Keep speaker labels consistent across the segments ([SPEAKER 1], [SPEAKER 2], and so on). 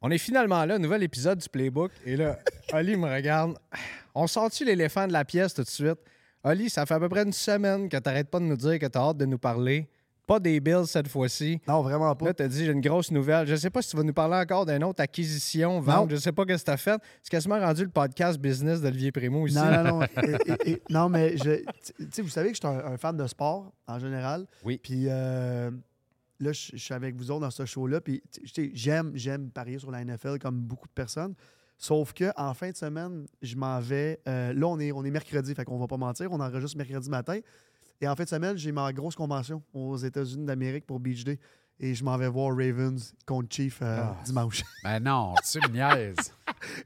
[SPEAKER 1] On est finalement là, nouvel épisode du Playbook. Et là, Oli me regarde. On sort-tu l'éléphant de la pièce tout de suite? Oli, ça fait à peu près une semaine que t'arrêtes pas de nous dire que t'as hâte de nous parler. Pas des Bills cette fois-ci.
[SPEAKER 2] Non, vraiment pas.
[SPEAKER 1] Là, t'as dit, j'ai une grosse nouvelle. Je sais pas si tu vas nous parler encore d'une autre acquisition, vente. Je sais pas qu'est-ce que t'as fait. C'est quasiment rendu le podcast business d'Olivier Primo ici.
[SPEAKER 2] Non, non, non. Et- et- et- non, mais je, tu sais, vous savez que je suis un, un fan de sport en général.
[SPEAKER 1] Oui.
[SPEAKER 2] Puis euh, là, je je suis avec vous autres dans ce show-là. Puis tu sais, j'aime, j'aime parier sur la NFL comme beaucoup de personnes. Sauf que en fin de semaine, je m'en vais. euh, là, on est, on est mercredi, fait qu'on va pas mentir. On enregistre mercredi matin. Et en fin de semaine, j'ai ma grosse convention aux États-Unis d'Amérique pour Beach Day. Et je m'en vais voir Ravens contre Chief euh,
[SPEAKER 1] Ah.
[SPEAKER 2] dimanche.
[SPEAKER 3] Ben non, tu me niaises.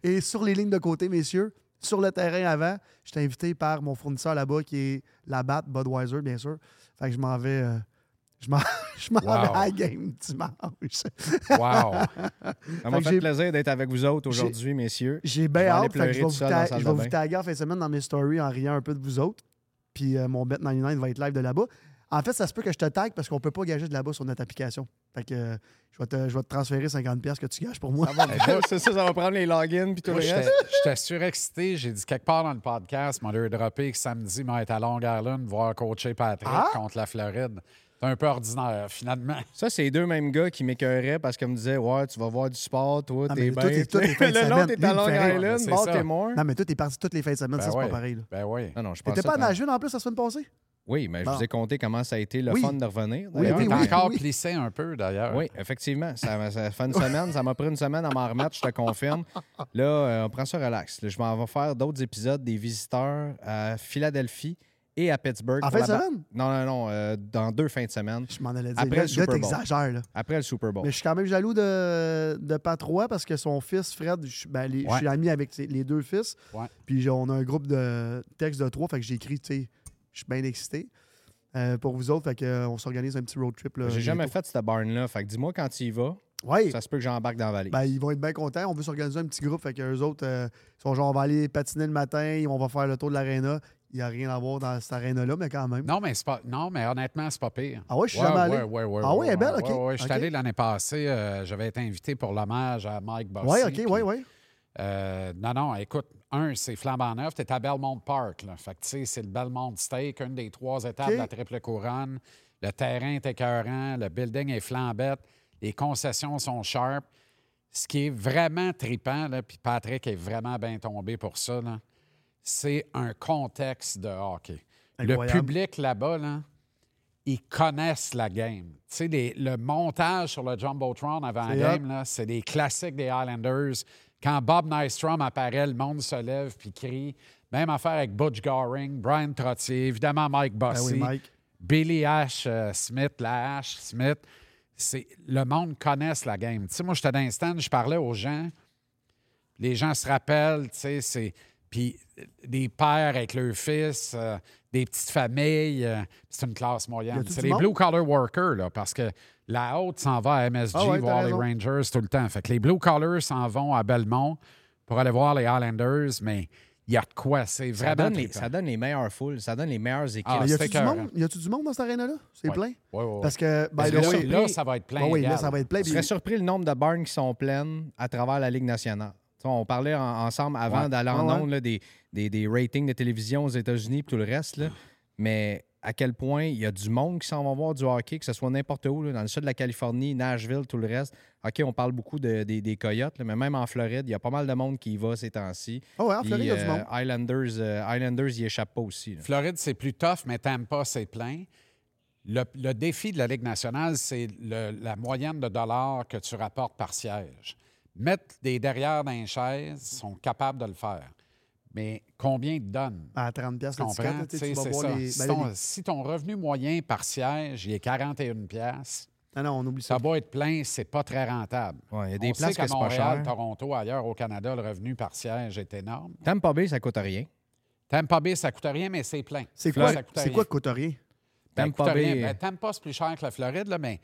[SPEAKER 2] Et sur les lignes de côté, messieurs, sur le terrain avant, j'étais invité par mon fournisseur là-bas qui est la BAT, Budweiser, bien sûr. Fait que je m'en vais. euh, je m'en, je m'en
[SPEAKER 3] Wow.
[SPEAKER 2] vais à la game dimanche.
[SPEAKER 1] Ça
[SPEAKER 3] Wow.
[SPEAKER 1] m'a
[SPEAKER 2] Fait que
[SPEAKER 1] fait,
[SPEAKER 2] j'ai-
[SPEAKER 1] plaisir d'être avec vous autres
[SPEAKER 2] J'ai-
[SPEAKER 1] aujourd'hui, messieurs.
[SPEAKER 2] J'ai
[SPEAKER 1] Je vais
[SPEAKER 2] bien
[SPEAKER 1] aller
[SPEAKER 2] hâte. Fait que je vais
[SPEAKER 1] pleurer tout
[SPEAKER 2] vous,
[SPEAKER 1] seul dans
[SPEAKER 2] ta-
[SPEAKER 1] la salle
[SPEAKER 2] je
[SPEAKER 1] de
[SPEAKER 2] vais vous
[SPEAKER 1] bain.
[SPEAKER 2] taguer en fin de semaine dans mes stories en riant un peu de vous autres. Puis euh, mon Bet99 va être live de là-bas. En fait, ça se peut que je te tague parce qu'on peut pas gager de là-bas sur notre application. Fait que euh, je, vais te, je vais te transférer 50$ que tu gages pour moi.
[SPEAKER 1] c'est Eh, ça, ça va prendre les logins puis tout
[SPEAKER 3] Moi,
[SPEAKER 1] le
[SPEAKER 3] j'étais
[SPEAKER 1] reste.
[SPEAKER 3] j'étais surexcité. J'ai dit quelque part dans le podcast, mon lieu droppé que samedi, m'a être à Long Island voir coacher Patrick
[SPEAKER 2] Ah? Ben
[SPEAKER 3] contre la Floride. C'est un peu ordinaire, finalement.
[SPEAKER 1] Ça, c'est les deux mêmes gars qui m'écœuraient parce qu'ils me disaient Ouais, tu vas voir du sport, toi,
[SPEAKER 2] Ah,
[SPEAKER 1] t'es
[SPEAKER 2] mais
[SPEAKER 1] bien.
[SPEAKER 2] toi, t'es- toi, t'es fin de
[SPEAKER 1] le long,
[SPEAKER 2] semaine.
[SPEAKER 1] t'es
[SPEAKER 2] Lui,
[SPEAKER 1] à
[SPEAKER 2] il me
[SPEAKER 1] Long
[SPEAKER 2] fait rire.
[SPEAKER 1] Island,
[SPEAKER 3] C'est
[SPEAKER 1] bon,
[SPEAKER 3] ça.
[SPEAKER 1] t'es mort.
[SPEAKER 2] Non, mais toi, t'es parti toutes les fins de semaine,
[SPEAKER 3] Ben
[SPEAKER 2] ça, c'est
[SPEAKER 3] ouais.
[SPEAKER 2] pas pareil. Là.
[SPEAKER 3] Ben oui.
[SPEAKER 1] Non, non, je pense
[SPEAKER 2] T'étais pas à
[SPEAKER 1] que t'as-
[SPEAKER 2] Nashville en plus la semaine passée?
[SPEAKER 1] Oui, mais
[SPEAKER 2] Bon.
[SPEAKER 1] je vous ai compté comment ça a été le
[SPEAKER 2] Oui.
[SPEAKER 1] fun de revenir.
[SPEAKER 2] Oui,
[SPEAKER 3] T'es
[SPEAKER 1] d'ailleurs.
[SPEAKER 2] Ben oui, oui.
[SPEAKER 3] encore plissé un peu, d'ailleurs.
[SPEAKER 1] Oui, effectivement. Ça, ça fait une semaine, ça m'a pris une semaine à m'en remettre, je te confirme. Là, euh, on prend ça relax. Là, je m'en vais faire d'autres épisodes des visiteurs à Philadelphie et à Pittsburgh.
[SPEAKER 2] En
[SPEAKER 1] pour
[SPEAKER 2] fin de
[SPEAKER 1] la ba-
[SPEAKER 2] semaine?
[SPEAKER 1] Non, non, non, euh, dans deux fins de semaine,
[SPEAKER 2] Je m'en allais dire.
[SPEAKER 1] Après le
[SPEAKER 2] là, là,
[SPEAKER 1] Super Bowl.
[SPEAKER 2] t'exagères, là.
[SPEAKER 1] après le Super Bowl.
[SPEAKER 2] Mais je suis quand même jaloux de, de Pat Roy parce que son fils, Fred, je, suis- ben, les- je suis ami avec ses- les deux fils.
[SPEAKER 3] Ouais.
[SPEAKER 2] Puis j'ai- on a un groupe de textes de trois, fait que j'ai écrit, tu sais, je suis bien excité. Euh, pour vous autres, fait que, euh, on s'organise un petit road trip. là,
[SPEAKER 1] J'ai jamais
[SPEAKER 2] bientôt.
[SPEAKER 1] fait cette barn-là. Fait que dis-moi quand tu y vas,
[SPEAKER 2] Ouais.
[SPEAKER 1] ça se peut que j'embarque dans la vallée.
[SPEAKER 2] Ben, ils vont être bien contents. On veut s'organiser un petit groupe. Fait que eux autres, euh, ils sont genre, on va aller patiner le matin, on va faire le tour de l'aréna. Il n'y a rien à voir dans cette aréna-là, mais quand même.
[SPEAKER 3] Non, mais c'est pas. Non, mais honnêtement, c'est pas pire.
[SPEAKER 2] Ah ouais, je suis
[SPEAKER 3] Ouais,
[SPEAKER 2] jamais allé.
[SPEAKER 3] ouais, ouais, ouais,
[SPEAKER 2] Ah ouais, elle est belle,
[SPEAKER 3] ouais,
[SPEAKER 2] ok.
[SPEAKER 3] ouais, ouais. Je suis
[SPEAKER 2] Ok.
[SPEAKER 3] allé l'année passée. euh, J'avais été invité pour l'hommage à Mike Bossy.
[SPEAKER 2] Ouais, OK,
[SPEAKER 3] puis,
[SPEAKER 2] ouais, ouais.
[SPEAKER 3] euh, non, non, écoute, un, c'est flambant neuf. T'es à Belmont Park, là. Fait que, tu sais, c'est le Belmont Steak, une des trois étapes
[SPEAKER 2] OK.
[SPEAKER 3] de la triple couronne. Le terrain est écœurant, le building est flambette, les concessions sont sharp. Ce qui est vraiment tripant, là, puis Patrick est vraiment bien tombé pour ça, là, c'est un contexte de hockey. Le
[SPEAKER 2] Incroyable.
[SPEAKER 3] public là-bas, là, ils connaissent la game. Tu sais, les- le montage sur le Jumbotron avant la
[SPEAKER 2] C'est
[SPEAKER 3] game, là, c'est des classiques des Highlanders. Quand Bob Nystrom apparaît, le monde se lève puis crie. Même affaire avec Butch Goring, Brian Trottier, évidemment Mike
[SPEAKER 2] Ben
[SPEAKER 3] Bossy,
[SPEAKER 2] oui, Mike.
[SPEAKER 3] Billy H. euh, Smith, la H. Smith. C'est, le monde connaisse la game. Tu sais, moi, j'étais dans un stand, je parlais aux gens. Les gens se rappellent, tu sais, c'est. Puis euh, des pères avec leurs fils, euh, des petites familles, euh, c'est une classe
[SPEAKER 2] Y
[SPEAKER 3] moyenne.
[SPEAKER 2] a-tu
[SPEAKER 3] C'est
[SPEAKER 2] du
[SPEAKER 3] les
[SPEAKER 2] monde?
[SPEAKER 3] blue-collar workers, là, parce que la haute s'en va à MSG
[SPEAKER 2] Ah ouais, t'as
[SPEAKER 3] voir les
[SPEAKER 2] raison.
[SPEAKER 3] Rangers tout le temps. Fait que les blue-collars s'en vont à Belmont pour aller voir les Highlanders, mais il y a de quoi. C'est
[SPEAKER 1] ça,
[SPEAKER 3] vraiment.
[SPEAKER 1] donne les, ça donne les meilleures foules, ça hein. donne les meilleures équipes.
[SPEAKER 3] Ah,
[SPEAKER 2] Mais y a-tu
[SPEAKER 3] c'est
[SPEAKER 2] du
[SPEAKER 3] écœurant.
[SPEAKER 2] monde? Y a-tu du monde dans cette aréna-là? C'est
[SPEAKER 3] Ouais.
[SPEAKER 2] plein?
[SPEAKER 3] Ouais, ouais, ouais.
[SPEAKER 2] Parce que, by
[SPEAKER 3] Parce
[SPEAKER 2] the
[SPEAKER 3] que là,
[SPEAKER 2] way-
[SPEAKER 3] là, ça va être plein.
[SPEAKER 2] Ouais, oui, là,
[SPEAKER 3] égal.
[SPEAKER 2] ça va être plein.
[SPEAKER 1] Je serais surpris le nombre de barns qui sont pleines à travers la Ligue nationale. Tu sais, on parlait en- ensemble avant
[SPEAKER 3] Ouais.
[SPEAKER 1] d'aller en
[SPEAKER 2] Ouais, ouais.
[SPEAKER 1] ondes, là, des, des- des ratings de télévision aux États-Unis et tout le reste. là. Mais à quel point il y a du monde qui s'en va voir du hockey, que ce soit n'importe où, là, dans le sud de la Californie, Nashville, tout le reste. OK, on parle beaucoup de- des- des Coyotes, là, mais même en Floride, il y a pas mal de monde qui y va ces temps-ci.
[SPEAKER 2] Ah ouais, en Floride,
[SPEAKER 1] Puis,
[SPEAKER 2] il y a du
[SPEAKER 1] euh,
[SPEAKER 2] monde.
[SPEAKER 1] Islanders, euh, Islanders, y échappent pas aussi. là.
[SPEAKER 3] Floride, c'est plus tough, mais Tampa, c'est plein. Le, le défi de la Ligue nationale, c'est le- la moyenne de dollars que tu rapportes par siège. Mettre des derrière dans les chaises, sont capables de le faire. Mais combien ils te donnent?
[SPEAKER 2] À 30 pièces
[SPEAKER 3] Tu comprends? Tu sais,
[SPEAKER 2] tu vas
[SPEAKER 3] c'est
[SPEAKER 2] voir
[SPEAKER 3] ça.
[SPEAKER 2] les...
[SPEAKER 3] Si,
[SPEAKER 2] ben,
[SPEAKER 3] ton,
[SPEAKER 2] les-
[SPEAKER 3] si ton revenu moyen par siège, il est 41 pièces,
[SPEAKER 2] Ah non, on oublie ça.
[SPEAKER 3] ça va être plein, c'est pas très rentable.
[SPEAKER 1] Ouais, Il y a
[SPEAKER 3] On
[SPEAKER 1] des
[SPEAKER 3] sait
[SPEAKER 1] places
[SPEAKER 3] qu'à
[SPEAKER 1] que c'est pas
[SPEAKER 3] Montréal,
[SPEAKER 1] cher.
[SPEAKER 3] Toronto, ailleurs au Canada, le revenu par siège est énorme.
[SPEAKER 1] Tampa Bay, ça coûte rien.
[SPEAKER 3] Tampa Bay, ça coûte rien, mais c'est plein.
[SPEAKER 2] C'est
[SPEAKER 3] Floride,
[SPEAKER 2] quoi,
[SPEAKER 3] ça coûte
[SPEAKER 2] c'est
[SPEAKER 3] rien.
[SPEAKER 2] quoi que coûte rien?
[SPEAKER 3] Ben,
[SPEAKER 1] Tampa
[SPEAKER 3] écoute, rien.
[SPEAKER 1] Bay-
[SPEAKER 3] Ben, Tampa, c'est plus cher que la Floride, là, mais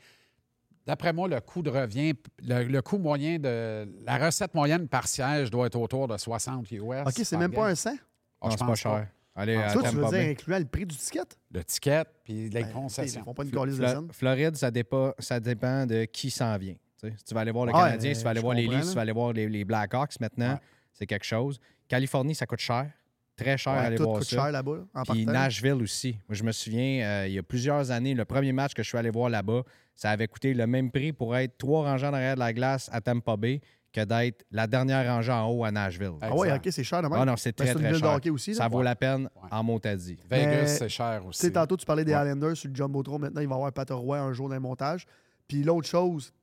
[SPEAKER 3] d'après moi, le coût de revient, le, le coût moyen de. La recette moyenne par siège doit être autour de 60 US.
[SPEAKER 2] OK, c'est même pas un 100.
[SPEAKER 1] Non, c'est pas cher. Allez, à
[SPEAKER 2] Toi, Ah, tu veux
[SPEAKER 1] Tampa
[SPEAKER 2] dire
[SPEAKER 1] Bay.
[SPEAKER 2] incluant le prix du ticket?
[SPEAKER 3] Le ticket puis les
[SPEAKER 2] Ben, Ils
[SPEAKER 3] concessions.
[SPEAKER 2] font pas une
[SPEAKER 1] Flo-
[SPEAKER 2] colise de
[SPEAKER 1] Flo-
[SPEAKER 2] scène.
[SPEAKER 1] Floride, ça dépend, ça dépend de qui s'en vient. Tu sais, Tu sais, Si tu vas aller voir le
[SPEAKER 2] Ah, Ouais,
[SPEAKER 1] Canadien, si tu vas aller
[SPEAKER 2] je
[SPEAKER 1] voir les
[SPEAKER 2] comprends,
[SPEAKER 1] Leafs, si tu
[SPEAKER 2] là.
[SPEAKER 1] vas aller voir les, les Blackhawks maintenant,
[SPEAKER 3] Ouais.
[SPEAKER 1] c'est quelque chose. Californie, ça coûte cher. Très cher à
[SPEAKER 2] Ouais,
[SPEAKER 1] aller
[SPEAKER 2] tout
[SPEAKER 1] voir
[SPEAKER 2] coûte
[SPEAKER 1] ça.
[SPEAKER 2] cher là-bas, là, en
[SPEAKER 1] Puis
[SPEAKER 2] partant.
[SPEAKER 1] Nashville aussi. Moi, je me souviens, euh, il y a plusieurs années, le premier match que je suis allé voir là-bas, ça avait coûté le même prix pour être trois rangées en arrière de la glace à Tampa Bay que d'être la dernière rangée en haut à Nashville.
[SPEAKER 3] Ah
[SPEAKER 2] Ah ouais,
[SPEAKER 3] Exact.
[SPEAKER 2] OK, c'est cher de même.
[SPEAKER 1] Ah non, c'est
[SPEAKER 2] Mais
[SPEAKER 1] très,
[SPEAKER 2] c'est une
[SPEAKER 1] très
[SPEAKER 2] ville de
[SPEAKER 1] cher.
[SPEAKER 2] hockey aussi, là.
[SPEAKER 1] Ça vaut la peine
[SPEAKER 3] Ouais.
[SPEAKER 1] en Montadie.
[SPEAKER 3] Vegas,
[SPEAKER 2] Mais,
[SPEAKER 3] c'est cher
[SPEAKER 2] Tu
[SPEAKER 3] aussi.
[SPEAKER 2] sais, tantôt, tu parlais des
[SPEAKER 3] Ouais.
[SPEAKER 2] Islanders sur le Jumbotron. Maintenant, il va y avoir Pat Roy un jour dans le montage. Puis l'autre chose,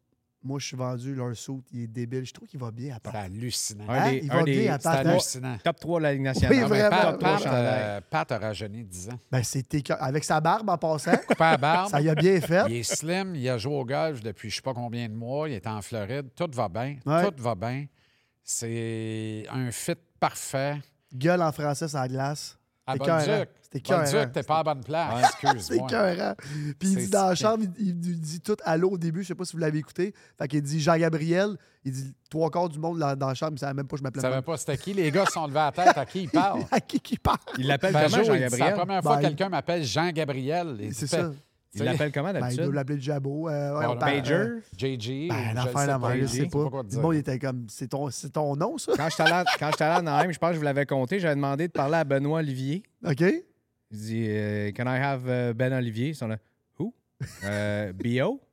[SPEAKER 2] moi, je suis vendu, leur saut, il est débile. Je trouve qu'il va bien à
[SPEAKER 3] C'est
[SPEAKER 2] part.
[SPEAKER 3] hallucinant.
[SPEAKER 1] Un
[SPEAKER 2] Hein?
[SPEAKER 1] des-
[SPEAKER 2] Il
[SPEAKER 1] un
[SPEAKER 2] va
[SPEAKER 1] des-
[SPEAKER 2] bien à
[SPEAKER 3] C'est
[SPEAKER 2] part. hein?
[SPEAKER 3] hallucinant.
[SPEAKER 1] Top 3 de la Ligue nationale.
[SPEAKER 2] Oui,
[SPEAKER 1] Ah,
[SPEAKER 3] Non,
[SPEAKER 1] mais
[SPEAKER 3] mais
[SPEAKER 2] vraiment.
[SPEAKER 1] Pat-
[SPEAKER 3] Pat,
[SPEAKER 1] Pat-
[SPEAKER 3] Pat,
[SPEAKER 1] Pat-
[SPEAKER 3] euh, Pat aura jeûné 10 ans.
[SPEAKER 2] Ben, c'était Avec sa barbe en passant,
[SPEAKER 3] Coupé à barbe.
[SPEAKER 2] ça y a bien fait.
[SPEAKER 3] Il est slim, il a joué au golf depuis je ne sais pas combien de mois, il est en Floride, tout va bien,
[SPEAKER 2] Ouais.
[SPEAKER 3] tout va bien. C'est un fit parfait.
[SPEAKER 2] Gueule en français sur la glace.
[SPEAKER 3] À
[SPEAKER 2] C'était écœurant.
[SPEAKER 3] Bolduc,
[SPEAKER 2] C'était écœurant.
[SPEAKER 3] Bolduc, t'es pas à bonne place,
[SPEAKER 2] C'est
[SPEAKER 3] excuse-moi.
[SPEAKER 2] écœurant. Puis il
[SPEAKER 3] C'est-
[SPEAKER 2] dit dans la chambre, il, il nous dit tout à l'eau au début, je sais pas si vous l'avez écouté. Fait qu'il dit Jean-Gabriel, il dit trois quarts du monde là- dans la chambre, il savait même pas que je
[SPEAKER 3] Tu
[SPEAKER 2] m'appelais
[SPEAKER 3] savais
[SPEAKER 2] même.
[SPEAKER 3] pas c'était qui, les gars se sont levés à la tête, à qui ils parlent.
[SPEAKER 2] À qui qui parle
[SPEAKER 1] Il l'appelle
[SPEAKER 3] Pajot,
[SPEAKER 1] comment,
[SPEAKER 3] il dit, C'est la
[SPEAKER 1] Jean-Gabriel?
[SPEAKER 3] première fois
[SPEAKER 2] Ben,
[SPEAKER 3] que
[SPEAKER 2] il-
[SPEAKER 3] quelqu'un m'appelle Jean-Gabriel. Il
[SPEAKER 2] C'est
[SPEAKER 3] fait-
[SPEAKER 2] ça.
[SPEAKER 1] Il l'appelle comment
[SPEAKER 2] Ben, il
[SPEAKER 1] d'habitude?
[SPEAKER 2] doit l'appeler Jabo. Euh, ouais,
[SPEAKER 3] Bon,
[SPEAKER 2] on parle-
[SPEAKER 1] Pager?
[SPEAKER 2] euh,
[SPEAKER 3] JG. ou
[SPEAKER 2] Ben,
[SPEAKER 3] je
[SPEAKER 2] l'affaire
[SPEAKER 3] sais
[SPEAKER 2] la
[SPEAKER 3] pas,
[SPEAKER 2] merde, je sais pas.
[SPEAKER 3] quoi te
[SPEAKER 2] Le
[SPEAKER 3] dire.
[SPEAKER 2] monde était comme, c'est ton, c'est ton nom, ça?
[SPEAKER 1] Quand j'étais allé à- quand j'étais allé à Naheim, je pense que je vous l'avais compté, j'avais demandé de parler à Benoît Olivier.
[SPEAKER 2] OK?
[SPEAKER 1] Il dit euh, Can I have euh, Ben Olivier? Ils sont là, Who? Euh, B.O.?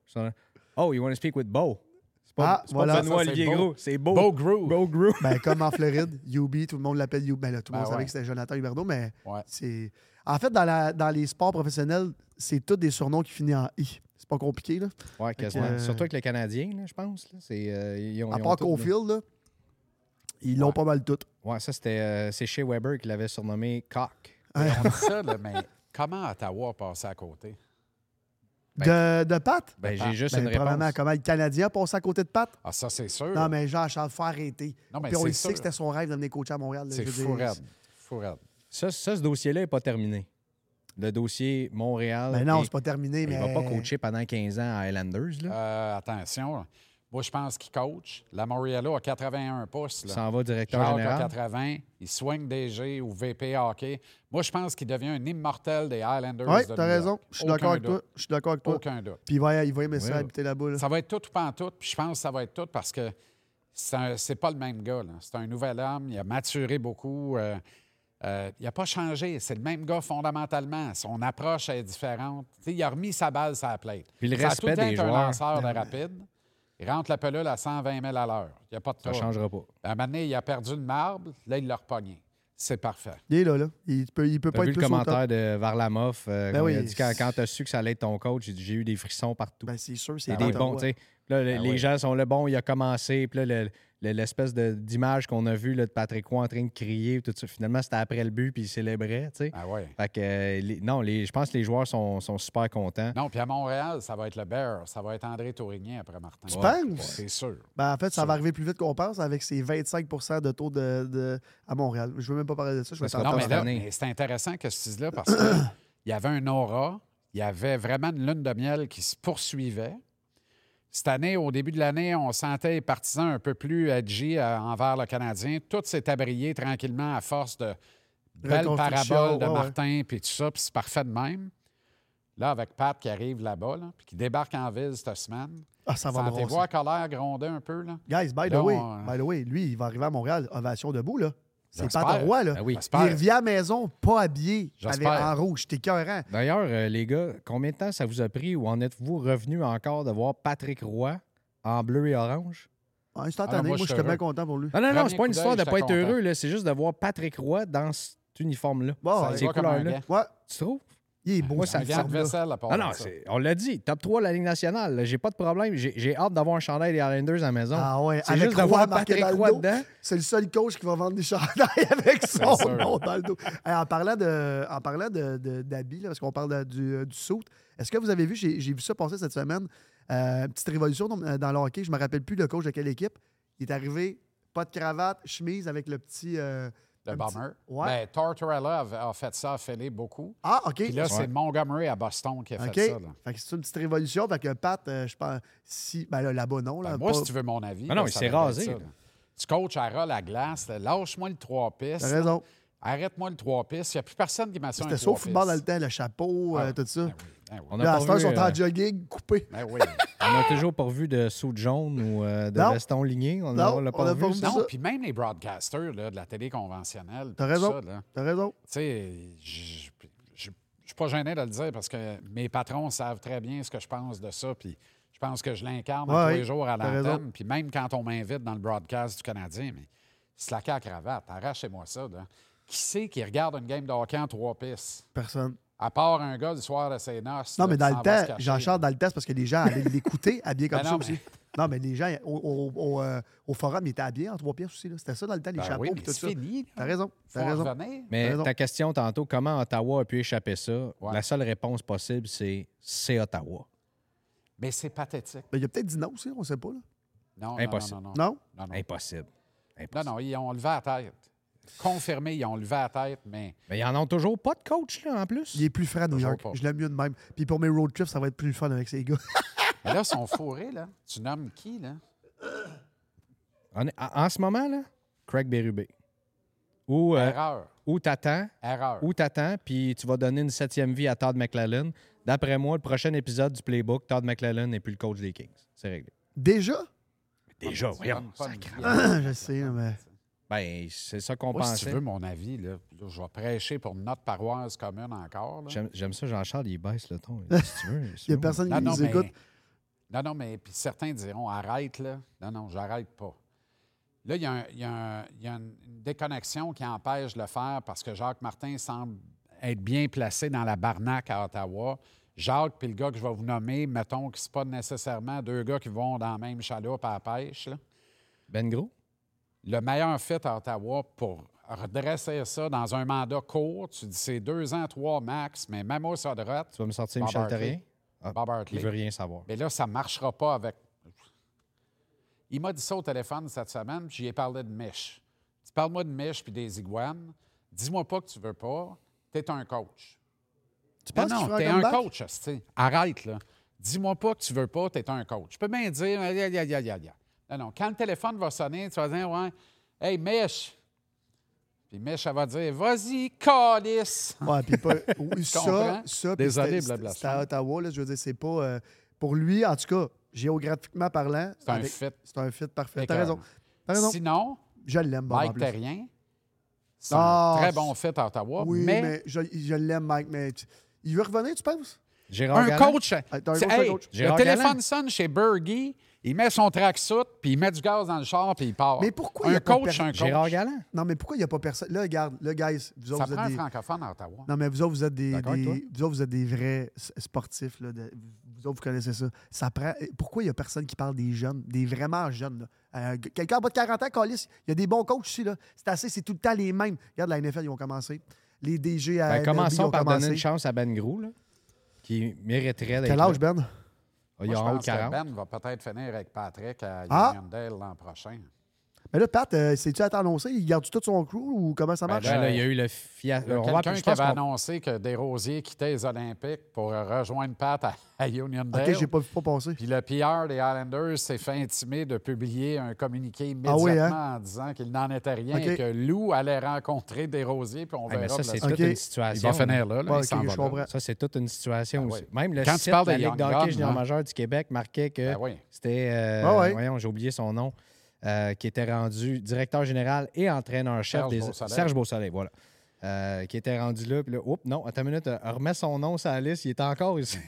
[SPEAKER 1] Ils sont là, Oh, you want to speak with Bo? C'est pas,
[SPEAKER 2] Ah,
[SPEAKER 1] c'est pas
[SPEAKER 2] voilà.
[SPEAKER 1] Benoît
[SPEAKER 3] Ça, c'est
[SPEAKER 1] Olivier
[SPEAKER 3] Beau.
[SPEAKER 1] Gros, c'est Bo.
[SPEAKER 3] Beau Groove.
[SPEAKER 1] Bo Gros.
[SPEAKER 2] Ben, comme en Floride, UB, tout le monde l'appelle UB. Ben là, tout le
[SPEAKER 3] Ben
[SPEAKER 2] monde savait
[SPEAKER 3] ouais.
[SPEAKER 2] que c'était Jonathan Huberdeau, mais
[SPEAKER 3] Ouais.
[SPEAKER 2] c'est. En fait, dans, la, dans les sports professionnels, c'est tous des surnoms qui finissent en I. C'est pas compliqué, là.
[SPEAKER 1] Ouais, quasiment.
[SPEAKER 2] euh,
[SPEAKER 1] Surtout avec les Canadiens, là, je pense. là. C'est, euh, ils ont-
[SPEAKER 2] À
[SPEAKER 1] ils ont
[SPEAKER 2] part
[SPEAKER 1] tout-
[SPEAKER 2] Cofield, là, ils l'ont
[SPEAKER 3] Ouais.
[SPEAKER 2] pas mal tout.
[SPEAKER 1] Ouais, ça, c'était euh, c'est chez Weber qui l'avait surnommé Ben, Cock.
[SPEAKER 3] Et On dit ça, là, mais comment Ottawa a passé à côté?
[SPEAKER 2] De, de Pat?
[SPEAKER 1] Ben, j'ai juste
[SPEAKER 2] Ben,
[SPEAKER 1] une
[SPEAKER 2] probablement,
[SPEAKER 1] réponse.
[SPEAKER 2] comment le Canadien a passé à côté de Pat?
[SPEAKER 3] Ah, ça, c'est sûr.
[SPEAKER 2] Non, mais Jean-Charles, faut arrêter.
[SPEAKER 3] Non, mais
[SPEAKER 2] Puis on
[SPEAKER 3] c'est
[SPEAKER 2] le sait
[SPEAKER 3] sûr.
[SPEAKER 2] que c'était son rêve de venir coacher à Montréal. là,
[SPEAKER 3] C'est
[SPEAKER 2] je veux
[SPEAKER 3] fou
[SPEAKER 2] dire.
[SPEAKER 3] raide. Fou raide.
[SPEAKER 1] Ça, ça, ce dossier-là n'est pas terminé. Le dossier Montréal.
[SPEAKER 2] Ben non,
[SPEAKER 1] est-
[SPEAKER 2] c'est pas terminé, Ah,
[SPEAKER 1] il
[SPEAKER 2] mais.
[SPEAKER 1] ne va pas coacher pendant 15 ans à Highlanders. Là.
[SPEAKER 3] Euh, attention. Moi, je pense qu'il coach. La Moriello a 81 pouces.
[SPEAKER 1] Il
[SPEAKER 3] Là.
[SPEAKER 1] s'en va directeur
[SPEAKER 3] Jacques a
[SPEAKER 1] général.
[SPEAKER 3] 80. Il soigne DG ou VP hockey. Moi, je pense qu'il devient un immortel des Highlanders.
[SPEAKER 2] Oui,
[SPEAKER 3] de
[SPEAKER 2] t'as
[SPEAKER 3] New
[SPEAKER 2] raison.
[SPEAKER 3] York.
[SPEAKER 2] Je suis d'accord
[SPEAKER 3] Aucun
[SPEAKER 2] avec toi.
[SPEAKER 3] doute.
[SPEAKER 2] Je suis d'accord avec toi.
[SPEAKER 3] Aucun doute.
[SPEAKER 2] Puis il va, il va aimer
[SPEAKER 1] Oui,
[SPEAKER 2] ça
[SPEAKER 1] oui.
[SPEAKER 2] habiter là-bas. là.
[SPEAKER 3] Ça va être tout ou pas en tout. Puis je pense que ça va être tout parce que c'est un- c'est pas le même gars. là. C'est un nouvel homme. Il a maturé beaucoup. euh, euh, il n'a pas changé. C'est le même gars fondamentalement. Son approche est différente. Tu sais, il a remis sa balle sur la plate.
[SPEAKER 1] Puis le
[SPEAKER 3] Ça a
[SPEAKER 1] respect
[SPEAKER 3] tout le temps
[SPEAKER 1] des
[SPEAKER 3] été un
[SPEAKER 1] joueurs.
[SPEAKER 3] lanceur de rapide. Il rentre la pelule à 120 000 à l'heure. Il n'y a pas de
[SPEAKER 1] Ça ne
[SPEAKER 3] trouble.
[SPEAKER 1] changera pas.
[SPEAKER 3] À un moment donné, il a perdu le marbre. Là, il l'a repogné. C'est parfait.
[SPEAKER 2] Il est là, là. Il peut, il peut
[SPEAKER 1] T'as
[SPEAKER 2] pas
[SPEAKER 1] vu
[SPEAKER 2] être
[SPEAKER 1] le
[SPEAKER 2] plus au top.
[SPEAKER 1] commentaire de Varlamov? euh,
[SPEAKER 2] Ben
[SPEAKER 1] quand il a
[SPEAKER 2] oui,
[SPEAKER 1] dit quand,
[SPEAKER 2] c'est-
[SPEAKER 1] quand t'as su que ça allait être ton coach, j'ai dit, j'ai eu des frissons partout.
[SPEAKER 2] Ben, c'est sûr, c'est
[SPEAKER 1] C'est des
[SPEAKER 2] Ottawa.
[SPEAKER 1] bons, tu sais. Là, le-
[SPEAKER 3] Ben
[SPEAKER 1] les
[SPEAKER 3] oui.
[SPEAKER 1] gens sont là, bon, il a commencé. Puis là, le- le- l'espèce de- d'image qu'on a vue là, de Patrick Roy en train de crier, tout ça, finalement, c'était après le but, puis il célébrait, tu sais.
[SPEAKER 3] Ah ouais.
[SPEAKER 1] Fait que, euh, les- non, les- je pense que les joueurs sont, sont super contents.
[SPEAKER 3] Non, puis à Montréal, ça va être le Bear. Ça va être André Tourigny après Martin.
[SPEAKER 2] Tu
[SPEAKER 3] Ouais.
[SPEAKER 2] penses?
[SPEAKER 3] C'est sûr.
[SPEAKER 2] Ben, en fait, ça va arriver plus vite qu'on pense avec ses 25 de taux de, de- à Montréal. Je veux même pas parler de ça. Je vais
[SPEAKER 1] Ben, Ça sera
[SPEAKER 2] t'en
[SPEAKER 3] Non, mais
[SPEAKER 1] cette
[SPEAKER 3] là,
[SPEAKER 1] année.
[SPEAKER 3] mais c'est intéressant que ce dise là parce qu'il y avait un aura, il y avait vraiment une lune de miel qui se poursuivait. Cette année, au début de l'année, on sentait les partisans un peu plus edgy euh, envers le Canadien. Tout s'est abrié tranquillement à force de belles
[SPEAKER 2] Reconstruction,
[SPEAKER 3] paraboles de
[SPEAKER 2] ouais, ouais.
[SPEAKER 3] Martin puis tout ça, puis c'est parfait de même. Là, avec Pat qui arrive là-bas, là, puis qui débarque en ville cette semaine,
[SPEAKER 2] Ah, ça va brasser.
[SPEAKER 3] sentez-vous à colère gronder un peu, là?
[SPEAKER 2] Guys, by the,
[SPEAKER 3] Là,
[SPEAKER 2] way,
[SPEAKER 3] on-
[SPEAKER 2] by the way, lui, il va arriver à Montréal, ovation debout, là. C'est
[SPEAKER 3] J'espère.
[SPEAKER 2] pas roi, là.
[SPEAKER 1] Ben oui.
[SPEAKER 2] Il
[SPEAKER 3] J'espère.
[SPEAKER 2] revient à la maison pas habillé, avec,
[SPEAKER 3] J'espère.
[SPEAKER 2] en rouge. T'es écœurant.
[SPEAKER 1] D'ailleurs, euh, les gars, combien de temps ça vous a pris ou en êtes-vous revenu encore de voir Patrick Roy en bleu et orange?
[SPEAKER 2] Ah, c'est
[SPEAKER 3] Ah, non, moi,
[SPEAKER 2] entendu. moi,
[SPEAKER 3] je
[SPEAKER 2] je
[SPEAKER 3] suis
[SPEAKER 2] suis bien
[SPEAKER 3] heureux.
[SPEAKER 2] content pour lui.
[SPEAKER 1] Non, non, non,
[SPEAKER 3] Premier
[SPEAKER 1] c'est pas une
[SPEAKER 3] coup d'œil,
[SPEAKER 1] histoire de
[SPEAKER 3] j'étais
[SPEAKER 1] pas être
[SPEAKER 3] content.
[SPEAKER 1] heureux, là. C'est juste de voir Patrick Roy dans cet uniforme-là.
[SPEAKER 2] Bon,
[SPEAKER 3] Ça
[SPEAKER 2] ouais.
[SPEAKER 3] y
[SPEAKER 1] Ces
[SPEAKER 3] va comme un
[SPEAKER 1] couleurs-là.
[SPEAKER 3] gant.
[SPEAKER 2] Ouais,
[SPEAKER 1] Tu trouves?
[SPEAKER 2] il est beau,
[SPEAKER 1] Moi,
[SPEAKER 2] ça
[SPEAKER 1] ça
[SPEAKER 3] Un
[SPEAKER 1] me
[SPEAKER 3] gant de vaisselle, à part
[SPEAKER 1] Ah Non,
[SPEAKER 3] de
[SPEAKER 1] non,
[SPEAKER 3] ça.
[SPEAKER 1] c'est- on l'a dit, top 3 de la Ligue nationale. là. J'ai pas de problème. J'ai j'ai hâte d'avoir un chandail des Islanders à la maison.
[SPEAKER 2] Ah ouais,
[SPEAKER 1] c'est
[SPEAKER 2] avec
[SPEAKER 1] juste de
[SPEAKER 2] Roy
[SPEAKER 1] voir
[SPEAKER 2] marqué
[SPEAKER 1] Patrick
[SPEAKER 2] dans le
[SPEAKER 1] Roy
[SPEAKER 2] dos.
[SPEAKER 1] dedans.
[SPEAKER 2] C'est le seul coach qui va vendre des chandails avec son
[SPEAKER 3] sûr.
[SPEAKER 2] nom dans le dos. Hey, en parlant de, en parlant de, de- d'habits, là, parce qu'on parle de- du, euh, du suit, est-ce que vous avez vu, j'ai, j'ai vu ça passer cette semaine, euh, petite révolution dans, euh, dans le hockey, je me rappelle plus le coach de quelle équipe. Il est arrivé, pas de cravate, chemise avec le petit... euh,
[SPEAKER 3] Le
[SPEAKER 2] un petit-
[SPEAKER 3] bomber.
[SPEAKER 2] Ouais.
[SPEAKER 3] Ben, Tortorella a, a fait ça à Philly beaucoup.
[SPEAKER 2] Ah, OK.
[SPEAKER 3] Puis là, c'est Montgomery à Boston qui a
[SPEAKER 2] OK. Euh,
[SPEAKER 3] fait ça. là.
[SPEAKER 2] Fait que c'est une petite révolution. Fait que Pat, euh, je pense, si... Ben là, là-bas, non. Là,
[SPEAKER 3] Ben, moi,
[SPEAKER 2] pas-
[SPEAKER 3] si tu veux mon avis.
[SPEAKER 1] Non,
[SPEAKER 3] là,
[SPEAKER 1] non, il
[SPEAKER 3] ça
[SPEAKER 1] s'est
[SPEAKER 3] devrait
[SPEAKER 1] rasé,
[SPEAKER 3] être ça,
[SPEAKER 1] là.
[SPEAKER 3] là. Tu coaches à ras la glace, là, lâche-moi le 3
[SPEAKER 2] T'as
[SPEAKER 3] pistes.
[SPEAKER 2] raison.
[SPEAKER 3] Arrête-moi le trois pistes. Il n'y a plus personne qui m'assure un
[SPEAKER 2] C'était
[SPEAKER 3] trois
[SPEAKER 2] ça au football dans le
[SPEAKER 3] pistes.
[SPEAKER 2] temps, le chapeau,
[SPEAKER 3] Ah,
[SPEAKER 2] euh, tout ça.
[SPEAKER 3] Ben oui, ben oui.
[SPEAKER 1] On a
[SPEAKER 2] Là, à
[SPEAKER 1] pas
[SPEAKER 2] cette heure, ils
[SPEAKER 1] vu, euh,
[SPEAKER 2] sont en jogging, coupés.
[SPEAKER 3] ben oui.
[SPEAKER 1] On n'a toujours pas revu de saut jaune ou euh, de
[SPEAKER 2] Non.
[SPEAKER 1] veston ligné. On
[SPEAKER 2] Non,
[SPEAKER 1] l'a
[SPEAKER 2] on
[SPEAKER 1] pas
[SPEAKER 2] l'a pas
[SPEAKER 1] vu.
[SPEAKER 2] revu.
[SPEAKER 1] ça.
[SPEAKER 3] non,
[SPEAKER 2] ça.
[SPEAKER 3] puis même les broadcasters là, de la télé conventionnelle.
[SPEAKER 2] T'as
[SPEAKER 3] tout
[SPEAKER 2] raison.
[SPEAKER 3] ça, là.
[SPEAKER 2] T'as raison.
[SPEAKER 3] Tu sais, je je- je suis pas gêné de le dire parce que mes patrons savent très bien ce que je pense de ça. Puis je pense que je l'incarne à
[SPEAKER 2] Ouais,
[SPEAKER 3] tous les jours à
[SPEAKER 2] t'as raison.
[SPEAKER 3] l'antenne. Puis même quand on m'invite dans le broadcast du Canadien, mais slacker à cravate, arrachez-moi ça. là. Qui c'est qui regarde une game de hockey en trois pistes?
[SPEAKER 2] Personne.
[SPEAKER 3] À part un gars du soir de ses noces.
[SPEAKER 2] Non,
[SPEAKER 3] là,
[SPEAKER 2] mais
[SPEAKER 3] qui
[SPEAKER 2] dans
[SPEAKER 3] s'en
[SPEAKER 2] le
[SPEAKER 3] va se
[SPEAKER 2] temps,
[SPEAKER 3] cacher.
[SPEAKER 2] Jean-Charles, dans le temps, c'est parce que les gens allaient l'écouter habillés comme
[SPEAKER 3] Ben
[SPEAKER 2] ça
[SPEAKER 3] non,
[SPEAKER 2] aussi. Non, mais les gens au, au- au, euh, au forum, ils étaient habillés en trois pièces aussi. là. C'était ça dans le temps, les
[SPEAKER 3] Ben
[SPEAKER 2] chapeaux
[SPEAKER 3] oui,
[SPEAKER 2] et
[SPEAKER 3] mais
[SPEAKER 2] tout ça.
[SPEAKER 3] c'est fini.
[SPEAKER 2] T'as raison.
[SPEAKER 3] Faut
[SPEAKER 2] T'as
[SPEAKER 3] en
[SPEAKER 2] raison.
[SPEAKER 3] revenir.
[SPEAKER 1] Mais
[SPEAKER 2] raison.
[SPEAKER 1] ta question tantôt, comment Ottawa a pu échapper ça?
[SPEAKER 3] Ouais.
[SPEAKER 1] La seule réponse possible, c'est c'est Ottawa.
[SPEAKER 3] Mais c'est pathétique.
[SPEAKER 2] Ben, Il y a peut-être dit non aussi, on ne sait pas. Là.
[SPEAKER 3] Non, non,
[SPEAKER 1] Impossible.
[SPEAKER 3] Non, non, non.
[SPEAKER 2] Non?
[SPEAKER 3] Non, non.
[SPEAKER 1] Impossible.
[SPEAKER 3] Non,
[SPEAKER 1] Impossible.
[SPEAKER 3] non, ils ont levé la tête. Confirmé, ils ont levé la tête, mais
[SPEAKER 1] Mais ils en ont toujours pas de coach, là, en plus.
[SPEAKER 2] Il est plus frais à New
[SPEAKER 3] Toujours
[SPEAKER 2] York.
[SPEAKER 3] pas.
[SPEAKER 2] Je l'aime mieux de même. Puis pour mes road trips, ça va être plus fun avec ces gars.
[SPEAKER 3] mais là, ils sont fourrés, là. Tu nommes qui, là?
[SPEAKER 1] En, en- en ce moment, là, Craig Berube. Ou, euh,
[SPEAKER 3] Erreur.
[SPEAKER 1] ou t'attends,
[SPEAKER 3] Erreur.
[SPEAKER 1] ou t'attends, puis tu vas donner une septième vie à Todd McLellan. D'après moi, le prochain épisode du Playbook, Todd McLellan n'est plus le coach des Kings. C'est réglé.
[SPEAKER 2] Déjà?
[SPEAKER 1] Déjà, voyons.
[SPEAKER 3] Ah, Pas une vie.
[SPEAKER 2] Je sais, mais.
[SPEAKER 1] Ben, c'est ça qu'on
[SPEAKER 3] Moi, si tu
[SPEAKER 1] pensait.
[SPEAKER 3] veux mon avis, là, là, je vais prêcher pour notre paroisse commune encore. là.
[SPEAKER 1] J'aime j'aime ça, Jean-Charles, il baisse le ton. Si tu veux.
[SPEAKER 2] Il n'y a
[SPEAKER 1] sinon-
[SPEAKER 2] personne
[SPEAKER 3] Non,
[SPEAKER 2] qui
[SPEAKER 3] non,
[SPEAKER 2] nous
[SPEAKER 3] mais...
[SPEAKER 2] écoute.
[SPEAKER 3] Non, non, mais puis certains diront arrête, là. Non, non, j'arrête pas. Là, il y a, un- il y a un- il y a une une déconnexion qui empêche de le faire parce que Jacques Martin semble être bien placé dans la barnaque à Ottawa. Jacques, puis le gars que je vais vous nommer, mettons que ce pas nécessairement deux gars qui vont dans la même chaloupe à la pêche. là.
[SPEAKER 1] Ben Gros?
[SPEAKER 3] Le meilleur fait à Ottawa pour redresser ça dans un mandat court, tu dis c'est deux ans, trois max, mais Mamo Sodrot,
[SPEAKER 1] Tu vas me sortir
[SPEAKER 3] Bob
[SPEAKER 1] Michel
[SPEAKER 3] Barclay.
[SPEAKER 1] Terrien? Ah,
[SPEAKER 3] Bob Hartley.
[SPEAKER 1] il veut rien savoir.
[SPEAKER 3] Mais là, ça ne marchera pas avec. Il m'a dit ça au téléphone cette semaine, puis j'y ai parlé de mèche. Tu parles-moi de mèche puis des iguanes. Dis-moi pas que tu veux pas. T'es un coach.
[SPEAKER 2] Tu
[SPEAKER 3] Ben Non,
[SPEAKER 2] penses qu'il
[SPEAKER 3] non,
[SPEAKER 2] fera
[SPEAKER 3] t'es
[SPEAKER 2] un
[SPEAKER 3] un
[SPEAKER 2] comeback?
[SPEAKER 3] coach, hostie. Arrête, là. Dis-moi pas que tu veux pas, t'es un coach. Je peux bien dire, aïe, aïe, aïe, aïe, aïe. Non, non. Quand le téléphone va sonner, tu vas dire, ouais, hey, mèche. Puis mèche, elle va dire, vas-y, calisse.
[SPEAKER 2] Ouais, puis pas. ou- ça,
[SPEAKER 3] comprends?
[SPEAKER 2] ça. puis
[SPEAKER 3] Désolé,
[SPEAKER 2] c'était-
[SPEAKER 3] blabla.
[SPEAKER 2] C'était à Ottawa, là, je veux dire, c'est pas. euh, pour lui, en tout cas, géographiquement parlant,
[SPEAKER 3] C'est un
[SPEAKER 2] avec-
[SPEAKER 3] fit.
[SPEAKER 2] C'est un fit parfait. T'as
[SPEAKER 3] Écœurant.
[SPEAKER 2] raison. T'as raison.
[SPEAKER 3] Sinon,
[SPEAKER 2] Je l'aime, Bob. en
[SPEAKER 3] Mike
[SPEAKER 2] plus.
[SPEAKER 3] Terrien, c'est
[SPEAKER 2] Ah,
[SPEAKER 3] un très
[SPEAKER 2] c'est-
[SPEAKER 3] bon fit à Ottawa,
[SPEAKER 2] Oui, mais,
[SPEAKER 3] mais
[SPEAKER 2] je, je l'aime, Mike, mais tu- il veut revenir, tu penses?
[SPEAKER 1] Gérard
[SPEAKER 3] Un
[SPEAKER 1] Galland?
[SPEAKER 3] coach. euh,
[SPEAKER 2] Ah, t'as un
[SPEAKER 3] C'est-
[SPEAKER 2] coach, un
[SPEAKER 3] hey,
[SPEAKER 2] coach.
[SPEAKER 1] Gérard
[SPEAKER 3] Le téléphone
[SPEAKER 1] Galland.
[SPEAKER 3] sonne chez Bergie, il met son tracksuit, puis il met du gaz dans le char, puis il part.
[SPEAKER 2] Mais pourquoi il y
[SPEAKER 3] un
[SPEAKER 2] a pas
[SPEAKER 3] coach,
[SPEAKER 2] per-
[SPEAKER 3] un coach?
[SPEAKER 1] Gérard Galland?
[SPEAKER 2] Non, mais pourquoi il n'y a pas personne? Là, regarde, là, guys, vous
[SPEAKER 3] ça
[SPEAKER 2] autres, vous
[SPEAKER 3] prend un
[SPEAKER 2] êtes des...
[SPEAKER 3] francophone à Ottawa.
[SPEAKER 2] Non, mais vous autres, vous êtes des,
[SPEAKER 1] D'accord avec
[SPEAKER 2] des- vous autres, vous êtes des vrais s- sportifs. Là, de- Vous autres, vous connaissez ça. ça prend... Pourquoi il n'y a personne qui parle des jeunes, des vraiment jeunes? là? Euh, g- Quelqu'un en bas de 40 ans, Colis, il y a des bons coachs ici. là. C'est assez, c'est tout le temps les mêmes. Regarde, la NFL, ils ont commencé. Les DG
[SPEAKER 1] Ben,
[SPEAKER 2] à MLB, ils
[SPEAKER 1] commençons
[SPEAKER 2] ont
[SPEAKER 1] par
[SPEAKER 2] commencé.
[SPEAKER 1] donner une chance à Ben Gros, là, qui mériterait d'être.
[SPEAKER 2] Quel
[SPEAKER 1] là.
[SPEAKER 2] âge, Ben?
[SPEAKER 1] Il y
[SPEAKER 3] Moi,
[SPEAKER 1] a
[SPEAKER 3] je
[SPEAKER 1] en haut
[SPEAKER 3] pense
[SPEAKER 1] de
[SPEAKER 3] que
[SPEAKER 1] 40.
[SPEAKER 3] Ben va peut-être finir avec Patrick à
[SPEAKER 2] Ah!
[SPEAKER 3] Uniondale l'an prochain.
[SPEAKER 2] Mais là, Pat, euh, c'est-tu à t'annoncer? Il garde tout son crew ou comment ça
[SPEAKER 3] Ben
[SPEAKER 2] marche?
[SPEAKER 1] Ben là, il y a eu le fiasco.
[SPEAKER 3] Il y a
[SPEAKER 1] On va-
[SPEAKER 3] Quelqu'un
[SPEAKER 1] je
[SPEAKER 3] qui
[SPEAKER 1] pense
[SPEAKER 3] avait
[SPEAKER 1] qu'on-
[SPEAKER 3] annoncé que Desrosiers quittait les Olympiques pour rejoindre Pat à, à Uniondale.
[SPEAKER 2] OK, j'ai pas vu pas passer.
[SPEAKER 3] Puis le PR des Islanders s'est fait intimer de publier un communiqué
[SPEAKER 2] Ah
[SPEAKER 3] immédiatement
[SPEAKER 2] oui, hein?
[SPEAKER 3] en disant qu'il n'en était rien
[SPEAKER 2] OK.
[SPEAKER 3] et que Lou allait rencontrer Desrosiers, puis on
[SPEAKER 1] Ah,
[SPEAKER 3] verra.
[SPEAKER 1] mais ça,
[SPEAKER 3] pour la
[SPEAKER 1] c'est
[SPEAKER 2] Ok.
[SPEAKER 1] toute une
[SPEAKER 3] Il
[SPEAKER 1] situation.
[SPEAKER 3] va finir là. là,
[SPEAKER 2] Ouais,
[SPEAKER 3] il
[SPEAKER 2] ok,
[SPEAKER 3] s'en
[SPEAKER 2] je
[SPEAKER 3] va là.
[SPEAKER 2] comprends.
[SPEAKER 1] Ça, c'est toute une situation
[SPEAKER 3] Ah
[SPEAKER 1] aussi.
[SPEAKER 3] oui.
[SPEAKER 1] Même le
[SPEAKER 3] Quand tu
[SPEAKER 1] site
[SPEAKER 3] parles
[SPEAKER 1] de la
[SPEAKER 3] de
[SPEAKER 1] Ligue
[SPEAKER 3] Young
[SPEAKER 1] d'hockey
[SPEAKER 3] Guns,
[SPEAKER 1] junior
[SPEAKER 3] hein?
[SPEAKER 1] majeur du Québec marquait que
[SPEAKER 3] Ben oui.
[SPEAKER 1] c'était... euh,
[SPEAKER 2] Ah ouais.
[SPEAKER 1] Voyons, j'ai oublié son nom. euh, qui était rendu directeur général et entraîneur-chef
[SPEAKER 3] Serge
[SPEAKER 1] des...
[SPEAKER 3] Beausoleil.
[SPEAKER 1] Serge Beausoleil, voilà. Euh, qui était rendu là. Puis là, oups, non, attends une minute, euh, remets son nom sur la liste. Il est encore ici.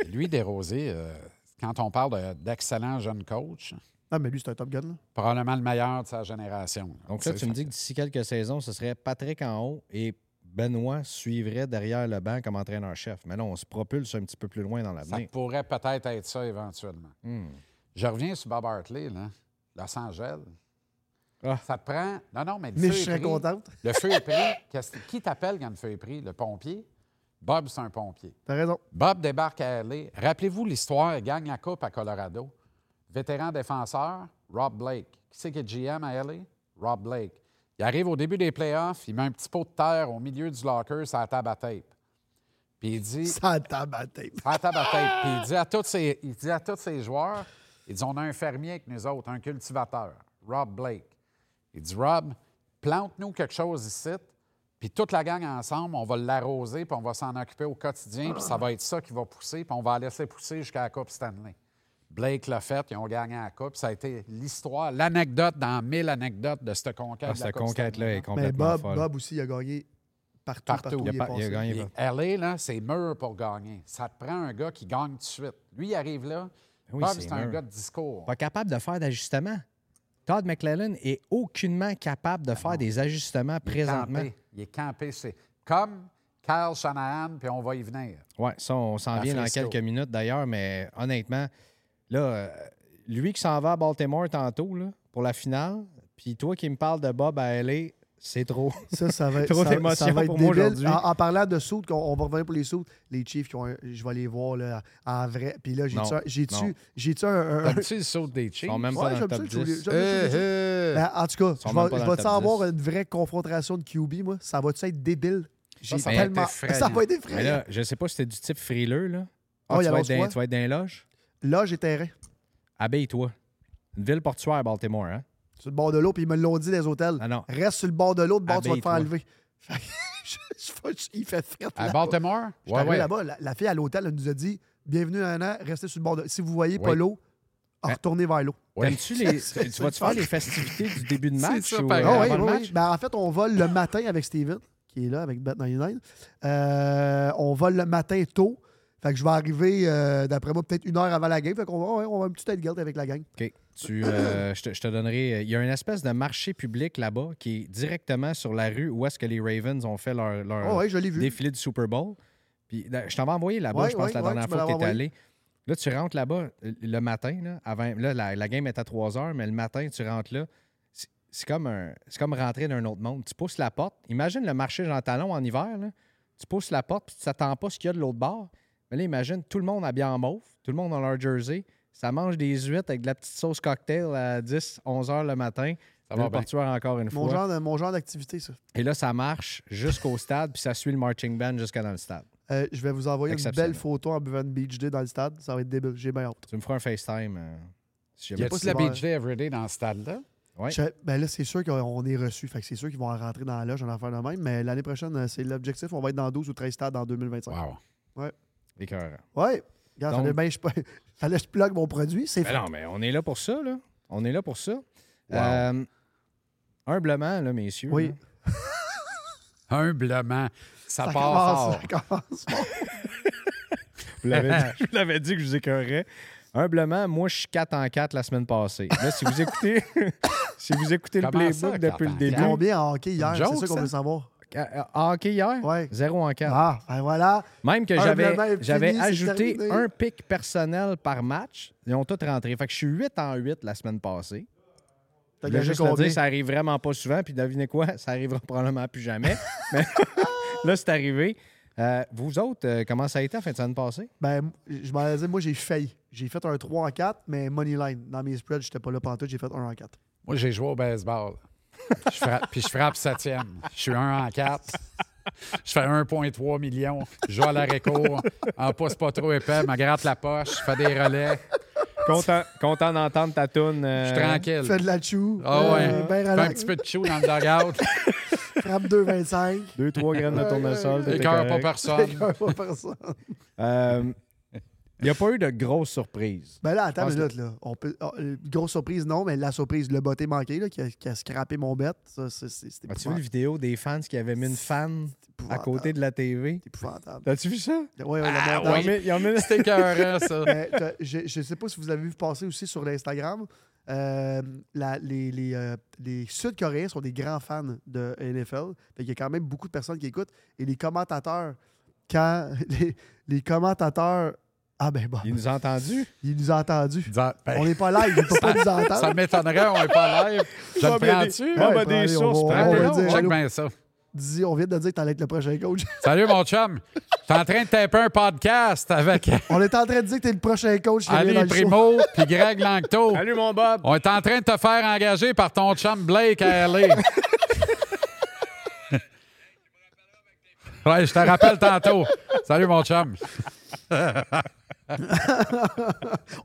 [SPEAKER 3] Et Lui, Desrosiers, euh, quand on parle de- d'excellent jeune coach,
[SPEAKER 2] Ah, mais lui, c'est un top gun. là.
[SPEAKER 3] probablement le meilleur de sa génération. là.
[SPEAKER 1] Donc là,
[SPEAKER 3] C'est
[SPEAKER 1] tu me
[SPEAKER 3] fait.
[SPEAKER 1] dis que d'ici quelques saisons, ce serait Patrick en haut et Benoît suivrait derrière le banc comme entraîneur-chef. Mais là, on se propulse un petit peu plus loin dans
[SPEAKER 3] Ça
[SPEAKER 1] l'avenir.
[SPEAKER 3] pourrait peut-être être ça éventuellement.
[SPEAKER 1] Hmm.
[SPEAKER 3] Je reviens sur Bob Hartley, là. Los Angeles.
[SPEAKER 1] Ah.
[SPEAKER 3] Ça prend. Non, non, mais le
[SPEAKER 2] Mais
[SPEAKER 3] feu
[SPEAKER 2] je
[SPEAKER 3] est
[SPEAKER 2] serais
[SPEAKER 3] pris.
[SPEAKER 2] contente.
[SPEAKER 3] Le feu est pris. Qu'est-ce- Qui t'appelle quand le feu est pris? Le pompier? Bob, c'est un pompier.
[SPEAKER 2] T'as raison.
[SPEAKER 3] Bob débarque à LA. Rappelez-vous l'histoire, il gagne la Coupe à Colorado. Vétéran défenseur, Rob Blake. Qui c'est qui est GM à LA? Rob Blake. Il arrive au début des playoffs, il met un petit pot de terre au milieu du locker, sur la table à tape. Puis il dit,
[SPEAKER 2] Ça tape à tape.
[SPEAKER 3] à la table à tape. Puis il dit à tous ses, il dit à tous ses joueurs, il dit, on a un fermier avec nous autres, un cultivateur, Rob Blake. Il dit, Rob, plante-nous quelque chose ici, Puis toute la gang ensemble, on va l'arroser, puis on va s'en occuper au quotidien, puis ça va être ça qui va pousser, puis on va la laisser pousser jusqu'à la Coupe Stanley. Blake l'a fait, ils ont gagné la Coupe. Ça a été l'histoire, l'anecdote dans mille anecdotes de cette conquête.
[SPEAKER 1] Ah,
[SPEAKER 3] de la
[SPEAKER 1] cette
[SPEAKER 3] Coupe
[SPEAKER 1] conquête-là
[SPEAKER 3] Stanley. hein.
[SPEAKER 1] est
[SPEAKER 2] Mais
[SPEAKER 1] complètement
[SPEAKER 2] Bob,
[SPEAKER 1] folle.
[SPEAKER 2] Bob aussi, il a gagné partout, partout,
[SPEAKER 3] Partout.
[SPEAKER 1] il, a
[SPEAKER 2] il est
[SPEAKER 1] pas- il a
[SPEAKER 2] passé.
[SPEAKER 1] gagné.
[SPEAKER 3] Et
[SPEAKER 1] Bob.
[SPEAKER 3] LA, là, c'est mûr pour gagner. Ça te prend un gars qui gagne tout de suite. Lui, il arrive là.
[SPEAKER 1] Oui,
[SPEAKER 3] Bob,
[SPEAKER 1] c'est
[SPEAKER 3] c'est un
[SPEAKER 1] mûr.
[SPEAKER 3] gars de discours.
[SPEAKER 1] Pas capable de faire d'ajustements. Todd McLellan est aucunement capable de faire des ajustements
[SPEAKER 3] Il est
[SPEAKER 1] présentement.
[SPEAKER 3] campé. Il est campé. C'est comme Kyle Shanahan, puis on va y venir.
[SPEAKER 1] Oui, ça, on s'en
[SPEAKER 3] À
[SPEAKER 1] vient dans
[SPEAKER 3] Frisco.
[SPEAKER 1] quelques minutes d'ailleurs, mais honnêtement, là, euh, lui qui s'en va à Baltimore tantôt là, pour la finale, puis toi qui me parles de Bob à LA, c'est trop.
[SPEAKER 2] Ça, ça va,
[SPEAKER 1] Trop
[SPEAKER 2] ça- ça
[SPEAKER 1] d'émotions
[SPEAKER 2] va être
[SPEAKER 1] pour moi
[SPEAKER 2] débile.
[SPEAKER 1] aujourd'hui.
[SPEAKER 2] En, en parlant de sauts, qu'on- on, va revenir pour les sauts, les Chiefs, qui ont un- je vais les voir là, en vrai. Puis là, j'ai-tu
[SPEAKER 1] Non,
[SPEAKER 2] un- j'ai-tu
[SPEAKER 1] non.
[SPEAKER 2] j'ai-tu un- un. un-
[SPEAKER 3] T'as-tu le saut des
[SPEAKER 1] Ils
[SPEAKER 3] Chiefs?
[SPEAKER 1] sont même
[SPEAKER 2] Ouais,
[SPEAKER 1] pas dans le
[SPEAKER 2] j'aime
[SPEAKER 1] top
[SPEAKER 2] ça, je voulais-
[SPEAKER 1] 10.
[SPEAKER 2] j'aime ça, j'aime ça. Ben, en tout cas,
[SPEAKER 1] sont
[SPEAKER 2] je
[SPEAKER 1] même
[SPEAKER 2] vais-
[SPEAKER 1] pas dans
[SPEAKER 2] je
[SPEAKER 1] le
[SPEAKER 2] vais-tu
[SPEAKER 1] top
[SPEAKER 2] avoir
[SPEAKER 1] 10?
[SPEAKER 2] une vraie confrontation de QB, moi? Ça va-tu être débile? J'ai
[SPEAKER 3] ça va être
[SPEAKER 2] tellement...
[SPEAKER 3] effrayant.
[SPEAKER 2] ça va être
[SPEAKER 1] Mais
[SPEAKER 2] effrayant.
[SPEAKER 1] là, je sais pas si t'es du type frileux, là. Ah,
[SPEAKER 2] Oh,
[SPEAKER 1] tu,
[SPEAKER 2] il
[SPEAKER 1] vas
[SPEAKER 2] annonce
[SPEAKER 1] être dans,
[SPEAKER 2] quoi?
[SPEAKER 1] tu vas être dans les loges?
[SPEAKER 2] Là, j'ai terrain.
[SPEAKER 1] Habille-toi. Une ville portuaire, Baltimore, hein?
[SPEAKER 2] Sur le bord de l'eau, puis ils me l'ont dit, les hôtels.
[SPEAKER 1] Ah non.
[SPEAKER 2] Reste sur le bord de l'eau, de bord, tu vas te faire
[SPEAKER 1] Habille-toi.
[SPEAKER 2] enlever. Fait que je- je- je- il fait frette.
[SPEAKER 3] À
[SPEAKER 2] là-bas.
[SPEAKER 3] Baltimore?
[SPEAKER 2] Je suis arrivé là-bas, la, la fille à l'hôtel, elle nous a dit Bienvenue à an, restez sur le bord de Si vous voyez pas
[SPEAKER 3] Oui.
[SPEAKER 2] l'eau,
[SPEAKER 1] Hein?
[SPEAKER 2] retournez vers l'eau.
[SPEAKER 3] Oui.
[SPEAKER 1] T'aimes-tu les. tu tu vas-tu faire les festivités du début de
[SPEAKER 3] C'est
[SPEAKER 1] match?
[SPEAKER 3] ça,
[SPEAKER 1] ou,
[SPEAKER 3] pareil.
[SPEAKER 1] euh,
[SPEAKER 2] Ah oui,
[SPEAKER 1] avant le
[SPEAKER 2] oui,
[SPEAKER 1] match?
[SPEAKER 2] oui. Ben, en fait, on vole le matin avec Steven, qui est là avec Bet99. Euh, on vole le matin tôt. Fait que je vais arriver, euh, d'après moi, peut-être une heure avant la game. Fait qu'on va, ouais, on va un petit tailgate avec la gang.
[SPEAKER 1] OK. Tu, euh, je, te, je te donnerai. Il y a une espèce de marché public là-bas qui est directement sur la rue où est-ce que les Ravens ont fait leur, leur
[SPEAKER 2] Ah oui, je l'ai vu.
[SPEAKER 1] défilé du Super Bowl. Puis là, je t'en vais envoyer là-bas,
[SPEAKER 2] Ouais,
[SPEAKER 1] je pense,
[SPEAKER 2] ouais,
[SPEAKER 1] la
[SPEAKER 2] ouais,
[SPEAKER 1] dernière
[SPEAKER 2] tu me
[SPEAKER 1] fois que tu
[SPEAKER 2] l'avais
[SPEAKER 1] étais allé. Là, tu rentres là-bas euh, le matin, là, avant, là la, la game est à 3 heures, mais le matin, tu rentres là. C'est- C'est comme, un- c'est comme rentrer dans un autre monde. Tu pousses la porte. Imagine le marché Jean Talon en hiver. là. Tu pousses la porte, puis tu t'attends pas à ce qu'il y a de l'autre bord. Mais là, imagine tout le monde habillé en mauve, tout le monde dans leur jersey. Ça mange des huîtres avec de la petite sauce cocktail à 10, 11 heures le matin.
[SPEAKER 3] Ça
[SPEAKER 1] Ville
[SPEAKER 3] va bien.
[SPEAKER 1] portuaire encore une
[SPEAKER 2] Mon
[SPEAKER 1] fois.
[SPEAKER 2] genre, de- mon genre d'activité, ça.
[SPEAKER 1] Et là, ça marche jusqu'au stade, puis ça suit le marching band jusqu'à dans le stade.
[SPEAKER 2] Euh, je vais vous envoyer une
[SPEAKER 1] Exceptionnel.
[SPEAKER 2] belle photo en buvant une Beach Day dans le stade. Ça va être débile. J'ai bien hâte.
[SPEAKER 1] Tu me feras un FaceTime. euh, si
[SPEAKER 3] Y
[SPEAKER 1] jamais-
[SPEAKER 2] a pas
[SPEAKER 3] a-tu la
[SPEAKER 2] sévère.
[SPEAKER 3] Beach Day Everyday dans ce stade-là?
[SPEAKER 1] Ouais.
[SPEAKER 2] Je- ben là, c'est sûr qu'on est reçu. Fait que c'est sûr qu'ils vont en rentrer dans la loge, en en faire de même. Mais l'année prochaine, euh, c'est l'objectif. On va être dans 12 ou 13 stades en 2025.
[SPEAKER 3] Wow.
[SPEAKER 1] Écœurant.
[SPEAKER 2] Ouais. Regarde,
[SPEAKER 1] Donc-
[SPEAKER 2] fallait, bien, je, fallait que je plug mon produit. C'est
[SPEAKER 1] Mais Ben non, mais on est là pour ça, là. On est là pour ça.
[SPEAKER 3] Wow.
[SPEAKER 1] Euh, humblement, là, messieurs.
[SPEAKER 2] Oui.
[SPEAKER 1] là.
[SPEAKER 3] Humblement. Ça,
[SPEAKER 2] Ça
[SPEAKER 3] part
[SPEAKER 2] commence,
[SPEAKER 3] fort.
[SPEAKER 2] ça commence.
[SPEAKER 1] Je vous l'avais dit- je vous l'avais dit que je vous écœurais. Humblement, moi, je suis 4 en 4 la semaine passée. Là, si vous écoutez, si vous écoutez le
[SPEAKER 3] Comment
[SPEAKER 1] playbook
[SPEAKER 3] ça, quatre
[SPEAKER 1] depuis le
[SPEAKER 3] en
[SPEAKER 1] début,
[SPEAKER 3] quatre?
[SPEAKER 2] Combien en hockey hier?
[SPEAKER 3] joke,
[SPEAKER 2] C'est ça qu'on
[SPEAKER 3] ça?
[SPEAKER 2] veut savoir.
[SPEAKER 1] euh, en hockey hier,
[SPEAKER 2] Ouais.
[SPEAKER 1] 0 en 4.
[SPEAKER 2] Ah, ben voilà.
[SPEAKER 1] Même que
[SPEAKER 2] Humblement
[SPEAKER 1] j'avais,
[SPEAKER 2] est fini,
[SPEAKER 1] j'avais
[SPEAKER 2] c'est
[SPEAKER 1] ajouté
[SPEAKER 2] terminé.
[SPEAKER 1] un pic personnel par match. Ils ont tous rentré. Fait que je suis 8 en 8 la semaine passée. Je
[SPEAKER 2] T'as
[SPEAKER 1] voulais
[SPEAKER 2] gagné
[SPEAKER 1] juste le
[SPEAKER 2] combien?
[SPEAKER 1] dire, ça arrive vraiment pas souvent. Puis devinez quoi, ça arrivera probablement plus jamais. Mais là, c'est arrivé. Euh, vous autres, euh, comment ça a été la fin de semaine passée?
[SPEAKER 2] Ben, je m'en allais dire, moi, j'ai failli. J'ai fait un 3 en 4, mais Moneyline. Dans mes spreads, j'étais pas là pantoute, j'ai fait 1 en 4.
[SPEAKER 3] Moi, j'ai joué au baseball. Je frappe- puis je frappe septième. Je suis un en quatre. Je fais 1,3 million. Je joue à la récour. En pousse pas trop épais. Me gratte la poche. Je fais des relais.
[SPEAKER 1] Content, content d'entendre ta toune. euh,
[SPEAKER 3] Je suis tranquille.
[SPEAKER 2] Fais de la chou.
[SPEAKER 3] Ah ouais.
[SPEAKER 2] euh,
[SPEAKER 3] Fais
[SPEAKER 2] ben
[SPEAKER 3] un
[SPEAKER 2] relax.
[SPEAKER 3] petit peu de chou dans le dugout.
[SPEAKER 2] Frappe 2,25.
[SPEAKER 1] Deux, trois graines de tournesol. t'étais
[SPEAKER 3] Écœure pas
[SPEAKER 1] correct.
[SPEAKER 3] personne.
[SPEAKER 2] Quelqu'un va faire ça.
[SPEAKER 1] Euh, Il n'y a pas eu de grosse surprise.
[SPEAKER 2] Ben là, attends
[SPEAKER 1] pense
[SPEAKER 2] une minute, là. On peut... ah, euh, grosse surprise, non, mais la surprise, le botté manqué, là, qui a, qui a scrappé mon bet, ça, c'est- c'est- c'était
[SPEAKER 1] As-tu vu la vidéo des fans qui avaient mis une fan à
[SPEAKER 2] épouvantable.
[SPEAKER 1] côté de la TV?
[SPEAKER 2] C'est épouvantable.
[SPEAKER 1] As-tu vu ça?
[SPEAKER 2] Ouais, ouais, le
[SPEAKER 3] Ah,
[SPEAKER 2] montage,
[SPEAKER 3] ouais.
[SPEAKER 1] Ils ont mis- ils ont mis-
[SPEAKER 3] C'était écœurant, ça.
[SPEAKER 2] Mais t'as- je ne sais pas si vous avez vu passer aussi sur l'Instagram. euh, la- les les, euh, les Sud-Coréens sont des grands fans de NFL. Il y a quand même beaucoup de personnes qui écoutent. Et les commentateurs, quand les, les commentateurs. Ah ben bon,
[SPEAKER 1] Ils nous ont entendus?
[SPEAKER 2] il nous a entendus.
[SPEAKER 3] Disant, ben,
[SPEAKER 2] On n'est pas live, il ne peut pas nous
[SPEAKER 3] ça
[SPEAKER 2] entendre.
[SPEAKER 3] m'étonnerait, on n'est pas live. Je le
[SPEAKER 1] Ah, ben,
[SPEAKER 3] prends-tu?
[SPEAKER 1] des- ah, ben,
[SPEAKER 2] Ouais, ben,
[SPEAKER 1] des
[SPEAKER 2] allez, on
[SPEAKER 1] sources,
[SPEAKER 2] va-
[SPEAKER 1] prends-le.
[SPEAKER 2] on va
[SPEAKER 3] Appelons,
[SPEAKER 2] dire,
[SPEAKER 3] check
[SPEAKER 2] allô.
[SPEAKER 3] bien ça.
[SPEAKER 2] Dis, on vient de dire que tu allais être le prochain coach.
[SPEAKER 3] Salut, mon chum. Je suis en train de taper un podcast avec
[SPEAKER 2] on est en train de dire que tu es le prochain coach. qui vient dans
[SPEAKER 3] Ali
[SPEAKER 2] le show.
[SPEAKER 3] Primo puis Greg Langto.
[SPEAKER 1] Salut, mon Bob!
[SPEAKER 3] On est en train de te faire engager par ton chum Blake à LA. Ouais, je te rappelle tantôt. Salut, mon chum.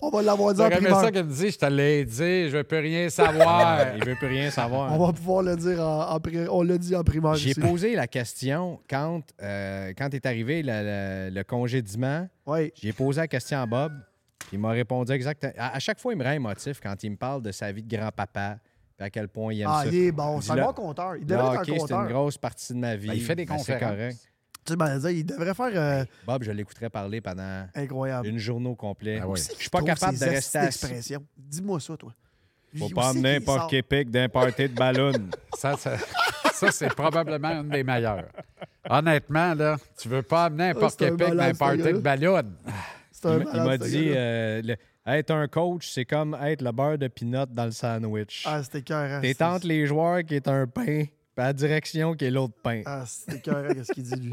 [SPEAKER 2] On va l'avoir dit en
[SPEAKER 3] J'aurais aimé ça
[SPEAKER 2] primeur.
[SPEAKER 3] qu'elle me dise, je te l'ai dit, je peux rien savoir.
[SPEAKER 1] Il veut plus rien savoir.
[SPEAKER 2] On va pouvoir le dire en, en pri- On l'a dit en primeur.
[SPEAKER 1] J'ai
[SPEAKER 2] ici.
[SPEAKER 1] posé la question quand, euh, quand est arrivé le, le- le congédiement.
[SPEAKER 2] Ouais.
[SPEAKER 1] J'ai posé la question à Bob. puis Il m'a répondu exactement. À, à chaque fois, il me rend émotif quand il me parle de sa vie de grand-papa. puis À quel point il aime
[SPEAKER 2] Ah,
[SPEAKER 1] ça.
[SPEAKER 2] il est bon. C'est un
[SPEAKER 1] Dis-le.
[SPEAKER 2] bon compteur. Il
[SPEAKER 1] Le
[SPEAKER 2] devrait
[SPEAKER 1] hockey,
[SPEAKER 2] être un
[SPEAKER 1] c'était une
[SPEAKER 2] compteur.
[SPEAKER 1] grosse partie de ma vie.
[SPEAKER 3] Ben, il fait des
[SPEAKER 1] Ben, c'est
[SPEAKER 3] conférences.
[SPEAKER 1] correct.
[SPEAKER 2] Tu sais, ben, dire, il devrait faire euh,
[SPEAKER 1] Bob, je l'écouterais parler pendant
[SPEAKER 2] incroyable.
[SPEAKER 1] une journée au complet.
[SPEAKER 3] Ah ouais.
[SPEAKER 1] Je suis pas
[SPEAKER 2] Trouve
[SPEAKER 1] capable de
[SPEAKER 2] ses
[SPEAKER 1] rester
[SPEAKER 2] astuces
[SPEAKER 1] assis.
[SPEAKER 2] d'expression. Dis-moi ça, toi.
[SPEAKER 1] Faut
[SPEAKER 2] Où
[SPEAKER 1] pas
[SPEAKER 2] c'est
[SPEAKER 1] emmener
[SPEAKER 2] qu'il sort?
[SPEAKER 1] n'importe quel pic d'un party de ballon.
[SPEAKER 3] Ça, ça- ça, c'est probablement une des meilleures. Honnêtement, là, tu veux pas amener n'importe
[SPEAKER 2] Ah, c'est
[SPEAKER 3] quel
[SPEAKER 2] un
[SPEAKER 3] pic dans
[SPEAKER 2] malade,
[SPEAKER 3] un
[SPEAKER 2] ce
[SPEAKER 3] party de
[SPEAKER 2] gars-là.
[SPEAKER 3] ballon.
[SPEAKER 2] C'est un
[SPEAKER 1] Il m'a- il m'a
[SPEAKER 2] malade, ce
[SPEAKER 1] dit
[SPEAKER 2] gars-là.
[SPEAKER 1] euh, le- être un coach, c'est comme être le beurre de peanut dans le sandwich.
[SPEAKER 2] Ah, c'était cœur.
[SPEAKER 1] T'es entre les joueurs qui est un pain, puis la direction qui est l'autre pain.
[SPEAKER 2] Ah, c'était cœur, qu'est-ce qu'il dit, lui.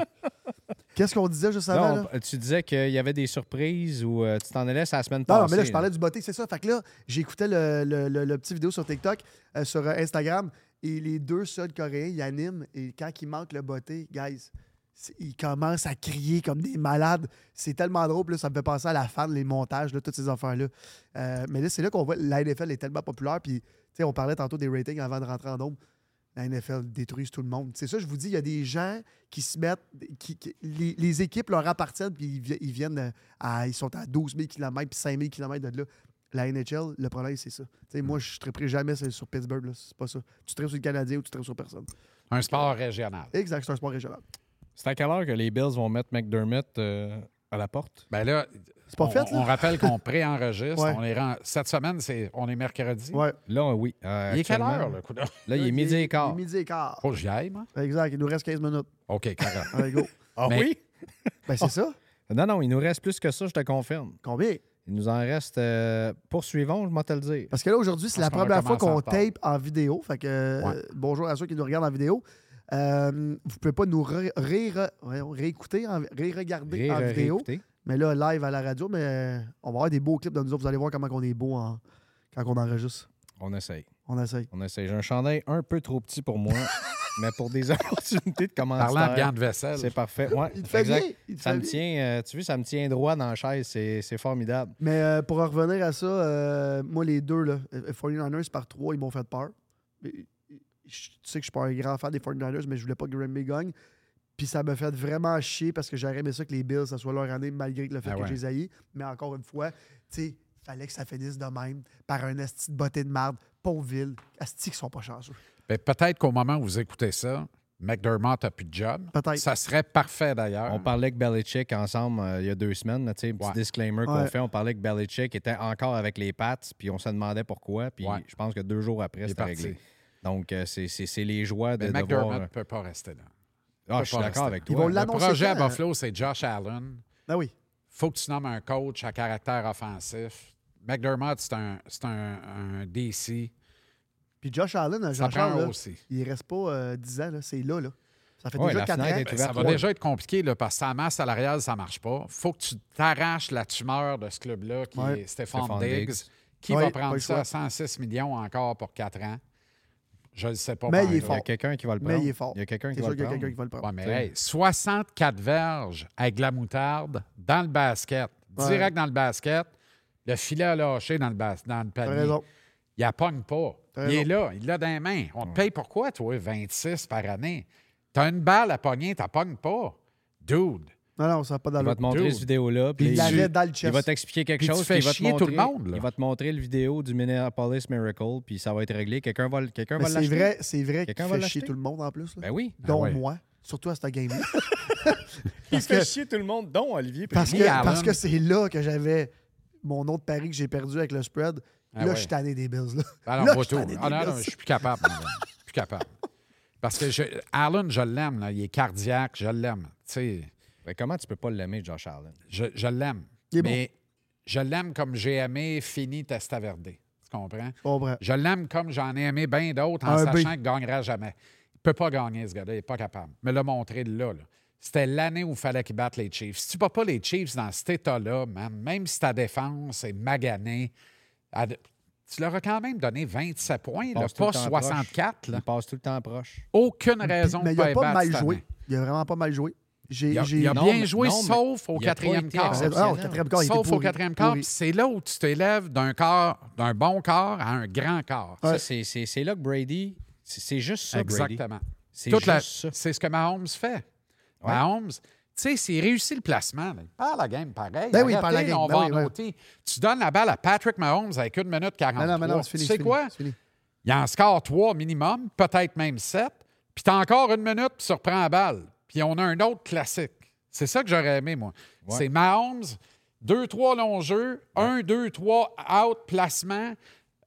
[SPEAKER 2] Qu'est-ce qu'on disait juste avant,
[SPEAKER 1] Non,
[SPEAKER 2] là?
[SPEAKER 1] on- tu disais qu'il y avait des surprises ou euh, tu t'en allais sur la semaine
[SPEAKER 2] Non,
[SPEAKER 1] passée.
[SPEAKER 2] non, mais là, je
[SPEAKER 1] là.
[SPEAKER 2] parlais du beauté, c'est ça. Fait que là, j'écoutais le, le, le- le petit vidéo sur TikTok, euh, sur euh, Instagram, et les deux seuls Coréens, ils animent, et quand ils manquent le beauté, guys, c'est- ils commencent à crier comme des malades. C'est tellement drôle, puis là, ça me fait penser à la fan, les montages, là, toutes ces affaires-là. Euh, mais là, c'est là qu'on voit la NFL est tellement populaire, puis, tu sais, on parlait tantôt des ratings avant de rentrer en nombre. La NFL détruise tout le monde. C'est ça, je vous dis, il y a des gens qui se mettent, qui, qui- les, les équipes leur appartiennent, puis ils, vi- ils viennent euh, à- ils sont à 12 000 km puis 5 000 km de là. La NHL, le problème, c'est ça. Tu sais, Moi, je ne triperai jamais sur sur Pittsburgh. là. C'est pas ça. Tu tripes sur le Canadien ou tu tripes sur personne.
[SPEAKER 3] Un sport régional.
[SPEAKER 2] Exact, c'est un sport régional.
[SPEAKER 1] C'est à quelle heure que les Bills vont mettre McDermott euh, à la porte?
[SPEAKER 3] Ben là,
[SPEAKER 2] C'est pas
[SPEAKER 3] on,
[SPEAKER 2] fait,
[SPEAKER 3] on
[SPEAKER 2] là?
[SPEAKER 3] rappelle qu'on préenregistre.
[SPEAKER 2] Ouais.
[SPEAKER 3] on les rend- Cette semaine, c'est, on est mercredi.
[SPEAKER 2] Ouais.
[SPEAKER 1] Là, on- oui. euh,
[SPEAKER 3] Il est quelle
[SPEAKER 1] actuellement,
[SPEAKER 3] heure, le coup de...
[SPEAKER 1] Là, il est midi et quart.
[SPEAKER 2] Il est midi et quart.
[SPEAKER 3] Faut que j'y aille, moi.
[SPEAKER 2] Exact, il nous reste 15 minutes.
[SPEAKER 3] OK, carré.
[SPEAKER 2] Allez, go.
[SPEAKER 1] Ah
[SPEAKER 3] Mais-
[SPEAKER 1] oui?
[SPEAKER 2] Ben, c'est ça.
[SPEAKER 1] Non, non, il nous reste plus que ça, je te confirme.
[SPEAKER 2] Combien?
[SPEAKER 1] Il nous en reste. euh, poursuivons, je m'en te le dire.
[SPEAKER 2] Parce que là, aujourd'hui, c'est
[SPEAKER 1] Ah,
[SPEAKER 3] Parce
[SPEAKER 2] la
[SPEAKER 3] qu'on va
[SPEAKER 2] première fois
[SPEAKER 3] commencer en
[SPEAKER 2] qu'on
[SPEAKER 3] retard.
[SPEAKER 2] tape en vidéo. Fait que euh,
[SPEAKER 3] Ouais.
[SPEAKER 2] bonjour à ceux qui nous regardent en vidéo. Euh, vous pouvez pas nous ré- ré- ré- voyons, réécouter, en- ré-regarder en
[SPEAKER 1] Ré-
[SPEAKER 2] vidéo.
[SPEAKER 1] réécouter.
[SPEAKER 2] Mais là, live à la radio, mais euh, on va avoir des beaux clips de nous autres. Vous allez voir comment on est beau en- quand on enregistre.
[SPEAKER 1] On essaye.
[SPEAKER 2] On essaye.
[SPEAKER 1] On essaye. J'ai un chandail un peu trop petit pour moi, mais pour des opportunités de commencer.
[SPEAKER 3] Parlant de garde vaisselle.
[SPEAKER 1] C'est parfait. Ouais,
[SPEAKER 2] Il te fait
[SPEAKER 1] exact.
[SPEAKER 2] bien. Il te
[SPEAKER 1] Ça
[SPEAKER 2] fait
[SPEAKER 1] me
[SPEAKER 2] bien.
[SPEAKER 1] tient, euh, tu vois, ça me tient droit dans la chaise. C'est c'est formidable.
[SPEAKER 2] Mais euh, pour en revenir à ça, euh, moi, les deux, là, euh, 49ers par trois, ils m'ont fait peur. Mais, euh, je- tu sais que je suis pas un grand fan des 49ers, mais je voulais pas que Green Bay gagne. Puis ça me fait vraiment chier parce que j'aurais aimé ça que les Bills, ça soit leur année, malgré le fait
[SPEAKER 3] Ah
[SPEAKER 2] que
[SPEAKER 3] ouais.
[SPEAKER 2] je les haïs. Mais encore une fois, tu sais, fallait que ça finisse de même par un asti de beauté de marde. Pauville, asti qui sont pas chanceux.
[SPEAKER 3] Ben, peut-être qu'au moment où vous écoutez ça, McDermott n'a plus de job.
[SPEAKER 2] Peut-être.
[SPEAKER 3] Ça serait parfait, d'ailleurs.
[SPEAKER 1] On parlait avec Belichick ensemble euh, il y a deux semaines. là, tu sais, un petit
[SPEAKER 3] Ouais.
[SPEAKER 1] disclaimer qu'on
[SPEAKER 2] Ouais.
[SPEAKER 1] fait. On parlait que Belichick était encore avec les pattes, puis on se demandait pourquoi. Puis
[SPEAKER 3] Ouais.
[SPEAKER 1] je pense que deux jours après,
[SPEAKER 3] est
[SPEAKER 1] c'était
[SPEAKER 3] parti.
[SPEAKER 1] réglé. Donc, euh, c'est- c'est c'est les joies de,
[SPEAKER 3] Mais
[SPEAKER 1] de
[SPEAKER 3] McDermott
[SPEAKER 1] voir.
[SPEAKER 3] ne
[SPEAKER 2] euh.
[SPEAKER 3] peut pas rester là.
[SPEAKER 1] Ah,
[SPEAKER 3] peut
[SPEAKER 1] je suis
[SPEAKER 3] pas
[SPEAKER 1] d'accord
[SPEAKER 3] rester.
[SPEAKER 1] avec
[SPEAKER 2] Ils
[SPEAKER 1] toi.
[SPEAKER 2] vont
[SPEAKER 3] Le
[SPEAKER 2] l'annoncer
[SPEAKER 3] projet à
[SPEAKER 2] quand, hein?
[SPEAKER 3] Buffalo, c'est Josh Allen.
[SPEAKER 2] Ben oui.
[SPEAKER 3] faut que tu nommes un coach à caractère offensif. McDermott, c'est un, c'est un, un DC.
[SPEAKER 2] Puis Josh Allen, euh,
[SPEAKER 3] Ça
[SPEAKER 2] Jean
[SPEAKER 3] prend
[SPEAKER 2] Charles, là,
[SPEAKER 3] aussi.
[SPEAKER 2] il reste pas euh, 10 ans, là, c'est là, là. Ça fait
[SPEAKER 1] Ouais,
[SPEAKER 2] déjà
[SPEAKER 1] la
[SPEAKER 2] 4 ans.
[SPEAKER 1] fenêtre est
[SPEAKER 3] Ben,
[SPEAKER 1] ouverte
[SPEAKER 3] ça va
[SPEAKER 1] loin.
[SPEAKER 3] déjà être compliqué là, parce que sa masse salariale, ça ne marche pas. faut que tu t'arraches la tumeur de ce club-là qui
[SPEAKER 2] Ouais.
[SPEAKER 3] est Stéphane,
[SPEAKER 1] Stephon
[SPEAKER 3] Diggs,
[SPEAKER 1] Diggs.
[SPEAKER 3] qui
[SPEAKER 2] Ouais,
[SPEAKER 3] va
[SPEAKER 2] pas
[SPEAKER 3] prendre
[SPEAKER 2] le
[SPEAKER 3] ça
[SPEAKER 2] choix.
[SPEAKER 3] à 106 millions encore pour 4 ans. Je ne le sais pas.
[SPEAKER 2] Mais
[SPEAKER 3] par
[SPEAKER 2] il est
[SPEAKER 1] Il y
[SPEAKER 3] exemple.
[SPEAKER 1] a
[SPEAKER 2] fort.
[SPEAKER 1] quelqu'un qui va le prendre.
[SPEAKER 2] Mais il est fort.
[SPEAKER 1] Il y a quelqu'un qui
[SPEAKER 2] C'est
[SPEAKER 1] va
[SPEAKER 2] sûr
[SPEAKER 1] le
[SPEAKER 2] qu'il y a quelqu'un qui
[SPEAKER 1] prendre.
[SPEAKER 2] va le prendre.
[SPEAKER 3] Ouais, mais
[SPEAKER 1] T'sais.
[SPEAKER 3] hey, 64 verges avec de la moutarde dans le basket.
[SPEAKER 2] Ouais.
[SPEAKER 3] Direct dans le basket. Le filet a lâché dans le, bas- dans le
[SPEAKER 2] T'as
[SPEAKER 3] panier.
[SPEAKER 2] raison.
[SPEAKER 3] Il la pogne pas.
[SPEAKER 2] T'as
[SPEAKER 3] Il est
[SPEAKER 2] raison.
[SPEAKER 3] là. Il l'a dans les mains. On te paye pour quoi, toi, 26 par année? T'as une balle à pogner, t'as pognes pas. Dude.
[SPEAKER 2] Non, non, ça n'a pas
[SPEAKER 1] Il
[SPEAKER 2] d'allure.
[SPEAKER 1] va te montrer
[SPEAKER 3] Dude.
[SPEAKER 1] cette vidéo-là.
[SPEAKER 2] Il
[SPEAKER 1] puis
[SPEAKER 2] l'avait
[SPEAKER 1] tu-
[SPEAKER 2] dans le
[SPEAKER 1] Il
[SPEAKER 2] chest.
[SPEAKER 1] va t'expliquer quelque
[SPEAKER 3] Puis tu
[SPEAKER 1] chose.
[SPEAKER 3] fais
[SPEAKER 1] puis il va te
[SPEAKER 3] chier
[SPEAKER 1] montrer,
[SPEAKER 3] tout le monde, là.
[SPEAKER 1] Il va te montrer le vidéo du Minneapolis Miracle, puis ça va être réglé. Quelqu'un va, le- quelqu'un
[SPEAKER 2] Mais
[SPEAKER 1] va
[SPEAKER 2] c'est
[SPEAKER 1] l'acheter.
[SPEAKER 2] vrai, c'est vrai qu'il
[SPEAKER 1] Quelqu'un va
[SPEAKER 2] fait
[SPEAKER 1] l'acheter?
[SPEAKER 2] chier tout le monde en plus, là.
[SPEAKER 1] Ben oui.
[SPEAKER 3] Ah
[SPEAKER 2] dont
[SPEAKER 3] ouais. Ben
[SPEAKER 2] moi, surtout à cette game-là.
[SPEAKER 1] Il
[SPEAKER 2] Parce que-
[SPEAKER 1] fait chier tout le monde, dont Olivier.
[SPEAKER 2] parce,
[SPEAKER 3] Lee
[SPEAKER 2] que,
[SPEAKER 3] Allen.
[SPEAKER 2] parce que c'est là que j'avais mon autre pari que j'ai perdu avec le spread.
[SPEAKER 3] Ah
[SPEAKER 2] là,
[SPEAKER 3] ouais.
[SPEAKER 2] je suis tanné des Bills. Là.
[SPEAKER 3] Alors,
[SPEAKER 2] Là,
[SPEAKER 3] on voit
[SPEAKER 2] je
[SPEAKER 3] tout.
[SPEAKER 2] t'en ai dit,
[SPEAKER 3] Ah non,
[SPEAKER 2] là,
[SPEAKER 3] non,
[SPEAKER 2] c'est-
[SPEAKER 3] je suis plus capable. madame. Je suis plus capable. Parce que je, Allen, je l'aime. là. Il est cardiaque, je l'aime. Tu sais,
[SPEAKER 1] Ben, comment tu peux pas l'aimer, Josh Allen?
[SPEAKER 3] je, je l'aime.
[SPEAKER 2] Il est bon.
[SPEAKER 3] Mais je l'aime comme j'ai aimé Fini Testaverde. Tu comprends?
[SPEAKER 2] Je comprends.
[SPEAKER 3] Je l'aime comme j'en ai aimé bien d'autres en
[SPEAKER 2] Un
[SPEAKER 3] sachant
[SPEAKER 2] B.
[SPEAKER 3] qu'il ne gagnera jamais. Il ne peut pas gagner, ce gars-là. Il n'est pas capable. Mais le montrer de là, là. C'était l'année où il fallait qu'il batte les Chiefs. Si tu ne bats pas les Chiefs dans cet état-là, man, même si ta défense est maganée, à de- tu leur as quand même donné 27 points, là,
[SPEAKER 1] passe tout
[SPEAKER 3] pas
[SPEAKER 1] le temps proche.
[SPEAKER 3] 64. là.
[SPEAKER 1] Il passe tout le temps proche.
[SPEAKER 3] Aucune raison
[SPEAKER 2] Mais
[SPEAKER 3] de
[SPEAKER 2] il n'a
[SPEAKER 3] pas
[SPEAKER 2] pas
[SPEAKER 3] les battre
[SPEAKER 2] mal
[SPEAKER 3] cette
[SPEAKER 2] joué.
[SPEAKER 3] année.
[SPEAKER 2] Il a vraiment pas mal joué. J'ai.
[SPEAKER 3] Il a,
[SPEAKER 2] j'ai-
[SPEAKER 3] il a
[SPEAKER 1] Non,
[SPEAKER 3] bien
[SPEAKER 1] mais-
[SPEAKER 3] joué,
[SPEAKER 1] non, mais
[SPEAKER 3] sauf
[SPEAKER 1] il
[SPEAKER 3] au
[SPEAKER 1] a pas
[SPEAKER 3] quatrième
[SPEAKER 1] été
[SPEAKER 3] quart.
[SPEAKER 1] accepté.
[SPEAKER 2] Ah, au quatrième quart, il était
[SPEAKER 3] Sauf au
[SPEAKER 2] pourri,
[SPEAKER 3] quatrième quart,
[SPEAKER 2] pourri.
[SPEAKER 3] puis c'est là où tu t'élèves d'un quart, d'un bon quart à un grand quart.
[SPEAKER 1] Ça,
[SPEAKER 2] Ouais.
[SPEAKER 1] c'est- c'est c'est là que Brady. C'est c'est juste ça, Brady.
[SPEAKER 3] Exactement.
[SPEAKER 1] C'est
[SPEAKER 3] Toute
[SPEAKER 1] juste
[SPEAKER 3] la-
[SPEAKER 1] ça.
[SPEAKER 3] C'est ce que Mahomes fait.
[SPEAKER 1] Ouais. Ah,
[SPEAKER 3] Mahomes, tu sais, s'il réussit le placement, là, il perd la game pareil.
[SPEAKER 2] Ben oui, il perd
[SPEAKER 3] Arrêtez,
[SPEAKER 2] la game.
[SPEAKER 3] On
[SPEAKER 2] Ben
[SPEAKER 3] va
[SPEAKER 2] oui,
[SPEAKER 3] en
[SPEAKER 2] ouais.
[SPEAKER 3] noter. Tu donnes la balle à Patrick Mahomes avec 1 minute 43.
[SPEAKER 2] Non, non, mais non, c'est
[SPEAKER 3] tu
[SPEAKER 2] fini.
[SPEAKER 3] sais
[SPEAKER 2] c'est fini,
[SPEAKER 3] quoi?
[SPEAKER 2] c'est fini.
[SPEAKER 3] Il en score 3 minimum, peut-être même 7. Puis t'as encore une minute, puis tu reprends la balle. Puis on a un autre classique. C'est ça que j'aurais aimé, moi.
[SPEAKER 1] Ouais.
[SPEAKER 3] C'est Mahomes, 2-3 longs jeux, 1, 2, 3 out, placement.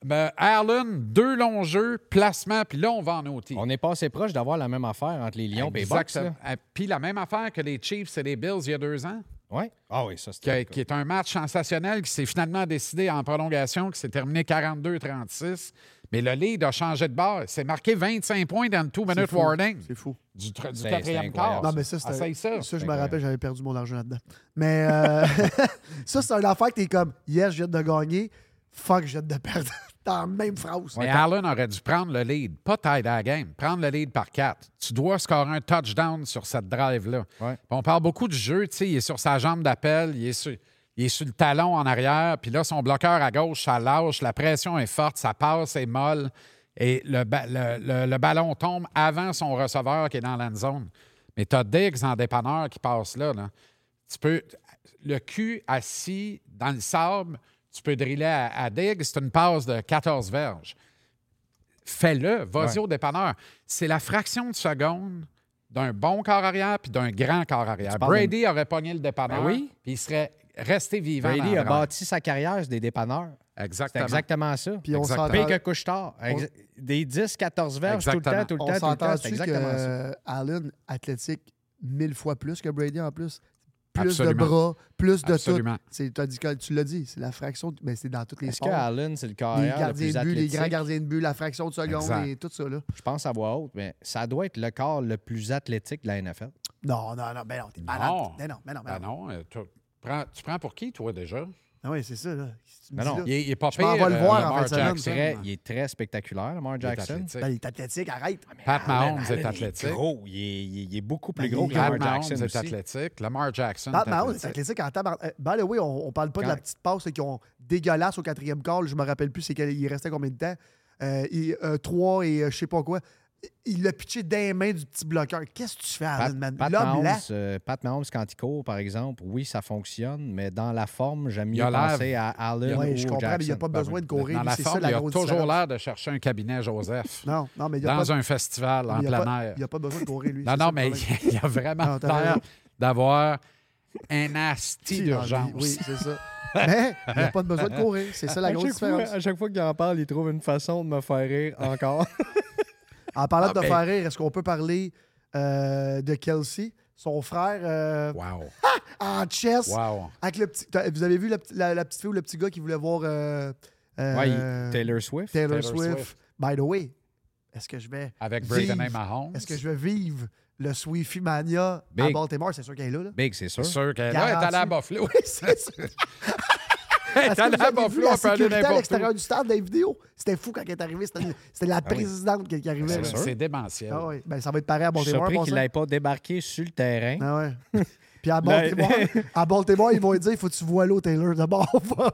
[SPEAKER 3] Ben, Allen, deux longs jeux, placement, puis là, on va en OT.
[SPEAKER 1] On est passé proche d'avoir la même affaire entre les Lions et
[SPEAKER 2] Ben,
[SPEAKER 1] les Bucks.
[SPEAKER 3] Exactement. Ah, Puis la même affaire que les Chiefs et les Bills il y a deux ans,
[SPEAKER 1] Oui. Ah oui, ça,
[SPEAKER 3] qui,
[SPEAKER 1] c'était.
[SPEAKER 3] qui est un match sensationnel qui s'est finalement décidé en prolongation, qui s'est terminé 42-36. Mais le lead a changé de barre. C'est marqué 25 points dans le
[SPEAKER 2] C'est
[SPEAKER 3] two-minute
[SPEAKER 2] fou,
[SPEAKER 3] warning
[SPEAKER 2] C'est fou.
[SPEAKER 3] du, tr- du
[SPEAKER 1] C'est- c'est
[SPEAKER 3] quatrième
[SPEAKER 1] incroyable.
[SPEAKER 3] quart.
[SPEAKER 2] Non, mais ça,
[SPEAKER 3] Essaye
[SPEAKER 2] c'est
[SPEAKER 3] ça.
[SPEAKER 2] ça. je me
[SPEAKER 1] incroyable.
[SPEAKER 2] rappelle, j'avais perdu mon argent là-dedans. Mais euh, ça, c'est une affaire que t'es comme, yes, je viens de gagner, fuck, je viens de perdre. Dans la même phrase.
[SPEAKER 3] Mais Allen aurait dû prendre le lead, pas taille la game, prendre le lead par quatre. Tu dois scorer un touchdown sur cette drive-là.
[SPEAKER 1] Ouais.
[SPEAKER 3] Puis On parle beaucoup du jeu, tu sais, il est sur sa jambe d'appel, il est sur, il est sur le talon en arrière, puis là, son bloqueur à gauche, ça lâche, la pression est forte, sa passe est molle, et le, ba- le- le- le ballon tombe avant son receveur qui est dans la zone. Mais tu as Diggs en dépanneur qui passe là, là. Tu peux, le cul assis dans le sable, tu peux driller à, à Diggs, c'est une passe de 14 verges. Fais-le, vas-y au dépanneur. C'est la fraction de seconde d'un bon corps arrière puis d'un grand corps arrière.
[SPEAKER 1] Tu parles de-
[SPEAKER 3] Brady aurait pogné le dépanneur,
[SPEAKER 1] Ben oui.
[SPEAKER 3] puis il serait resté vivant. dans
[SPEAKER 1] Brady
[SPEAKER 3] le
[SPEAKER 1] a
[SPEAKER 3] drive.
[SPEAKER 1] bâti sa carrière sur des dépanneurs. C'est
[SPEAKER 3] Exactement.
[SPEAKER 1] exactement ça.
[SPEAKER 2] Puis euh, on
[SPEAKER 3] Exactement.
[SPEAKER 2] s'entend.
[SPEAKER 1] Pire que Couche-Tard. Des 10, 14 verges tout le temps,
[SPEAKER 3] Exactement.
[SPEAKER 1] tout le
[SPEAKER 2] On
[SPEAKER 1] temps, tout le temps. C'est
[SPEAKER 2] s'entend-tu que
[SPEAKER 1] exactement ça.
[SPEAKER 2] euh, Allen, athlétique, mille fois plus que Brady en plus? Plus
[SPEAKER 3] Absolument.
[SPEAKER 2] de bras, plus de
[SPEAKER 3] Absolument.
[SPEAKER 2] tout. C'est- t'as dit- tu l'as dit, c'est la fraction, de- mais c'est dans toutes les
[SPEAKER 1] Est-ce
[SPEAKER 2] sports.
[SPEAKER 1] que Allen, c'est le
[SPEAKER 2] les
[SPEAKER 1] carrière le
[SPEAKER 2] gardiens
[SPEAKER 1] plus
[SPEAKER 2] de but, les
[SPEAKER 1] athlétique?
[SPEAKER 2] grands gardiens de but, la fraction de seconde
[SPEAKER 3] Exact.
[SPEAKER 2] et tout ça. Là.
[SPEAKER 1] Je pense à voix haute, mais ça doit être le corps le plus athlétique de la NFL.
[SPEAKER 2] Non, non, non, ben non, t'es malade.
[SPEAKER 3] Non.
[SPEAKER 2] Ben non, ben non, ben
[SPEAKER 3] Ben
[SPEAKER 2] non.
[SPEAKER 3] non, euh, tu prends, tu prends pour qui, toi, déjà?
[SPEAKER 2] Ah oui, c'est ça. Là. Qu'est-ce que tu me
[SPEAKER 1] Ben
[SPEAKER 2] dis,
[SPEAKER 1] non,
[SPEAKER 2] là?
[SPEAKER 3] Il est, il est pas
[SPEAKER 2] Je m'en
[SPEAKER 3] pire,
[SPEAKER 2] vais le
[SPEAKER 3] euh,
[SPEAKER 2] voir en
[SPEAKER 3] Lamar
[SPEAKER 2] fin de semaine.
[SPEAKER 3] Jackson.
[SPEAKER 1] Très- il est très spectaculaire, Lamar
[SPEAKER 3] Il est
[SPEAKER 1] Jackson.
[SPEAKER 3] athlétique.
[SPEAKER 2] Ben, il est athlétique, arrête.
[SPEAKER 3] Pat
[SPEAKER 1] Allen, Allen,
[SPEAKER 3] Mahomes est
[SPEAKER 1] Il
[SPEAKER 3] athlétique.
[SPEAKER 1] est gros. Il est, il est- il est beaucoup plus
[SPEAKER 2] Ben,
[SPEAKER 1] gros
[SPEAKER 2] il
[SPEAKER 1] que
[SPEAKER 2] est-
[SPEAKER 1] Lamar
[SPEAKER 3] Pat
[SPEAKER 1] Jackson.
[SPEAKER 3] Mahomes est
[SPEAKER 1] aussi.
[SPEAKER 3] athlétique. Lamar Jackson
[SPEAKER 2] Pat
[SPEAKER 3] est
[SPEAKER 2] Mahomes, c'est
[SPEAKER 3] athlétique.
[SPEAKER 2] athlétique en tabarn- euh, By the way, on, on parle pas de la
[SPEAKER 1] Quand-
[SPEAKER 2] petite passe là, qui ont dégueulasse au quatrième quart. là, Je me rappelle plus c'est quel- il restait combien de temps. Euh, il- euh, trois et euh, je sais pas quoi. Il l'a pitché dans les mains du petit bloqueur. Qu'est-ce que tu fais,
[SPEAKER 1] Pat,
[SPEAKER 2] Alan, man?
[SPEAKER 1] Pat
[SPEAKER 2] L'homme
[SPEAKER 1] Mahomes,
[SPEAKER 2] là.
[SPEAKER 1] euh, Pat Mahomes, quand il court, par exemple, oui, ça fonctionne, mais dans la forme, j'aime
[SPEAKER 3] Il
[SPEAKER 1] mieux
[SPEAKER 3] a l'air-
[SPEAKER 1] penser à Allen
[SPEAKER 2] Ouais,
[SPEAKER 1] ou
[SPEAKER 2] je comprends, mais il n'y
[SPEAKER 1] Jackson.
[SPEAKER 2] a pas
[SPEAKER 3] Ben
[SPEAKER 2] besoin
[SPEAKER 3] oui.
[SPEAKER 2] de courir.
[SPEAKER 3] euh, Dans
[SPEAKER 2] lui,
[SPEAKER 3] la
[SPEAKER 2] c'est
[SPEAKER 3] forme,
[SPEAKER 2] ça, la
[SPEAKER 3] il a
[SPEAKER 2] grosse
[SPEAKER 3] toujours
[SPEAKER 2] différence.
[SPEAKER 3] l'air de chercher un cabinet Joseph
[SPEAKER 2] Non, non, mais il n'y a,
[SPEAKER 3] dans
[SPEAKER 2] pas,
[SPEAKER 3] un festival en
[SPEAKER 2] il y a,
[SPEAKER 3] plein
[SPEAKER 2] pas,
[SPEAKER 3] air.
[SPEAKER 2] il y a pas besoin de courir, lui.
[SPEAKER 3] Non,
[SPEAKER 2] c'est
[SPEAKER 3] non,
[SPEAKER 2] ça,
[SPEAKER 3] mais
[SPEAKER 2] le problème.
[SPEAKER 3] il y a vraiment
[SPEAKER 2] Non, t'as
[SPEAKER 3] l'air
[SPEAKER 2] raison.
[SPEAKER 3] d'avoir un asti
[SPEAKER 2] Petit dans la
[SPEAKER 3] d'urgence.
[SPEAKER 2] vie, Oui, c'est ça. Mais il n'y a pas de besoin de courir. C'est ça la grosse différence.
[SPEAKER 1] qu'il en parle, il trouve une façon de me faire rire encore.
[SPEAKER 2] En parlant
[SPEAKER 3] Ah,
[SPEAKER 2] de te
[SPEAKER 3] ben-
[SPEAKER 2] faire rire, est-ce qu'on peut parler euh, de Kelsey, son frère euh,
[SPEAKER 3] Wow,
[SPEAKER 2] en chess?
[SPEAKER 3] wow.
[SPEAKER 2] Avec le petit, t'as- vous avez vu la, p'ti- la- la petite fille ou le petit gars qui voulait voir euh, euh,
[SPEAKER 1] Ouais, il- Taylor Swift.
[SPEAKER 2] Taylor,
[SPEAKER 3] Taylor
[SPEAKER 2] Swift.
[SPEAKER 3] Swift.
[SPEAKER 2] By the way, est-ce que je vais
[SPEAKER 3] Avec
[SPEAKER 2] vivre-
[SPEAKER 3] Braden et Mahomes.
[SPEAKER 2] Est-ce que je vais vivre le Swifty Mania à
[SPEAKER 1] Big.
[SPEAKER 2] Baltimore? C'est sûr qu'elle est là. là.
[SPEAKER 1] Big, c'est sûr.
[SPEAKER 3] C'est sûr qu'elle est là, elle est allée à Buffalo.
[SPEAKER 2] C'est sûr.
[SPEAKER 3] Elle
[SPEAKER 2] Est-ce
[SPEAKER 3] est
[SPEAKER 2] que
[SPEAKER 3] allée
[SPEAKER 2] vous
[SPEAKER 3] à
[SPEAKER 2] avez vu
[SPEAKER 3] Buffalo,
[SPEAKER 2] la
[SPEAKER 1] hein,
[SPEAKER 3] elle peut aller
[SPEAKER 2] sécurité à
[SPEAKER 3] n'importe
[SPEAKER 2] l'extérieur
[SPEAKER 3] où.
[SPEAKER 2] du stade dans les vidéos? C'était fou quand elle est arrivée. C'était, c'était la présidente qui- qui arrivait.
[SPEAKER 1] Ah C'est
[SPEAKER 2] là.
[SPEAKER 1] sûr.
[SPEAKER 3] C'est démentiel.
[SPEAKER 2] Ah ouais. Ben, ça va être pareil
[SPEAKER 1] Je
[SPEAKER 2] à
[SPEAKER 1] suis
[SPEAKER 2] Baltimore.
[SPEAKER 1] surpris
[SPEAKER 2] bon
[SPEAKER 1] qu'il
[SPEAKER 2] sang.
[SPEAKER 1] n'ait pas débarqué sur le terrain.
[SPEAKER 2] Ah ouais. Puis à
[SPEAKER 1] Ben,
[SPEAKER 2] Baltimore, à Baltimore, ils vont lui dire faut que tu voiles au Taylor d'abord. Va-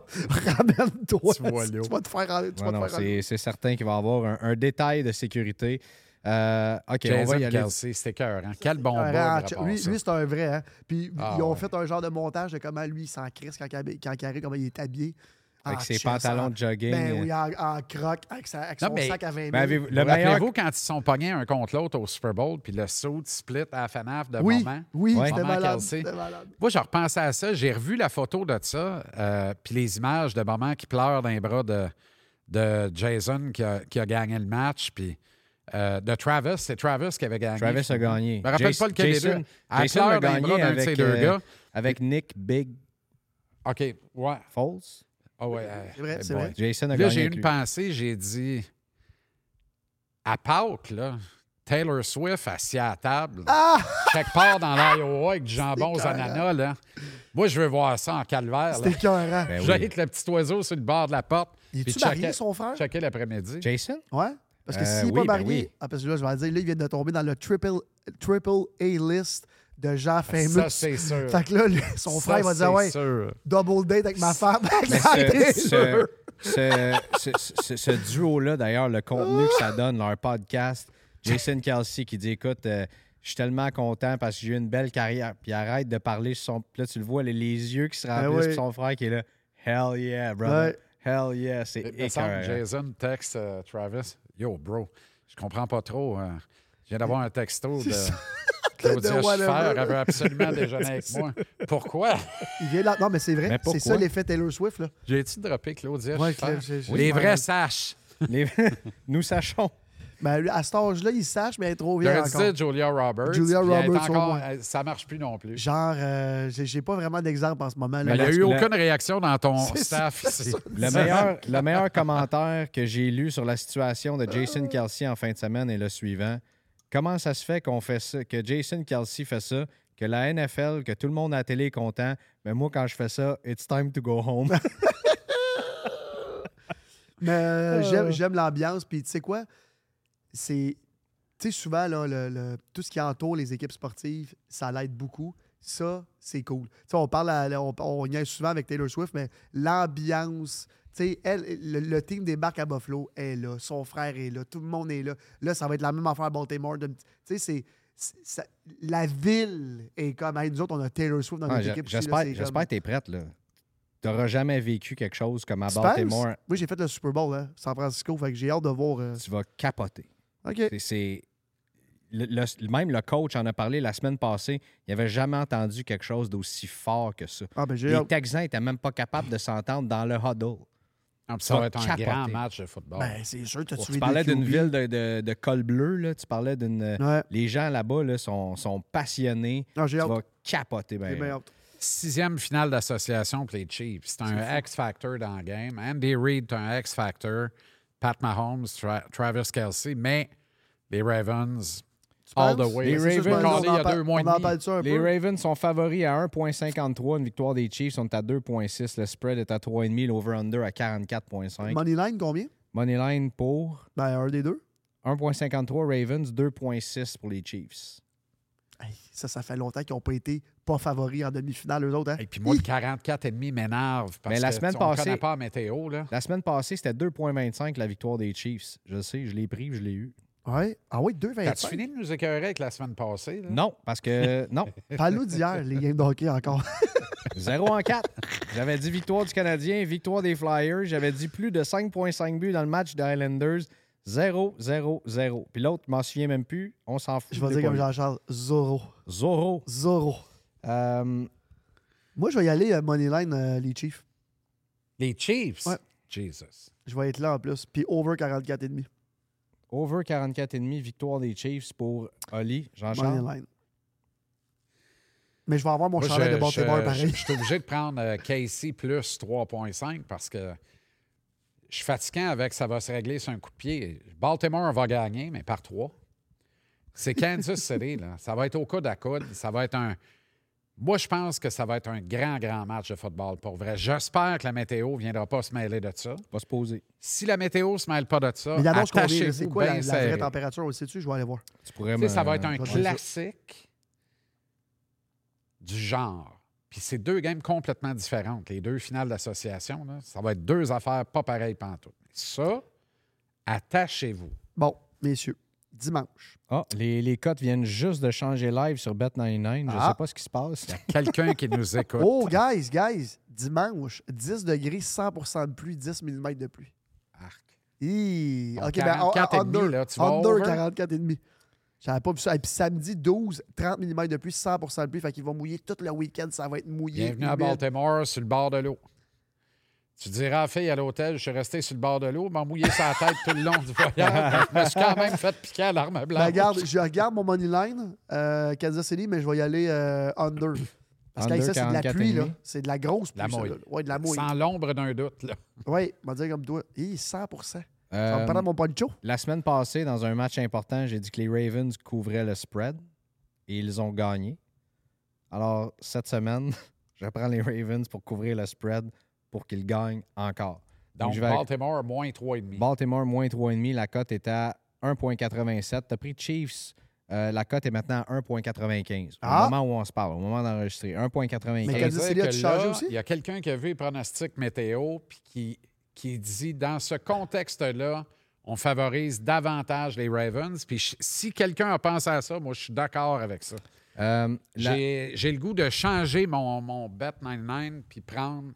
[SPEAKER 2] Ramène-toi.
[SPEAKER 3] Tu voiles l'eau.
[SPEAKER 2] Tu vas te faire enlever. Tu
[SPEAKER 1] Non,
[SPEAKER 2] vas te
[SPEAKER 1] non,
[SPEAKER 2] faire enlever.
[SPEAKER 1] c'est c'est certain qu'il va y avoir un, un détail de sécurité. Euh, OK, on va y
[SPEAKER 3] Jason
[SPEAKER 1] aller.
[SPEAKER 3] Kelsey, c'était cœur. Hein? Quel bon
[SPEAKER 2] Un
[SPEAKER 3] bras.
[SPEAKER 2] rang- lui, lui, c'est un vrai. Hein? Puis
[SPEAKER 3] Ah
[SPEAKER 2] ils ont
[SPEAKER 3] ouais.
[SPEAKER 2] fait un genre de montage de comment lui, il s'en crisse quand, il habille- quand il arrive, comment il est habillé.
[SPEAKER 1] Avec
[SPEAKER 2] En
[SPEAKER 1] ses
[SPEAKER 2] chess,
[SPEAKER 1] pantalons
[SPEAKER 2] en-
[SPEAKER 1] de jogging. euh.
[SPEAKER 2] Ben oui, en, en croc, avec, sa- avec
[SPEAKER 3] Non,
[SPEAKER 2] son
[SPEAKER 3] mais-
[SPEAKER 2] sac à 20 000.
[SPEAKER 1] Ben, avez-vous- le meilleur
[SPEAKER 3] Rappelez-vous quand ils se sont pognés un contre l'autre au Super Bowl, puis le saut split à la FNAF de
[SPEAKER 2] oui,
[SPEAKER 3] moment.
[SPEAKER 2] oui,
[SPEAKER 1] Ouais.
[SPEAKER 2] c'était
[SPEAKER 3] Maman
[SPEAKER 2] malade.
[SPEAKER 3] Kelsey.
[SPEAKER 2] c'était malade.
[SPEAKER 3] Moi, je repensais à ça. J'ai revu la photo de ça, euh, puis les images de maman qui pleure dans les bras de, de Jason qui a, qui a gagné le match, puis euh, de Travis. C'est Travis qui avait gagné.
[SPEAKER 1] Travis a gagné.
[SPEAKER 3] Je me rappelle
[SPEAKER 1] Jason-
[SPEAKER 3] pas lequel des
[SPEAKER 1] Jason-
[SPEAKER 3] deux. Elle
[SPEAKER 1] Jason
[SPEAKER 3] pleure
[SPEAKER 1] a
[SPEAKER 3] dans les bras
[SPEAKER 1] gagné
[SPEAKER 3] d'un de ces
[SPEAKER 1] avec,
[SPEAKER 3] deux
[SPEAKER 1] euh,
[SPEAKER 3] gars.
[SPEAKER 1] Avec Nick Big
[SPEAKER 3] OK, ouais.
[SPEAKER 1] Foles.
[SPEAKER 3] Ah ouais, euh,
[SPEAKER 2] C'est vrai,
[SPEAKER 3] eh
[SPEAKER 2] c'est
[SPEAKER 3] boy.
[SPEAKER 2] vrai.
[SPEAKER 1] Jason a
[SPEAKER 3] Là,
[SPEAKER 1] gagné
[SPEAKER 3] j'ai eu
[SPEAKER 1] avec
[SPEAKER 3] une
[SPEAKER 1] lui.
[SPEAKER 3] pensée, j'ai dit à Pâques, là, Taylor Swift assis à la table,
[SPEAKER 2] Ah!
[SPEAKER 3] quelque part dans l'Iowa avec du jambon aux
[SPEAKER 2] C'est écœurant.
[SPEAKER 3] ananas, là. Moi, je veux voir ça en calvaire.
[SPEAKER 2] C'était
[SPEAKER 3] là.
[SPEAKER 2] écœurant.
[SPEAKER 1] Ben oui.
[SPEAKER 3] J'ai le petit oiseau sur le bord de la porte.
[SPEAKER 2] Il
[SPEAKER 3] puis
[SPEAKER 2] est-tu marié,
[SPEAKER 3] checker-
[SPEAKER 2] son frère?
[SPEAKER 3] checker l'après-midi.
[SPEAKER 1] Jason?
[SPEAKER 2] Ouais. Parce que
[SPEAKER 1] Euh,
[SPEAKER 2] s'il n'est
[SPEAKER 1] oui,
[SPEAKER 2] pas
[SPEAKER 1] ben
[SPEAKER 2] marié.
[SPEAKER 1] oui.
[SPEAKER 2] Ah, parce que là, je vais dire, là, il vient de tomber dans le triple, triple A list de gens fameux.
[SPEAKER 3] Ça, c'est sûr.
[SPEAKER 2] Fait que là, lui- son
[SPEAKER 3] Ça,
[SPEAKER 2] frère va dire
[SPEAKER 3] c'est
[SPEAKER 2] Ouais,
[SPEAKER 3] sûr.
[SPEAKER 2] double date avec ma femme.
[SPEAKER 1] Mais
[SPEAKER 2] Ça,
[SPEAKER 1] ce,
[SPEAKER 2] c'est
[SPEAKER 1] ce,
[SPEAKER 2] sûr.
[SPEAKER 1] ce, ce- ce- ce duo-là, d'ailleurs, le contenu que ça donne, leur podcast, Jason Kelsey qui dit Écoute, euh, je suis tellement content parce que j'ai eu une belle carrière. Puis arrête de parler sur son. Puis là, tu le vois, les, les yeux qui se remplissent,
[SPEAKER 2] oui.
[SPEAKER 1] puis son frère qui est là. Hell yeah, brother. Hell yeah. C'est
[SPEAKER 3] Il me semble que
[SPEAKER 1] écœurant.
[SPEAKER 3] Jason texte euh, Travis Yo, bro, je comprends pas trop. euh, je viens d'avoir un texto de Claudia
[SPEAKER 2] De whatever.
[SPEAKER 3] Schiffer. Elle veut absolument déjeuner avec moi. Pourquoi
[SPEAKER 2] Il vient là. Non, mais c'est
[SPEAKER 1] Mais
[SPEAKER 2] vrai.
[SPEAKER 1] pourquoi?
[SPEAKER 2] C'est ça l'effet Taylor Swift. Là.
[SPEAKER 3] J'ai-tu droppé Claudia
[SPEAKER 2] Ouais,
[SPEAKER 3] Schiffer?
[SPEAKER 2] Claude, j'ai- j'ai-
[SPEAKER 3] Les
[SPEAKER 2] j'ai-
[SPEAKER 3] vrais saches.
[SPEAKER 1] Les- Nous sachons.
[SPEAKER 2] Ben, lui, à cet âge-là, il sache, mais elle est trop vieille
[SPEAKER 3] J'aurais
[SPEAKER 2] encore.
[SPEAKER 3] dit Julia Roberts.
[SPEAKER 2] Julia
[SPEAKER 3] puis elle est
[SPEAKER 2] Roberts, au
[SPEAKER 3] encore-
[SPEAKER 2] moins.
[SPEAKER 3] elle- Ça marche plus non plus.
[SPEAKER 2] Genre, euh, j'ai j'ai pas vraiment d'exemple en ce moment.
[SPEAKER 1] Mais
[SPEAKER 2] Là.
[SPEAKER 3] Il n'y a
[SPEAKER 1] la-
[SPEAKER 3] eu
[SPEAKER 1] la-
[SPEAKER 3] aucune réaction dans ton
[SPEAKER 2] C'est ça,
[SPEAKER 3] staff
[SPEAKER 2] c'est
[SPEAKER 3] ici.
[SPEAKER 2] ça.
[SPEAKER 1] Le meilleur, le meilleur commentaire que j'ai lu sur la situation de Jason Kelsey en fin de semaine est le suivant. Comment ça se fait qu'on fait ça, que Jason Kelsey fait ça, que la NFL, que tout le monde à la télé est content, mais moi quand je fais ça, it's time to go home.
[SPEAKER 2] Mais
[SPEAKER 1] Ah.
[SPEAKER 2] euh, j'aime- j'aime l'ambiance. Puis tu sais quoi? C'est. Tu sais, souvent, là, le- le- tout ce qui entoure les équipes sportives, ça l'aide beaucoup. Ça, c'est cool. Tu sais, on parle, à- on, on niaise souvent avec Taylor Swift, mais l'ambiance. Tu sais, elle, le, le team débarque à Buffalo, elle est là, son frère est là, tout le monde est là. Là, ça va être la même affaire à Baltimore. d'une- Tu sais, c'est. c'est- ça- la ville est comme. Hey, nous autres, on a Taylor Swift dans
[SPEAKER 1] Ah,
[SPEAKER 2] notre
[SPEAKER 1] j'-
[SPEAKER 2] équipe. aussi, là,
[SPEAKER 1] J'espère
[SPEAKER 2] c'est
[SPEAKER 1] j'espère
[SPEAKER 2] comme-
[SPEAKER 1] que t'es prête là. T'auras jamais vécu quelque chose comme à
[SPEAKER 2] Tu penses?
[SPEAKER 1] Baltimore.
[SPEAKER 2] Oui, j'ai fait le Super Bowl, hein, San Francisco, fait que j'ai hâte de voir. euh,
[SPEAKER 1] Tu vas capoter.
[SPEAKER 2] OK.
[SPEAKER 1] C'est- C'est le- le- même le coach en a parlé la semaine passée. Il n'avait jamais entendu quelque chose d'aussi fort que ça.
[SPEAKER 2] Ah, ben, j'ai
[SPEAKER 1] Les
[SPEAKER 2] hâte.
[SPEAKER 1] Texans n'étaient même pas capables de s'entendre dans le huddle.
[SPEAKER 3] Ah, puis Ça va être un
[SPEAKER 1] Capoté.
[SPEAKER 3] grand match de football.
[SPEAKER 2] Ben, c'est sûr,
[SPEAKER 3] Oh,
[SPEAKER 2] t'as
[SPEAKER 1] tu
[SPEAKER 2] tué
[SPEAKER 1] parlais
[SPEAKER 2] des
[SPEAKER 1] d'une
[SPEAKER 2] QB.
[SPEAKER 1] ville de, de, de col bleu, là. tu parlais d'une. euh,
[SPEAKER 2] Ouais.
[SPEAKER 1] Les gens là-bas là, sont, sont passionnés.
[SPEAKER 2] Non, j'ai
[SPEAKER 1] tu
[SPEAKER 2] hâte.
[SPEAKER 1] vas capoter, ben.
[SPEAKER 2] J'ai bien hâte.
[SPEAKER 3] Sixième finale d'association pour les Chiefs. C'est un X-Factor dans le game. Andy Reid, c'est un X-Factor. Pat Mahomes, Tra- Travis Kelsey. Mais les Ravens, all the
[SPEAKER 2] penses? Ben,
[SPEAKER 3] way.
[SPEAKER 1] Les
[SPEAKER 3] C'est sûr, je
[SPEAKER 1] Ravens,
[SPEAKER 3] me demandais,
[SPEAKER 2] on en
[SPEAKER 3] il y a
[SPEAKER 2] par-
[SPEAKER 3] deux mois et
[SPEAKER 2] on en
[SPEAKER 3] demi.
[SPEAKER 2] parle-tu un
[SPEAKER 1] Les
[SPEAKER 2] peu?
[SPEAKER 1] Ravens sont favoris à 1,53. Une victoire des Chiefs, on est à 2,6. Le spread est à 3,5. L'over-under à 44,5.
[SPEAKER 2] Moneyline, combien?
[SPEAKER 1] Moneyline pour
[SPEAKER 2] Ben, un des deux.
[SPEAKER 1] 1,53 Ravens, 2,6 pour les Chiefs.
[SPEAKER 2] Hey, ça, ça fait longtemps qu'ils n'ont pas été pas favoris en demi-finale, eux autres. Hein?
[SPEAKER 3] Et puis moi, le 44,5 m'énerve. Parce
[SPEAKER 1] Mais la
[SPEAKER 3] que,
[SPEAKER 1] semaine
[SPEAKER 3] tu sais, on
[SPEAKER 1] passée-
[SPEAKER 3] connaît pas la météo. Là.
[SPEAKER 1] La semaine passée, c'était 2,25 la victoire des Chiefs. Je le sais, je l'ai pris, je l'ai eu.
[SPEAKER 2] Ouais. Ah oui, 2
[SPEAKER 3] T'as-tu fini de nous écœurer avec la semaine passée? là?
[SPEAKER 1] Non, parce que. non.
[SPEAKER 2] Parle-nous d'hier, les games de hockey encore.
[SPEAKER 1] 0 en 4. J'avais dit victoire du Canadien, victoire des Flyers. J'avais dit plus de 5,5 buts dans le match des Highlanders. 0, 0, 0. Puis l'autre, je m'en souviens même plus. On s'en fout.
[SPEAKER 2] Je vais
[SPEAKER 1] l'ai
[SPEAKER 2] dire
[SPEAKER 1] pas
[SPEAKER 2] comme
[SPEAKER 1] eu.
[SPEAKER 2] Jean-Charles, Zoro.
[SPEAKER 1] Zoro.
[SPEAKER 2] Zoro.
[SPEAKER 1] Euh,
[SPEAKER 2] Moi, je vais y aller à Moneyline, euh, les Chiefs.
[SPEAKER 3] Les Chiefs?
[SPEAKER 2] Ouais.
[SPEAKER 3] Jesus.
[SPEAKER 2] Je vais être là en plus. Puis over 44,5.
[SPEAKER 1] over 44,5, victoire des Chiefs pour Oli, Jean-Charles.
[SPEAKER 2] Moneyline. Mais je vais avoir mon
[SPEAKER 3] Moi,
[SPEAKER 2] chandail
[SPEAKER 3] je-
[SPEAKER 2] de Baltimore
[SPEAKER 3] je-
[SPEAKER 2] pareil.
[SPEAKER 3] je- Je suis obligé de prendre euh, Casey plus 3,5 parce que je suis fatiguant avec ça va se régler sur un coup de pied. Baltimore va gagner, mais par 3. C'est Kansas City, là. Ça va être au coude à coude. Ça va être un. Moi, je pense que ça va être un grand, grand match de football pour vrai. J'espère que la météo ne viendra pas se mêler de ça.
[SPEAKER 1] Va se poser.
[SPEAKER 3] Si la météo ne se mêle pas de ça,
[SPEAKER 2] Mais d'abord, je combien? C'est
[SPEAKER 3] attachez-vous
[SPEAKER 2] quoi la,
[SPEAKER 3] bien
[SPEAKER 2] la
[SPEAKER 3] serré.
[SPEAKER 2] vraie température? On le sait-tu? Je vais aller voir.
[SPEAKER 1] Tu pourrais
[SPEAKER 3] Tu sais,
[SPEAKER 1] me-
[SPEAKER 3] ça va être un
[SPEAKER 2] je vais dire ça.
[SPEAKER 3] classique du genre. Puis c'est deux games complètement différentes. Les deux finales d'association, là, ça va être deux affaires pas pareilles pantoute. Ça, attachez-vous.
[SPEAKER 2] Bon, messieurs, dimanche.
[SPEAKER 1] Ah, les, les cotes viennent juste de changer live sur Bet99. Je
[SPEAKER 2] Ah.
[SPEAKER 1] sais pas ce qui se passe.
[SPEAKER 3] Quelqu'un qui nous écoute.
[SPEAKER 2] Oh, guys, guys, dimanche, 10 degrés, 100 de pluie, 10 mm de pluie.
[SPEAKER 3] Arc.
[SPEAKER 2] Hi!
[SPEAKER 3] Bon,
[SPEAKER 2] OK, ben,
[SPEAKER 3] 44 et demi,
[SPEAKER 2] under,
[SPEAKER 3] là, tu vas
[SPEAKER 2] under
[SPEAKER 3] over?
[SPEAKER 2] 44 et demi. J'avais pas vu ça. Et puis samedi, 12, 30 mm de pluie, 100 de pluie. Fait qu'il va mouiller tout le week-end. Ça va être mouillé.
[SPEAKER 3] Bienvenue à
[SPEAKER 2] humide.
[SPEAKER 3] Baltimore, sur le bord de l'eau. Tu diras à la fille à l'hôtel, je suis resté sur le bord de l'eau, m'en mouillé sa tête tout le long du voyage. Je me suis quand même fait piquer à l'arme blanche.
[SPEAKER 2] Ben, regarde, je regarde mon money line, euh, Kansas City, mais je vais y aller euh, under. Parce que hey,
[SPEAKER 1] Under
[SPEAKER 2] ça, c'est de la
[SPEAKER 1] 44
[SPEAKER 2] pluie,
[SPEAKER 1] et
[SPEAKER 2] là.
[SPEAKER 1] demi.
[SPEAKER 2] C'est de la grosse
[SPEAKER 3] La
[SPEAKER 2] pluie. ça,
[SPEAKER 3] mouille.
[SPEAKER 2] là. Ouais, de la mouille.
[SPEAKER 3] Sans l'ombre d'un doute. Là.
[SPEAKER 2] Ouais, on va dire comme toi. Hi, 100 Ça va
[SPEAKER 1] Euh,
[SPEAKER 2] me prendre mon poncho.
[SPEAKER 1] La semaine passée, dans un match important, j'ai dit que les Ravens couvraient le spread et ils ont gagné. Alors, cette semaine, je prends les Ravens pour couvrir le spread pour qu'ils gagnent encore.
[SPEAKER 3] Donc,
[SPEAKER 1] je vais-
[SPEAKER 3] Baltimore, moins 3,5.
[SPEAKER 1] Baltimore, moins 3,5. La cote est à 1,87. Tu as pris Chiefs Euh, la cote est maintenant à 1,95 au
[SPEAKER 2] Ah!
[SPEAKER 1] moment où on se parle, au moment d'enregistrer. 1,95.
[SPEAKER 2] Mais
[SPEAKER 3] Ça veut
[SPEAKER 2] Kansas
[SPEAKER 3] dire
[SPEAKER 2] City a-tu
[SPEAKER 3] que
[SPEAKER 2] changé
[SPEAKER 3] là,
[SPEAKER 2] aussi?
[SPEAKER 3] Il y a quelqu'un qui a vu les pronostics météo puis qui, qui dit dans ce contexte-là, on favorise davantage les Ravens. Puis je- si quelqu'un a pensé à ça, moi, je suis d'accord avec ça.
[SPEAKER 1] Euh, la-
[SPEAKER 3] J'ai j'ai le goût de changer mon, mon bet 99 puis prendre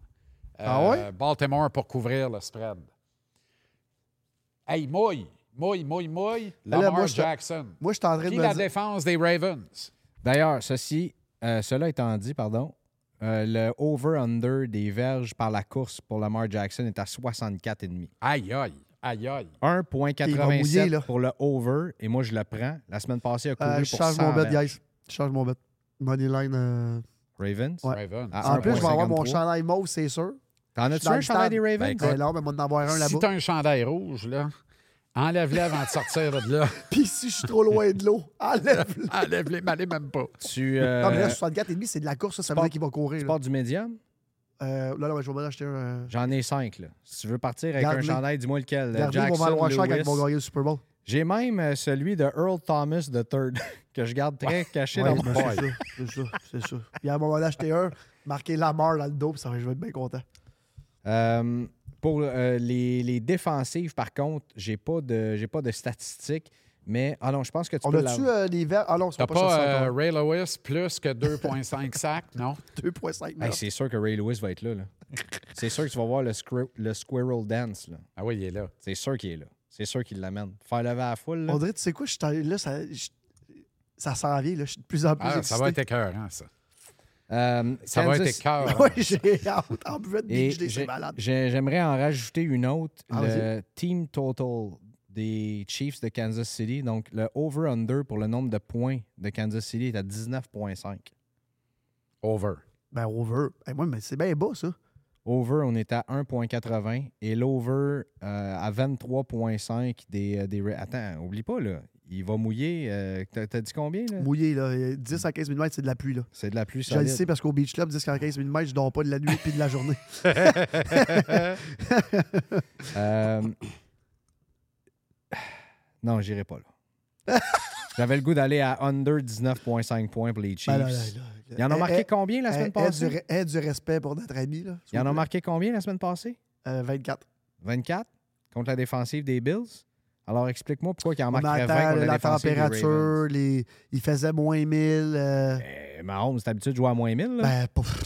[SPEAKER 3] euh,
[SPEAKER 2] Ah ouais?
[SPEAKER 3] Baltimore pour couvrir le spread. Hey, mouille, mouille, mouille, mouille.
[SPEAKER 2] Là,
[SPEAKER 3] Lamar
[SPEAKER 2] moi, je te-
[SPEAKER 3] Jackson.
[SPEAKER 2] Moi, je suis en train de
[SPEAKER 3] Qui
[SPEAKER 2] me
[SPEAKER 3] la
[SPEAKER 2] dire.
[SPEAKER 3] défense des Ravens?
[SPEAKER 1] D'ailleurs, ceci, euh, cela étant dit, pardon, euh, le over-under des verges par la course pour Lamar Jackson est à 64,5.
[SPEAKER 3] Aïe, aïe, aille, aïe.
[SPEAKER 2] Il va mouiller,
[SPEAKER 1] 1,87
[SPEAKER 2] là.
[SPEAKER 1] pour le over, et moi, je le prends. La semaine passée, il a couru
[SPEAKER 2] Euh,
[SPEAKER 1] pour
[SPEAKER 2] je change
[SPEAKER 1] 100
[SPEAKER 2] mon bet,
[SPEAKER 1] verges.
[SPEAKER 2] guys. Je change mon bet. Moneyline. euh,
[SPEAKER 1] Ravens?
[SPEAKER 2] Ouais.
[SPEAKER 3] Ravens.
[SPEAKER 1] Ah,
[SPEAKER 2] En plus, je vais avoir mon
[SPEAKER 1] 1,53.
[SPEAKER 2] chandail mauve, c'est sûr.
[SPEAKER 1] T'en
[SPEAKER 2] Je
[SPEAKER 1] as-tu
[SPEAKER 2] suis dans
[SPEAKER 1] un,
[SPEAKER 2] le
[SPEAKER 1] chandail
[SPEAKER 2] stade.
[SPEAKER 1] des Ravens?
[SPEAKER 2] Ben, là, on va m'en avoir un
[SPEAKER 3] Si
[SPEAKER 2] là-bas.
[SPEAKER 3] t'as un chandail rouge, là, enlève-le avant de sortir de là.
[SPEAKER 2] Puis si je suis trop loin de l'eau, enlève-le.
[SPEAKER 3] Enlève-le, mais allez même pas.
[SPEAKER 1] tu euh,
[SPEAKER 2] Non, mais là, 64,5, c'est de la course, ça, ça veut
[SPEAKER 1] Sport-
[SPEAKER 2] dire qu'il va courir. Là,
[SPEAKER 1] portes du médium?
[SPEAKER 2] Euh, là, là, ouais, je vais m'en acheter un. euh,
[SPEAKER 1] J'en ai cinq. Là. Si tu veux partir avec
[SPEAKER 2] Garde-les.
[SPEAKER 1] un chandail, dis-moi lequel. euh,
[SPEAKER 2] Dernier, ils vont
[SPEAKER 1] Jackson,
[SPEAKER 2] valoir cher quand ils
[SPEAKER 1] Lewis.
[SPEAKER 2] vont gagner le Super Bowl.
[SPEAKER 1] J'ai même euh, celui de Earl Thomas III que je garde très caché dans
[SPEAKER 2] Ouais,
[SPEAKER 1] mon
[SPEAKER 2] ben, c'est ça, c'est ça, c'est ça. Puis à un moment d'acheter un, marquer Lamar dans le dos, puis ça, je vais être bien content.
[SPEAKER 1] Euh, pour euh, les, les défensives, par contre, j'ai pas de j'ai pas de statistiques, mais ah non, je pense que tu
[SPEAKER 2] On
[SPEAKER 1] peux
[SPEAKER 2] a-tu
[SPEAKER 1] la-
[SPEAKER 2] euh, les verts? Ah non, ils
[SPEAKER 3] T'as
[SPEAKER 2] sont pas,
[SPEAKER 3] pas
[SPEAKER 2] chanceux
[SPEAKER 3] euh,
[SPEAKER 2] encore.
[SPEAKER 3] Ray Lewis plus que 2,5 sacs, non?
[SPEAKER 2] 2,5
[SPEAKER 1] Hey,
[SPEAKER 2] millions.
[SPEAKER 1] c'est sûr que Ray Lewis va être là. là. C'est sûr que tu vas voir le, squir- le Squirrel Dance. là.
[SPEAKER 3] Ah oui, il est là.
[SPEAKER 1] C'est sûr qu'il est là. C'est sûr qu'il l'amène. Faire lever à la foule. là.
[SPEAKER 2] On dirait, tu sais quoi, je suis allé- là, ça, je- ça s'en vient, là, je suis de plus en plus
[SPEAKER 3] Ah, ça
[SPEAKER 2] excité.
[SPEAKER 3] va être écœurant, ça.
[SPEAKER 1] Euh,
[SPEAKER 3] Ça va
[SPEAKER 1] Kansas-
[SPEAKER 3] être écœurant.
[SPEAKER 2] Ouais, j'ai hâte. En buvette,
[SPEAKER 1] Et
[SPEAKER 2] Big J,
[SPEAKER 1] j'ai-
[SPEAKER 2] c'est malade.
[SPEAKER 1] j'ai- J'aimerais en rajouter une autre.
[SPEAKER 2] Ah,
[SPEAKER 1] le team total des Chiefs de Kansas City. Donc, le over-under pour le nombre de points de Kansas City est à 19,5.
[SPEAKER 3] Over.
[SPEAKER 2] Ben, over. Eh, moi, mais c'est bien bas, ça.
[SPEAKER 1] Over, on est à 1,80 et l'over euh, à 23,5 des, euh, des Ra- Attends, oublie pas, là. Il va mouiller. euh, T'as t'as dit combien, là?
[SPEAKER 2] Mouillé, là. euh, 10 à 15 000 mètres, c'est de la pluie, là.
[SPEAKER 1] C'est de la pluie
[SPEAKER 2] Je le
[SPEAKER 1] solide.
[SPEAKER 2] sais parce qu'au Beach Club, 10 à 15 000 mètres, je dors pas de la nuit puis de la journée.
[SPEAKER 1] Euh, Non, j'irai pas, là. J'avais le goût d'aller à under 19,5 points pour les Chiefs.
[SPEAKER 2] Ben, là, là, là, là.
[SPEAKER 1] Ils en ont
[SPEAKER 2] Eh,
[SPEAKER 1] marqué
[SPEAKER 2] eh,
[SPEAKER 1] combien la
[SPEAKER 2] eh,
[SPEAKER 1] semaine
[SPEAKER 2] eh,
[SPEAKER 1] passée?
[SPEAKER 2] du, re- eh, du respect pour notre ami, là.
[SPEAKER 1] Ils en ont marqué combien la semaine passée?
[SPEAKER 2] Euh, 24.
[SPEAKER 1] 24 contre la défensive des Bills. Alors explique-moi pourquoi ils en
[SPEAKER 2] On
[SPEAKER 1] marqueraient 20
[SPEAKER 2] attend
[SPEAKER 1] contre la,
[SPEAKER 2] la
[SPEAKER 1] défensive des Ravens.
[SPEAKER 2] température, les... il faisait moins 1000. euh,
[SPEAKER 1] Eh, Mahomes, t'as l'habitude de jouer à moins 1000. Là.
[SPEAKER 2] Ben, pouf.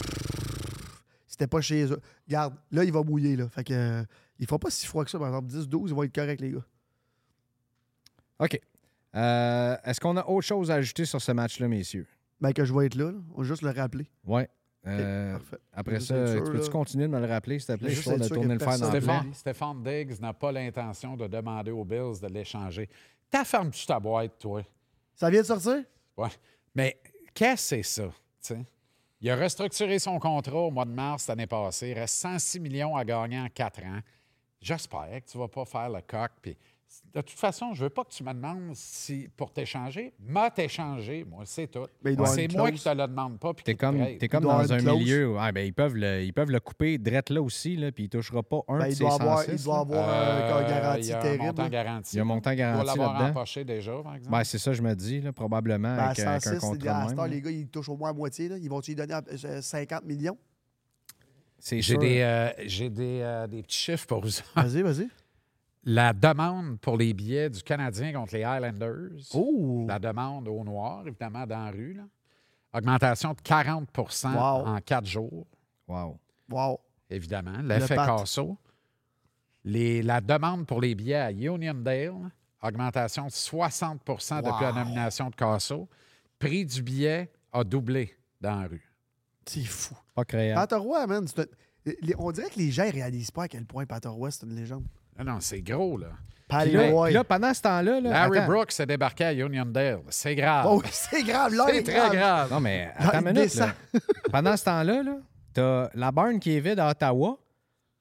[SPEAKER 2] C'était pas chez eux. Regarde, là, il va mouiller, là. Fait que. euh, Il fera pas si froid que ça, par exemple. 10, 12, ils vont être corrects, les gars.
[SPEAKER 1] OK. Euh, Est-ce qu'on a autre chose à ajouter sur ce match-là, messieurs?
[SPEAKER 2] Ben, que je vais être là, là. On va juste le rappeler.
[SPEAKER 1] Ouais. Euh,
[SPEAKER 2] parfait.
[SPEAKER 1] après
[SPEAKER 2] Juste
[SPEAKER 1] ça,
[SPEAKER 2] être sûr,
[SPEAKER 1] tu peux-tu
[SPEAKER 2] là.
[SPEAKER 1] continuer de me le rappeler, s'il te plaît?
[SPEAKER 2] Juste
[SPEAKER 1] Histoire
[SPEAKER 2] être
[SPEAKER 1] de
[SPEAKER 2] sûr
[SPEAKER 1] tourner
[SPEAKER 2] que
[SPEAKER 1] le fer
[SPEAKER 3] Ah,
[SPEAKER 1] dans le
[SPEAKER 2] personne-
[SPEAKER 1] plan.
[SPEAKER 3] Stéphane, Stéphane Diggs n'a pas l'intention de demander aux Bills de l'échanger. Ta fermes-tu ta boîte, toi?
[SPEAKER 2] Ça vient de sortir?
[SPEAKER 3] Ouais. Mais qu'est-ce que c'est ça? tu sais? Il a restructuré son contrat au mois de mars l'année passée. Il reste 106 millions à gagner en quatre ans. J'espère que tu ne vas pas faire le coq. puis de toute façon, je ne veux pas que tu me demandes si pour t'échanger. M'a t'échanger, moi, c'est tout.
[SPEAKER 2] Mais il doit avoir
[SPEAKER 3] C'est
[SPEAKER 2] une
[SPEAKER 3] moi
[SPEAKER 2] clause.
[SPEAKER 3] qui te le demande pas. puis
[SPEAKER 1] T'es
[SPEAKER 3] qui te
[SPEAKER 1] comme,
[SPEAKER 3] prête.
[SPEAKER 1] t'es comme
[SPEAKER 2] doit
[SPEAKER 1] dans
[SPEAKER 2] avoir
[SPEAKER 1] un
[SPEAKER 2] une clause.
[SPEAKER 1] milieu. où, ah, ben, ils, peuvent le, ils peuvent le couper drette là aussi, là, puis il ne touchera pas un
[SPEAKER 2] Ben,
[SPEAKER 1] de
[SPEAKER 2] il
[SPEAKER 1] ses
[SPEAKER 2] doit avoir,
[SPEAKER 1] 106.
[SPEAKER 2] il doit
[SPEAKER 1] là.
[SPEAKER 2] avoir euh,
[SPEAKER 3] Euh,
[SPEAKER 2] une
[SPEAKER 3] il
[SPEAKER 2] garantie
[SPEAKER 3] y a un
[SPEAKER 2] terrible. hein.
[SPEAKER 3] montant
[SPEAKER 2] là.
[SPEAKER 3] garanti.
[SPEAKER 1] Il y a un montant
[SPEAKER 3] Il doit
[SPEAKER 1] garanti
[SPEAKER 3] l'avoir
[SPEAKER 1] là-dedans.
[SPEAKER 3] empoché déjà, par exemple.
[SPEAKER 1] Ben, c'est ça, je me dis, là, probablement,
[SPEAKER 2] Ben, à
[SPEAKER 1] avec, avec
[SPEAKER 2] 106,
[SPEAKER 1] un
[SPEAKER 2] c'est des-
[SPEAKER 1] contrat
[SPEAKER 2] à
[SPEAKER 1] de
[SPEAKER 2] cette
[SPEAKER 1] même.
[SPEAKER 2] heure,
[SPEAKER 1] là.
[SPEAKER 2] les gars, ils touchent au moins la moitié. Là. Ils vont-tu lui donner euh, 50 millions?
[SPEAKER 1] C'est
[SPEAKER 3] J'ai
[SPEAKER 1] sûr.
[SPEAKER 3] des, euh, j'ai des, euh, des petits chiffres pour vous.
[SPEAKER 1] Ah.
[SPEAKER 2] Vas-y, vas-y.
[SPEAKER 3] La demande pour les billets du Canadien contre les Highlanders,
[SPEAKER 2] Oh!
[SPEAKER 3] la demande au noir, évidemment, dans la rue, là. augmentation de 40
[SPEAKER 2] Wow.
[SPEAKER 3] en quatre jours,
[SPEAKER 1] Wow.
[SPEAKER 2] Wow!
[SPEAKER 3] évidemment, l'effet
[SPEAKER 2] pat.
[SPEAKER 3] Casso. Les- la demande pour les billets à Uniondale, augmentation de 60 depuis la
[SPEAKER 2] Wow.
[SPEAKER 3] nomination de Casso. Prix du billet a doublé dans la rue.
[SPEAKER 2] C'est fou.
[SPEAKER 1] Pas créable.
[SPEAKER 2] Patarois, man, c'est un- les- on dirait que les gens ne réalisent pas à quel point Patarois, c'est une légende.
[SPEAKER 3] Non, non, c'est gros, là.
[SPEAKER 1] Puis
[SPEAKER 2] Patarois.
[SPEAKER 1] là, puis là, pendant ce temps-là, là,
[SPEAKER 3] Larry
[SPEAKER 1] attends.
[SPEAKER 3] Brooks est débarqué à Uniondale. C'est grave.
[SPEAKER 1] ah.
[SPEAKER 2] Oh, c'est grave, là!
[SPEAKER 3] c'est très grave.
[SPEAKER 1] Non, mais
[SPEAKER 2] Genre,
[SPEAKER 1] attends
[SPEAKER 2] il
[SPEAKER 1] une minute.
[SPEAKER 2] descend.
[SPEAKER 1] là. Pendant ce temps-là, là, t'as la barne qui est vide à Ottawa,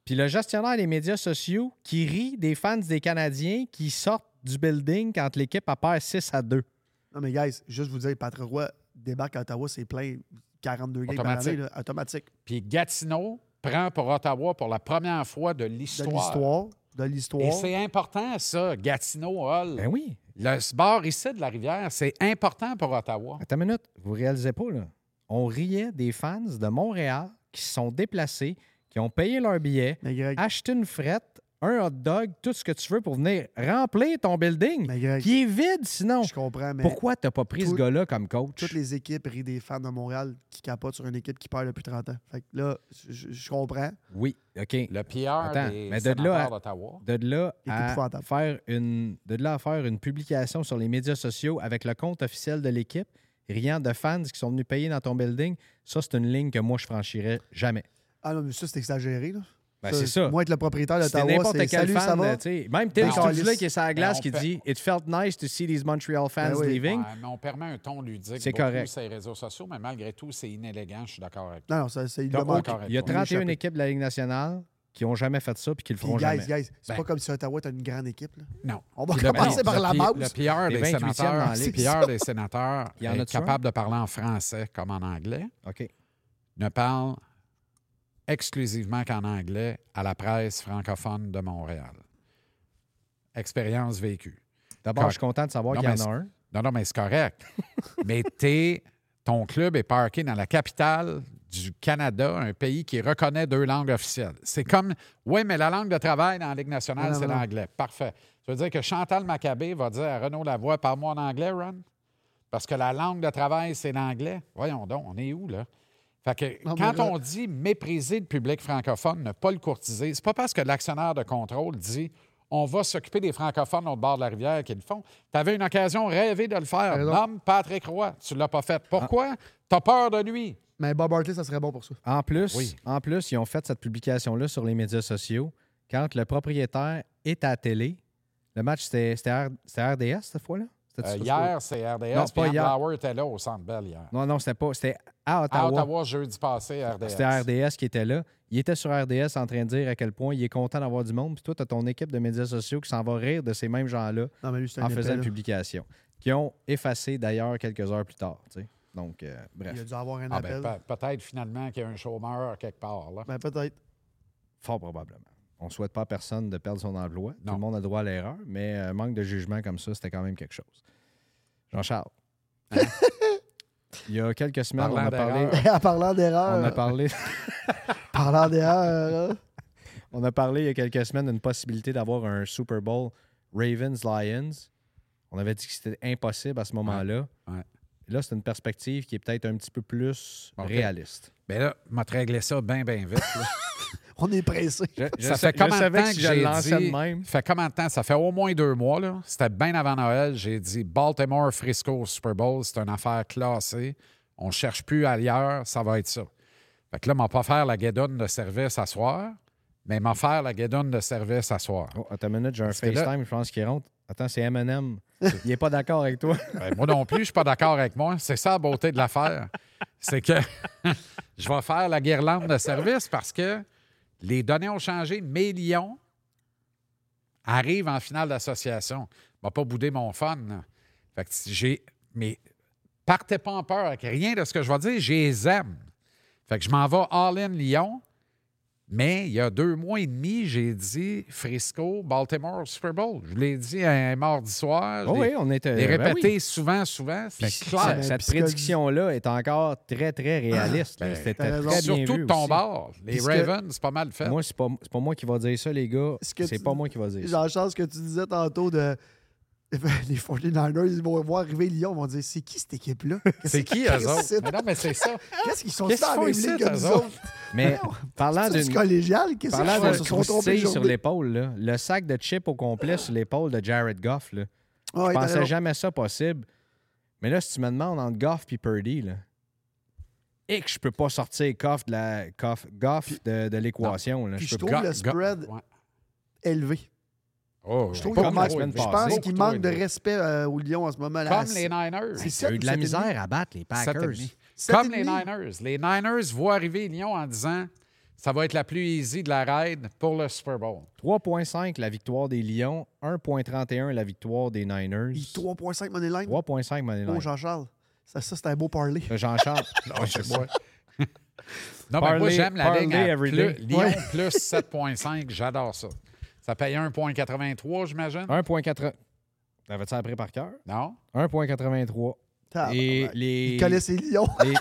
[SPEAKER 1] puis le gestionnaire des médias sociaux qui rit des fans des Canadiens qui sortent du building quand l'équipe a perd 6 à 2.
[SPEAKER 2] Non, mais guys, juste vous dire, Patrick Roy débarque à Ottawa, c'est plein 42 games par
[SPEAKER 3] Automatique.
[SPEAKER 2] année, là, automatique.
[SPEAKER 3] Puis Gatineau prend pour Ottawa pour la première fois de
[SPEAKER 2] De
[SPEAKER 3] l'histoire.
[SPEAKER 2] l'histoire, de
[SPEAKER 3] Et
[SPEAKER 2] l'histoire.
[SPEAKER 3] c'est important, ça. Gatineau, Hall.
[SPEAKER 1] Ben oui.
[SPEAKER 3] Le bord ici de la rivière, c'est important pour Ottawa.
[SPEAKER 1] Attends une minute, vous réalisez pas, là. On riait des fans de Montréal qui se sont déplacés, qui ont payé leur billet,
[SPEAKER 2] Mais Greg,
[SPEAKER 1] acheté une frette, un hot dog, tout ce que tu veux pour venir remplir ton building
[SPEAKER 2] mais Greg,
[SPEAKER 1] qui est vide sinon.
[SPEAKER 2] Ben, je comprends, mais
[SPEAKER 1] Pourquoi t'as pas pris ce
[SPEAKER 2] tout-
[SPEAKER 1] gars-là comme coach?
[SPEAKER 2] toutes les équipes rient des fans de Montréal qui capotent sur une équipe qui perd depuis 30 ans. Fait que là, je- je je comprends.
[SPEAKER 1] Oui, OK.
[SPEAKER 3] Le PR
[SPEAKER 1] Attends,
[SPEAKER 3] des
[SPEAKER 1] mais de
[SPEAKER 3] sénateurs
[SPEAKER 1] là à-
[SPEAKER 3] d'Ottawa.
[SPEAKER 1] De là,
[SPEAKER 2] Il est
[SPEAKER 1] à
[SPEAKER 2] épouvantable.
[SPEAKER 1] faire une, de là à faire une publication sur les médias sociaux avec le compte officiel de l'équipe, riant de fans qui sont venus payer dans ton building, ça, c'est une ligne que moi, je franchirais jamais.
[SPEAKER 2] Ah non, mais ça, c'est exagéré. Là.
[SPEAKER 1] Ben, c'est ça.
[SPEAKER 2] Moi, être le propriétaire
[SPEAKER 1] C'était
[SPEAKER 2] d'Ottawa,
[SPEAKER 1] n'importe
[SPEAKER 2] c'est
[SPEAKER 1] quel
[SPEAKER 2] salut, ça
[SPEAKER 1] fan.
[SPEAKER 2] va.
[SPEAKER 1] tu sais, Même Tim
[SPEAKER 3] Ben,
[SPEAKER 1] Stutzla
[SPEAKER 2] Carlis.
[SPEAKER 1] qui est sur la glace
[SPEAKER 3] on
[SPEAKER 1] qui
[SPEAKER 3] fait-
[SPEAKER 1] dit « It felt nice to see these Montreal fans
[SPEAKER 2] Ben oui.
[SPEAKER 1] leaving.
[SPEAKER 3] Ouais, mais on permet un ton ludique
[SPEAKER 1] C'est
[SPEAKER 3] beaucoup
[SPEAKER 1] correct.
[SPEAKER 3] sur les réseaux sociaux, mais malgré tout, c'est inélégant, je suis d'accord avec toi.
[SPEAKER 2] Non, non, ça, c'est il
[SPEAKER 3] T'as
[SPEAKER 2] le manque.
[SPEAKER 3] aucun- correct,
[SPEAKER 1] Il y a
[SPEAKER 3] on est
[SPEAKER 1] 31
[SPEAKER 2] échappé.
[SPEAKER 1] équipes de la Ligue nationale qui n'ont jamais fait ça puis qui le
[SPEAKER 2] Puis,
[SPEAKER 1] feront
[SPEAKER 2] guys,
[SPEAKER 1] jamais.
[SPEAKER 2] guys, c'est
[SPEAKER 3] Ben.
[SPEAKER 2] pas comme si Ottawa était une grande équipe. là.
[SPEAKER 3] Non.
[SPEAKER 2] On va
[SPEAKER 3] Puis le-
[SPEAKER 2] commencer
[SPEAKER 3] non,
[SPEAKER 2] par
[SPEAKER 3] le
[SPEAKER 2] la
[SPEAKER 3] pi-
[SPEAKER 2] base.
[SPEAKER 3] Le PR
[SPEAKER 1] Les
[SPEAKER 3] des
[SPEAKER 1] 28e dans
[SPEAKER 3] sénateurs,
[SPEAKER 1] la
[SPEAKER 3] le
[SPEAKER 1] ligue.
[SPEAKER 3] PR des sénateurs
[SPEAKER 1] Il y en a-tu un?
[SPEAKER 3] est capable de parler en français comme en anglais,
[SPEAKER 1] OK.
[SPEAKER 3] ne parle exclusivement qu'en anglais à la presse francophone de Montréal. Expérience vécue.
[SPEAKER 1] D'abord,
[SPEAKER 3] Correct.
[SPEAKER 1] je suis content de savoir
[SPEAKER 3] Non,
[SPEAKER 1] qu'il y en
[SPEAKER 3] mais
[SPEAKER 1] a un.
[SPEAKER 3] Non, non, mais c'est correct. mais t'es, ton club est parké dans la capitale du Canada, un pays qui reconnaît deux langues officielles. C'est comme, oui, mais la langue de travail dans la Ligue nationale,
[SPEAKER 2] Non, non,
[SPEAKER 3] c'est
[SPEAKER 2] non.
[SPEAKER 3] l'anglais. Parfait. Ça veut dire que Chantal Maccabé va dire à Renaud Lavoie, parle-moi en anglais, Ron. Parce que la langue de travail, c'est l'anglais. Voyons donc, on est où, là? Fait que
[SPEAKER 2] Non, mais
[SPEAKER 3] quand
[SPEAKER 2] Ron-
[SPEAKER 3] on dit mépriser le public francophone, ne pas le courtiser, c'est pas parce que l'actionnaire de contrôle dit on va s'occuper des francophones au bord de la rivière qu'ils le font. Tu avais une occasion rêvée de le faire.
[SPEAKER 2] Raison.
[SPEAKER 3] Nomme Patrick Roy. Tu l'as pas fait. Pourquoi? T'as peur de lui.
[SPEAKER 2] Mais Bob Hartley, ça serait bon pour ça.
[SPEAKER 1] En plus,
[SPEAKER 3] Oui.
[SPEAKER 1] en plus, ils ont fait cette publication-là sur les médias sociaux. Quand le propriétaire est à la télé, le match, c'était c'était R- c'était RDS cette fois-là? C'était ça?
[SPEAKER 3] Euh, hier, c'est RDS.
[SPEAKER 1] Non,
[SPEAKER 3] puis
[SPEAKER 1] pas
[SPEAKER 3] Anne
[SPEAKER 1] hier.
[SPEAKER 3] Lauer était là au Centre Bell hier.
[SPEAKER 1] Non, non, c'était pas. C'était à
[SPEAKER 3] À
[SPEAKER 1] Ottawa.
[SPEAKER 3] Ottawa, jeudi passé, RDS.
[SPEAKER 1] C'était RDS qui était là. Il était sur RDS en train de dire à quel point il est content d'avoir du monde. Puis toi, tu as ton équipe de médias sociaux qui s'en va rire de ces mêmes gens-là
[SPEAKER 2] Non, mais lui, c'est un
[SPEAKER 1] en
[SPEAKER 2] épais,
[SPEAKER 1] faisant
[SPEAKER 2] là.
[SPEAKER 1] une publication. Qui ont effacé d'ailleurs quelques heures plus tard. tu sais. Donc, euh, bref,
[SPEAKER 2] Il a dû avoir un
[SPEAKER 3] Ah, ben,
[SPEAKER 2] appel.
[SPEAKER 3] pe- peut-être finalement qu'il y a un chômeur quelque part. Là.
[SPEAKER 2] Ben, peut-être.
[SPEAKER 1] fort probablement. On ne souhaite pas à personne de perdre son emploi. Tout
[SPEAKER 3] Non.
[SPEAKER 1] le monde a droit à l'erreur, mais un manque de jugement comme ça, c'était quand même quelque chose. Jean-Charles. Il y a quelques semaines, on
[SPEAKER 3] Hein? Parlant
[SPEAKER 1] a parlé.
[SPEAKER 3] d'erreur.
[SPEAKER 1] On
[SPEAKER 2] en parlant
[SPEAKER 1] a
[SPEAKER 2] d'erreur.
[SPEAKER 1] parlé.
[SPEAKER 2] Parlant d'erreur. hein.
[SPEAKER 1] On a parlé il y a quelques semaines d'une possibilité d'avoir un Super Bowl Ravens-Lions. On avait dit que c'était impossible à ce moment-là.
[SPEAKER 3] Ouais.
[SPEAKER 1] Là, c'est une perspective qui est peut-être un petit peu plus
[SPEAKER 3] Ok.
[SPEAKER 1] réaliste.
[SPEAKER 3] Ben là, m'a réglé ça bien, bien vite. là.
[SPEAKER 2] On est pressé.
[SPEAKER 3] ça fait
[SPEAKER 1] comme
[SPEAKER 3] combien de temps que, j'ai dit-
[SPEAKER 1] même?
[SPEAKER 3] fait combien de temps? Ça fait au moins deux mois. là. C'était bien avant Noël. J'ai dit Baltimore, Frisco, Super Bowl, c'est une affaire classée. On ne cherche plus ailleurs. Ça va être ça. Fait que là, m'a pas faire la guédonne de service à soir, mais m'a faire la guédonne de service à soir.
[SPEAKER 1] Oh, attends une minute, j'ai un
[SPEAKER 3] que là-
[SPEAKER 1] FaceTime, je pense qu'il rentre. Attends, c'est M&M. Il n'est pas d'accord avec toi.
[SPEAKER 3] Ben, moi non plus, je suis pas d'accord avec moi. C'est ça la beauté de l'affaire. C'est que je vais faire la guirlande de service parce que les données ont changé. Mes lions arrivent en finale d'association. Je vais pas bouder mon fun. là. Fait que si j'ai. Mais partez pas en peur avec rien de ce que je vais dire. Je les aime. Fait que je m'en vais all-in Lyon. Mais il y a deux mois et demi, j'ai dit Frisco, Baltimore, Super Bowl. Je l'ai dit un mardi soir. je
[SPEAKER 1] Oh
[SPEAKER 3] l'ai-
[SPEAKER 1] oui, on était.
[SPEAKER 3] les
[SPEAKER 1] ben
[SPEAKER 3] répéter
[SPEAKER 1] oui.
[SPEAKER 3] souvent, souvent,
[SPEAKER 1] Puis
[SPEAKER 3] c'est clair.
[SPEAKER 1] cette-
[SPEAKER 2] Ben,
[SPEAKER 1] Cette
[SPEAKER 2] puisque-
[SPEAKER 1] prédiction-là est encore très, très réaliste. là.
[SPEAKER 3] Ben,
[SPEAKER 1] C'était
[SPEAKER 2] t'as
[SPEAKER 1] très
[SPEAKER 2] raison.
[SPEAKER 1] bien
[SPEAKER 3] Surtout
[SPEAKER 1] vu
[SPEAKER 3] de ton
[SPEAKER 1] aussi.
[SPEAKER 3] bord. Les
[SPEAKER 2] Puis ce que-
[SPEAKER 3] Ravens, c'est pas mal fait.
[SPEAKER 1] Moi, c'est pas, c'est pas moi qui va dire ça, les gars.
[SPEAKER 2] Ce que
[SPEAKER 1] C'est
[SPEAKER 2] tu-
[SPEAKER 1] pas moi qui va dire ça.
[SPEAKER 2] J'en chance ce que tu disais tantôt de. Les 49ers, ils vont voir arriver Lyon, ils vont dire c'est qui cette équipe-là
[SPEAKER 3] c'est qui,
[SPEAKER 2] Qu'est-ce
[SPEAKER 3] eux
[SPEAKER 2] que c'est?
[SPEAKER 3] autres? Mais non, mais c'est ça.
[SPEAKER 2] Qu'est-ce qu'ils sont
[SPEAKER 3] Qu'est-ce
[SPEAKER 2] ça
[SPEAKER 3] qu'ils font
[SPEAKER 2] même
[SPEAKER 3] ici,
[SPEAKER 2] ligue que
[SPEAKER 3] eux
[SPEAKER 2] nous
[SPEAKER 3] autres?
[SPEAKER 2] autres
[SPEAKER 1] Mais parlant
[SPEAKER 2] C'est
[SPEAKER 1] d'une.
[SPEAKER 2] collégial Qu'est-ce qu'ils
[SPEAKER 1] Parlant
[SPEAKER 2] font
[SPEAKER 1] d'un
[SPEAKER 2] Ils se sont trompés
[SPEAKER 1] croustille
[SPEAKER 2] de
[SPEAKER 1] sur
[SPEAKER 2] journée.
[SPEAKER 1] l'épaule, là, le sac de chips au complet sur l'épaule de Jared Goff, là.
[SPEAKER 2] Ouais,
[SPEAKER 1] je
[SPEAKER 2] t'as
[SPEAKER 1] pensais
[SPEAKER 2] raison.
[SPEAKER 1] jamais ça possible. Mais là, si tu me demandes entre Goff et Purdy, là, et que je peux pas sortir Goff de la Goff, Goff de, de l'équation. là.
[SPEAKER 2] Puis
[SPEAKER 1] Je
[SPEAKER 2] je
[SPEAKER 1] peux
[SPEAKER 2] trouve
[SPEAKER 1] pas-
[SPEAKER 2] le spread
[SPEAKER 3] Ouais.
[SPEAKER 2] élevé.
[SPEAKER 3] Oh,
[SPEAKER 2] Je trouve
[SPEAKER 1] Pas
[SPEAKER 2] qu'il
[SPEAKER 1] comme la
[SPEAKER 2] manque-
[SPEAKER 1] semaine
[SPEAKER 2] je
[SPEAKER 1] passée.
[SPEAKER 2] pense qu'il
[SPEAKER 3] Beaucoup trop
[SPEAKER 2] manque de
[SPEAKER 3] élevé.
[SPEAKER 2] respect euh, aux Lions en ce moment.
[SPEAKER 3] Comme les Niners.
[SPEAKER 2] C'est
[SPEAKER 1] T'as eu de la
[SPEAKER 2] sept et
[SPEAKER 1] misère à battre les
[SPEAKER 3] Sept et
[SPEAKER 1] Packers.
[SPEAKER 3] demi.
[SPEAKER 2] Sept
[SPEAKER 3] Comme
[SPEAKER 2] et
[SPEAKER 3] les
[SPEAKER 2] demi.
[SPEAKER 3] Niners. Les Niners voient arriver Lyon en disant ça va être la plus easy de la raid pour le Super Bowl.
[SPEAKER 1] 3.5 la victoire des Lions, 1.31 la victoire des Niners.
[SPEAKER 2] Il 3.5 Moneyline.
[SPEAKER 1] 3.5 Money
[SPEAKER 2] Oh,
[SPEAKER 1] Line.
[SPEAKER 2] Jean-Charles. Ça, ça, c'est un beau parler.
[SPEAKER 1] Euh, Jean-Charles. Ouais, c'est ça.
[SPEAKER 3] Non, mais moi,
[SPEAKER 1] Parlez-
[SPEAKER 3] j'aime la ligne
[SPEAKER 1] parlez
[SPEAKER 3] à
[SPEAKER 1] every
[SPEAKER 3] plus-
[SPEAKER 1] day.
[SPEAKER 3] Lyon
[SPEAKER 2] Ouais.
[SPEAKER 3] plus 7,5. J'adore ça. Ça paye 1,83, j'imagine.
[SPEAKER 1] 1.4. T'avais-tu appris par cœur?
[SPEAKER 3] Non?
[SPEAKER 1] 1,83. Et
[SPEAKER 2] Tabarnak.
[SPEAKER 1] les.
[SPEAKER 2] Il connaît ses lions.
[SPEAKER 1] les-
[SPEAKER 3] Je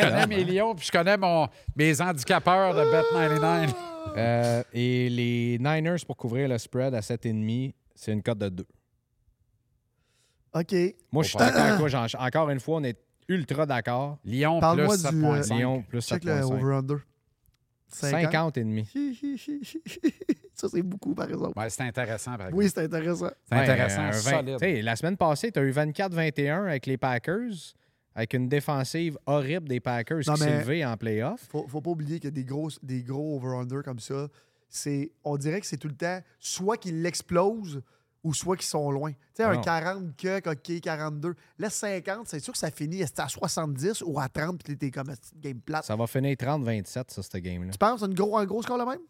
[SPEAKER 1] Quel
[SPEAKER 3] connais
[SPEAKER 1] homme,
[SPEAKER 3] mes
[SPEAKER 1] hein?
[SPEAKER 3] lions, puis je connais mon, mes handicapeurs de Bet99.
[SPEAKER 1] Euh, et les Niners pour couvrir le spread à 7,5, c'est une cote de 2.
[SPEAKER 2] OK.
[SPEAKER 1] Moi, je suis
[SPEAKER 3] Faut pas-
[SPEAKER 1] d'accord avec toi. Jean- Encore une fois, on est ultra d'accord.
[SPEAKER 3] Lyon plus
[SPEAKER 2] Parle-moi du, euh,
[SPEAKER 3] 7.5.
[SPEAKER 1] Lyon plus
[SPEAKER 2] Check le
[SPEAKER 1] 7,5.
[SPEAKER 2] over-under.
[SPEAKER 1] 50 et demi.
[SPEAKER 2] Hi, hi, hi, hi, hi. Ça, c'est beaucoup, par exemple.
[SPEAKER 3] Ouais, c'est intéressant, par exemple.
[SPEAKER 2] Oui, c'est intéressant.
[SPEAKER 3] c'est intéressant,
[SPEAKER 1] Ouais, euh, un 20.
[SPEAKER 3] solide.
[SPEAKER 1] T'sais, La semaine passée, tu as eu 24-21 avec les Packers, avec une défensive horrible des Packers
[SPEAKER 2] Non,
[SPEAKER 1] qui s'est
[SPEAKER 2] mais-
[SPEAKER 1] levée en playoff.
[SPEAKER 2] Faut, faut pas oublier qu'il y a des gros, des gros over-under comme ça. C'est, on dirait que c'est tout le temps soit qu'ils l'explosent ou soit qu'ils sont loin. Tu sais, un
[SPEAKER 1] Non.
[SPEAKER 2] 40 que, OK, 42. Là, 50, c'est sûr que ça finit est-ce que à 70 ou à 30, puis t'es comme est-ce que game plate.
[SPEAKER 1] Ça va finir 30-27, ça, ce game-là.
[SPEAKER 2] Tu penses une gros, un gros score le même?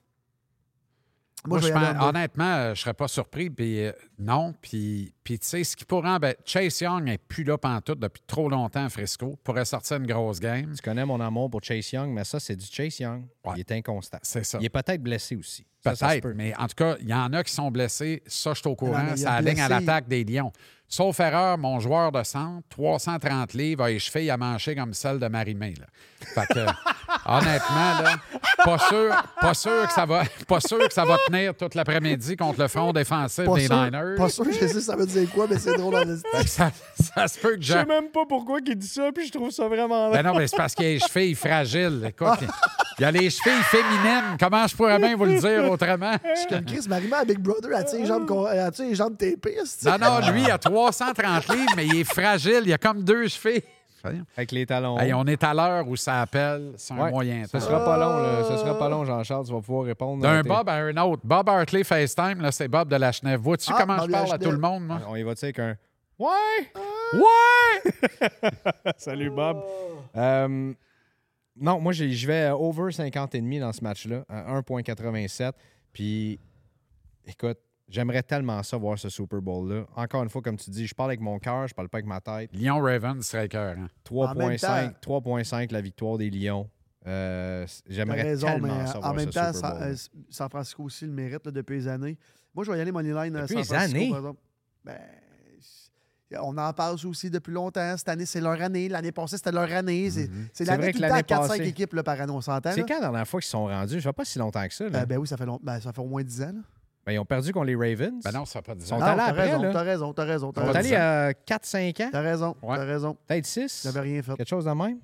[SPEAKER 3] Moi, je
[SPEAKER 2] vais y aller
[SPEAKER 3] pense-
[SPEAKER 2] under.
[SPEAKER 3] honnêtement, euh, je serais pas surpris. Puis euh, non, puis, puis tu sais, ce qui pourrait... ben, Chase Young n'est plus là pantoute depuis trop longtemps à Frisco. Pourrait sortir une grosse game.
[SPEAKER 1] Tu connais mon amour pour Chase Young, mais ça, c'est du Chase Young.
[SPEAKER 3] Ouais.
[SPEAKER 1] Il est inconstant.
[SPEAKER 3] C'est ça.
[SPEAKER 1] Il est peut-être blessé aussi. Ça, ça se
[SPEAKER 3] Peut-être,
[SPEAKER 1] peut.
[SPEAKER 3] mais en tout cas, il y en a qui sont blessés. Ça, je suis au
[SPEAKER 2] Non, mais
[SPEAKER 3] courant.
[SPEAKER 2] il
[SPEAKER 3] Ça
[SPEAKER 2] a
[SPEAKER 3] aligne à
[SPEAKER 2] blessé.
[SPEAKER 3] l'attaque des Lions. Sauf erreur, mon joueur de centre, 330 livres, a les chevilles à mancher comme celle de Marie-Mé. là. Fait que, honnêtement, là, pas, sûr, pas, sûr que ça va, pas sûr que ça va tenir toute l'après-midi contre le front défensif
[SPEAKER 2] Pas
[SPEAKER 3] des
[SPEAKER 2] sûr,
[SPEAKER 3] Niners.
[SPEAKER 2] pas sûr, je sais ça veut dire quoi, mais c'est drôle en esti.
[SPEAKER 3] Fait que ça, ça se peut que je.
[SPEAKER 1] même pas pourquoi il dit ça, puis je trouve ça vraiment
[SPEAKER 3] Ben non, mais c'est parce qu'il y a les chevilles fragiles. Écoute,
[SPEAKER 2] Ah.
[SPEAKER 3] il y a les chevilles féminines. Comment je pourrais bien vous le dire autrement?
[SPEAKER 2] Je suis comme Chris Marima à Big Brother, as-tu les jambes, qu'on- as-tu les jambes tapées? esti?
[SPEAKER 3] Non, non, lui, il a 330 livres, mais il est fragile. Il a comme deux chevilles.
[SPEAKER 1] Avec les talons.
[SPEAKER 3] Hey,
[SPEAKER 1] hauts.
[SPEAKER 3] on est à l'heure où ça appelle. C'est un
[SPEAKER 1] Ouais.
[SPEAKER 3] moyen
[SPEAKER 1] Ce
[SPEAKER 3] temps.
[SPEAKER 1] sera pas long, là. Ce sera pas long, Jean-Charles. Tu vas pouvoir répondre. à
[SPEAKER 3] D'un
[SPEAKER 1] tes-
[SPEAKER 3] Bob à un autre. Bob Hartley FaceTime, là, c'est Bob de la Chenève. Vois-tu
[SPEAKER 2] Ah,
[SPEAKER 3] comment
[SPEAKER 2] Bob
[SPEAKER 3] je parle à
[SPEAKER 2] Lachenève.
[SPEAKER 3] tout le monde, moi?
[SPEAKER 1] On y va-tu avec un. Ouais!
[SPEAKER 3] Ouais!
[SPEAKER 1] Salut, Bob. Oh! Euh, non, moi, j'ai- je vais over 50,5 dans ce match-là, à 1,87. Puis, écoute, j'aimerais tellement ça voir ce Super Bowl-là. Encore une fois, comme tu dis, je parle avec mon cœur, je parle pas avec ma tête.
[SPEAKER 3] Lyon Raven serait cœur.
[SPEAKER 1] 3,5
[SPEAKER 2] temps-
[SPEAKER 1] 3,5 la victoire des Lions. Euh, c-
[SPEAKER 2] T'as
[SPEAKER 1] j'aimerais
[SPEAKER 2] raison, mais
[SPEAKER 1] tellement
[SPEAKER 2] euh,
[SPEAKER 1] ça voir
[SPEAKER 2] en même
[SPEAKER 1] ce
[SPEAKER 2] temps,
[SPEAKER 1] Super
[SPEAKER 2] San,
[SPEAKER 1] Bowl-là.
[SPEAKER 2] euh, San Francisco aussi le mérite là, depuis les années. Moi, je vais y aller Moneyline à
[SPEAKER 1] Depuis
[SPEAKER 2] San
[SPEAKER 1] les
[SPEAKER 2] Francisco,
[SPEAKER 1] années?
[SPEAKER 2] par exemple. Ben, c'est- on en parle aussi depuis longtemps. Cette année, c'est leur année. L'année passée, c'était leur année. C'est c'est l'année
[SPEAKER 1] Mhm. vrai
[SPEAKER 2] tout
[SPEAKER 1] que
[SPEAKER 2] le temps
[SPEAKER 1] l'année
[SPEAKER 2] 4-5
[SPEAKER 1] passée-
[SPEAKER 2] équipes là, par année, on s'entend.
[SPEAKER 1] C'est
[SPEAKER 2] là.
[SPEAKER 1] quand la dernière fois qu'ils se sont rendus? Je ne pas si longtemps que ça. là.
[SPEAKER 2] Euh, ben oui, ça fait, long- ben, ça fait au moins 10 ans. là.
[SPEAKER 1] Ben, ils ont perdu contre les Ravens.
[SPEAKER 3] Ben non, ça n'a pas de
[SPEAKER 1] Sont
[SPEAKER 2] Non,
[SPEAKER 1] allés
[SPEAKER 2] t'as
[SPEAKER 1] après,
[SPEAKER 2] raison,
[SPEAKER 1] là.
[SPEAKER 2] t'as raison, t'as raison, t'as
[SPEAKER 1] Ils sont
[SPEAKER 3] Ouais,
[SPEAKER 2] raison.
[SPEAKER 1] allés à 4-5 ans,
[SPEAKER 2] T'as raison,
[SPEAKER 3] Ouais.
[SPEAKER 2] t'as raison.
[SPEAKER 1] peut-être 6.
[SPEAKER 2] J'avais rien fait.
[SPEAKER 1] Quelque chose de même.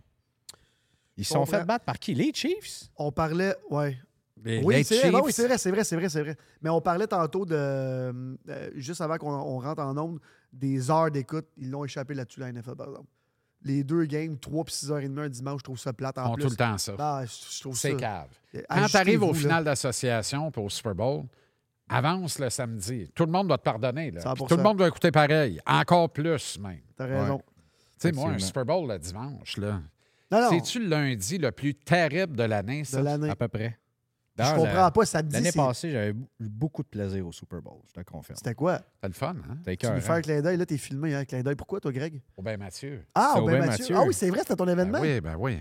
[SPEAKER 1] Ils se sont
[SPEAKER 2] Comprends.
[SPEAKER 1] fait battre par qui? Les Chiefs?
[SPEAKER 2] On parlait, ouais,
[SPEAKER 3] Les-
[SPEAKER 2] Oui,
[SPEAKER 3] les
[SPEAKER 2] c'est vrai,
[SPEAKER 3] Chiefs.
[SPEAKER 2] non, oui, c'est vrai, c'est vrai, c'est vrai, c'est vrai. Mais on parlait tantôt de. euh, euh, juste avant qu'on on rentre en nombre, des heures d'écoute. Ils l'ont échappé là-dessus, la NFL, par exemple. Les deux games, 3 puis 6 heures et demie un dimanche, je trouve ça plate en
[SPEAKER 3] Ils ont
[SPEAKER 2] plus.
[SPEAKER 3] tout le temps ça.
[SPEAKER 2] Ah, je, je trouve ça.
[SPEAKER 3] C'est cave. Quand
[SPEAKER 2] Ajoutez-vous,
[SPEAKER 3] tu arrives au
[SPEAKER 2] là.
[SPEAKER 3] final d'association pour le Super Bowl, avance le samedi. Tout le monde va te pardonner. là.
[SPEAKER 2] 100%.
[SPEAKER 3] Puis Tout le monde va écouter pareil. Encore plus, même.
[SPEAKER 2] T'as raison.
[SPEAKER 1] Ouais.
[SPEAKER 3] Tu sais, moi, un
[SPEAKER 1] Absolument.
[SPEAKER 3] Super Bowl le dimanche, là.
[SPEAKER 2] Non, non.
[SPEAKER 3] C'est-tu le lundi le plus terrible de l'année,
[SPEAKER 2] De
[SPEAKER 3] ça?
[SPEAKER 2] l'année.
[SPEAKER 1] À peu près.
[SPEAKER 2] Je
[SPEAKER 1] D'ailleurs,
[SPEAKER 2] comprends
[SPEAKER 1] la-
[SPEAKER 2] pas, samedi.
[SPEAKER 1] L'année
[SPEAKER 2] c'est-
[SPEAKER 1] passée, j'avais eu beaucoup de plaisir au Super Bowl, je te confirme.
[SPEAKER 2] C'était quoi?
[SPEAKER 3] T'as le fun, hein?
[SPEAKER 1] C'était
[SPEAKER 2] Tu veux
[SPEAKER 1] écœurant.
[SPEAKER 2] faire un clin d'œil, là, t'es filmé, hein, clin d'œil. Pourquoi, toi, Greg?
[SPEAKER 3] Oh, ben Mathieu.
[SPEAKER 2] Ah,
[SPEAKER 1] C'est au
[SPEAKER 2] ben
[SPEAKER 1] Ben
[SPEAKER 2] Mathieu.
[SPEAKER 1] Mathieu.
[SPEAKER 2] Ah oui, c'est vrai, c'était ton
[SPEAKER 3] Ben
[SPEAKER 2] événement.
[SPEAKER 3] oui, ben oui.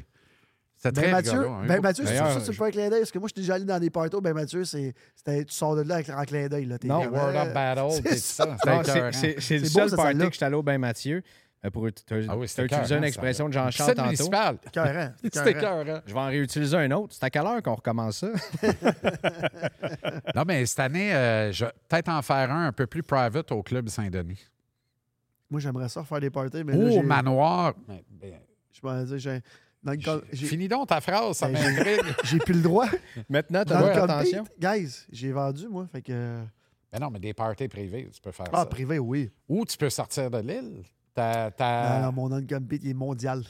[SPEAKER 3] C'était très
[SPEAKER 2] Ben Mathieu,
[SPEAKER 3] rigolo, hein?
[SPEAKER 2] ben Mathieu, c'est sûr
[SPEAKER 1] D'ailleurs,
[SPEAKER 2] ça, tu
[SPEAKER 1] je-
[SPEAKER 2] fais un clin d'œil, parce que moi, je suis déjà allé dans des parties. Ben Mathieu, c'est, c'était- tu sors de là avec en clin d'œil. Là, T'es
[SPEAKER 1] Non,
[SPEAKER 2] comme,
[SPEAKER 3] World
[SPEAKER 2] euh,
[SPEAKER 3] of Battle,
[SPEAKER 2] c'est
[SPEAKER 3] c'est
[SPEAKER 2] ça.
[SPEAKER 3] ça.
[SPEAKER 1] Non,
[SPEAKER 3] C'était
[SPEAKER 1] Ben, Ah, c'est-
[SPEAKER 3] écœurant.
[SPEAKER 1] C'est c'est le
[SPEAKER 2] hein. C'est beau,
[SPEAKER 1] seul
[SPEAKER 2] ça,
[SPEAKER 1] party
[SPEAKER 2] celle-là.
[SPEAKER 1] que je suis allé au Bain Mathieu. Euh, Pour, tu as,
[SPEAKER 3] Ah oui, c'était
[SPEAKER 1] utilisé
[SPEAKER 3] écœurant,
[SPEAKER 1] une
[SPEAKER 3] ça,
[SPEAKER 1] expression de
[SPEAKER 3] là.
[SPEAKER 1] Jean-Charles
[SPEAKER 3] C'est
[SPEAKER 1] tantôt.
[SPEAKER 3] municipal.
[SPEAKER 2] Écœurant,
[SPEAKER 3] C'était
[SPEAKER 2] écœurant.
[SPEAKER 3] écœurant.
[SPEAKER 1] Je vais en réutiliser un autre. C'est à quelle heure qu'on recommence ça?
[SPEAKER 3] Non, mais cette année, euh, je vais peut-être en faire un un peu plus private au Club Saint-Denis.
[SPEAKER 2] Moi, j'aimerais ça faire des parties, mais Ben, là,
[SPEAKER 3] Ou
[SPEAKER 2] j'ai-
[SPEAKER 3] au manoir. Mais, ben,
[SPEAKER 2] je vais dire, j'ai, dans le com- j'ai-
[SPEAKER 3] Finis donc ta phrase, ça
[SPEAKER 2] Ben,
[SPEAKER 3] m'intrigue.
[SPEAKER 2] j'ai plus le droit.
[SPEAKER 1] Maintenant, tu
[SPEAKER 2] Dans
[SPEAKER 1] as
[SPEAKER 2] le
[SPEAKER 1] attention.
[SPEAKER 2] compete, guys, j'ai vendu, moi. Fait que,
[SPEAKER 3] Mais non, mais des parties privées, tu peux faire
[SPEAKER 2] ah,
[SPEAKER 3] ça.
[SPEAKER 2] privé, oui.
[SPEAKER 3] Ou tu peux sortir de l'île. T'as
[SPEAKER 2] Non,
[SPEAKER 3] t'as-
[SPEAKER 2] non, mon non-compete, il est mondial.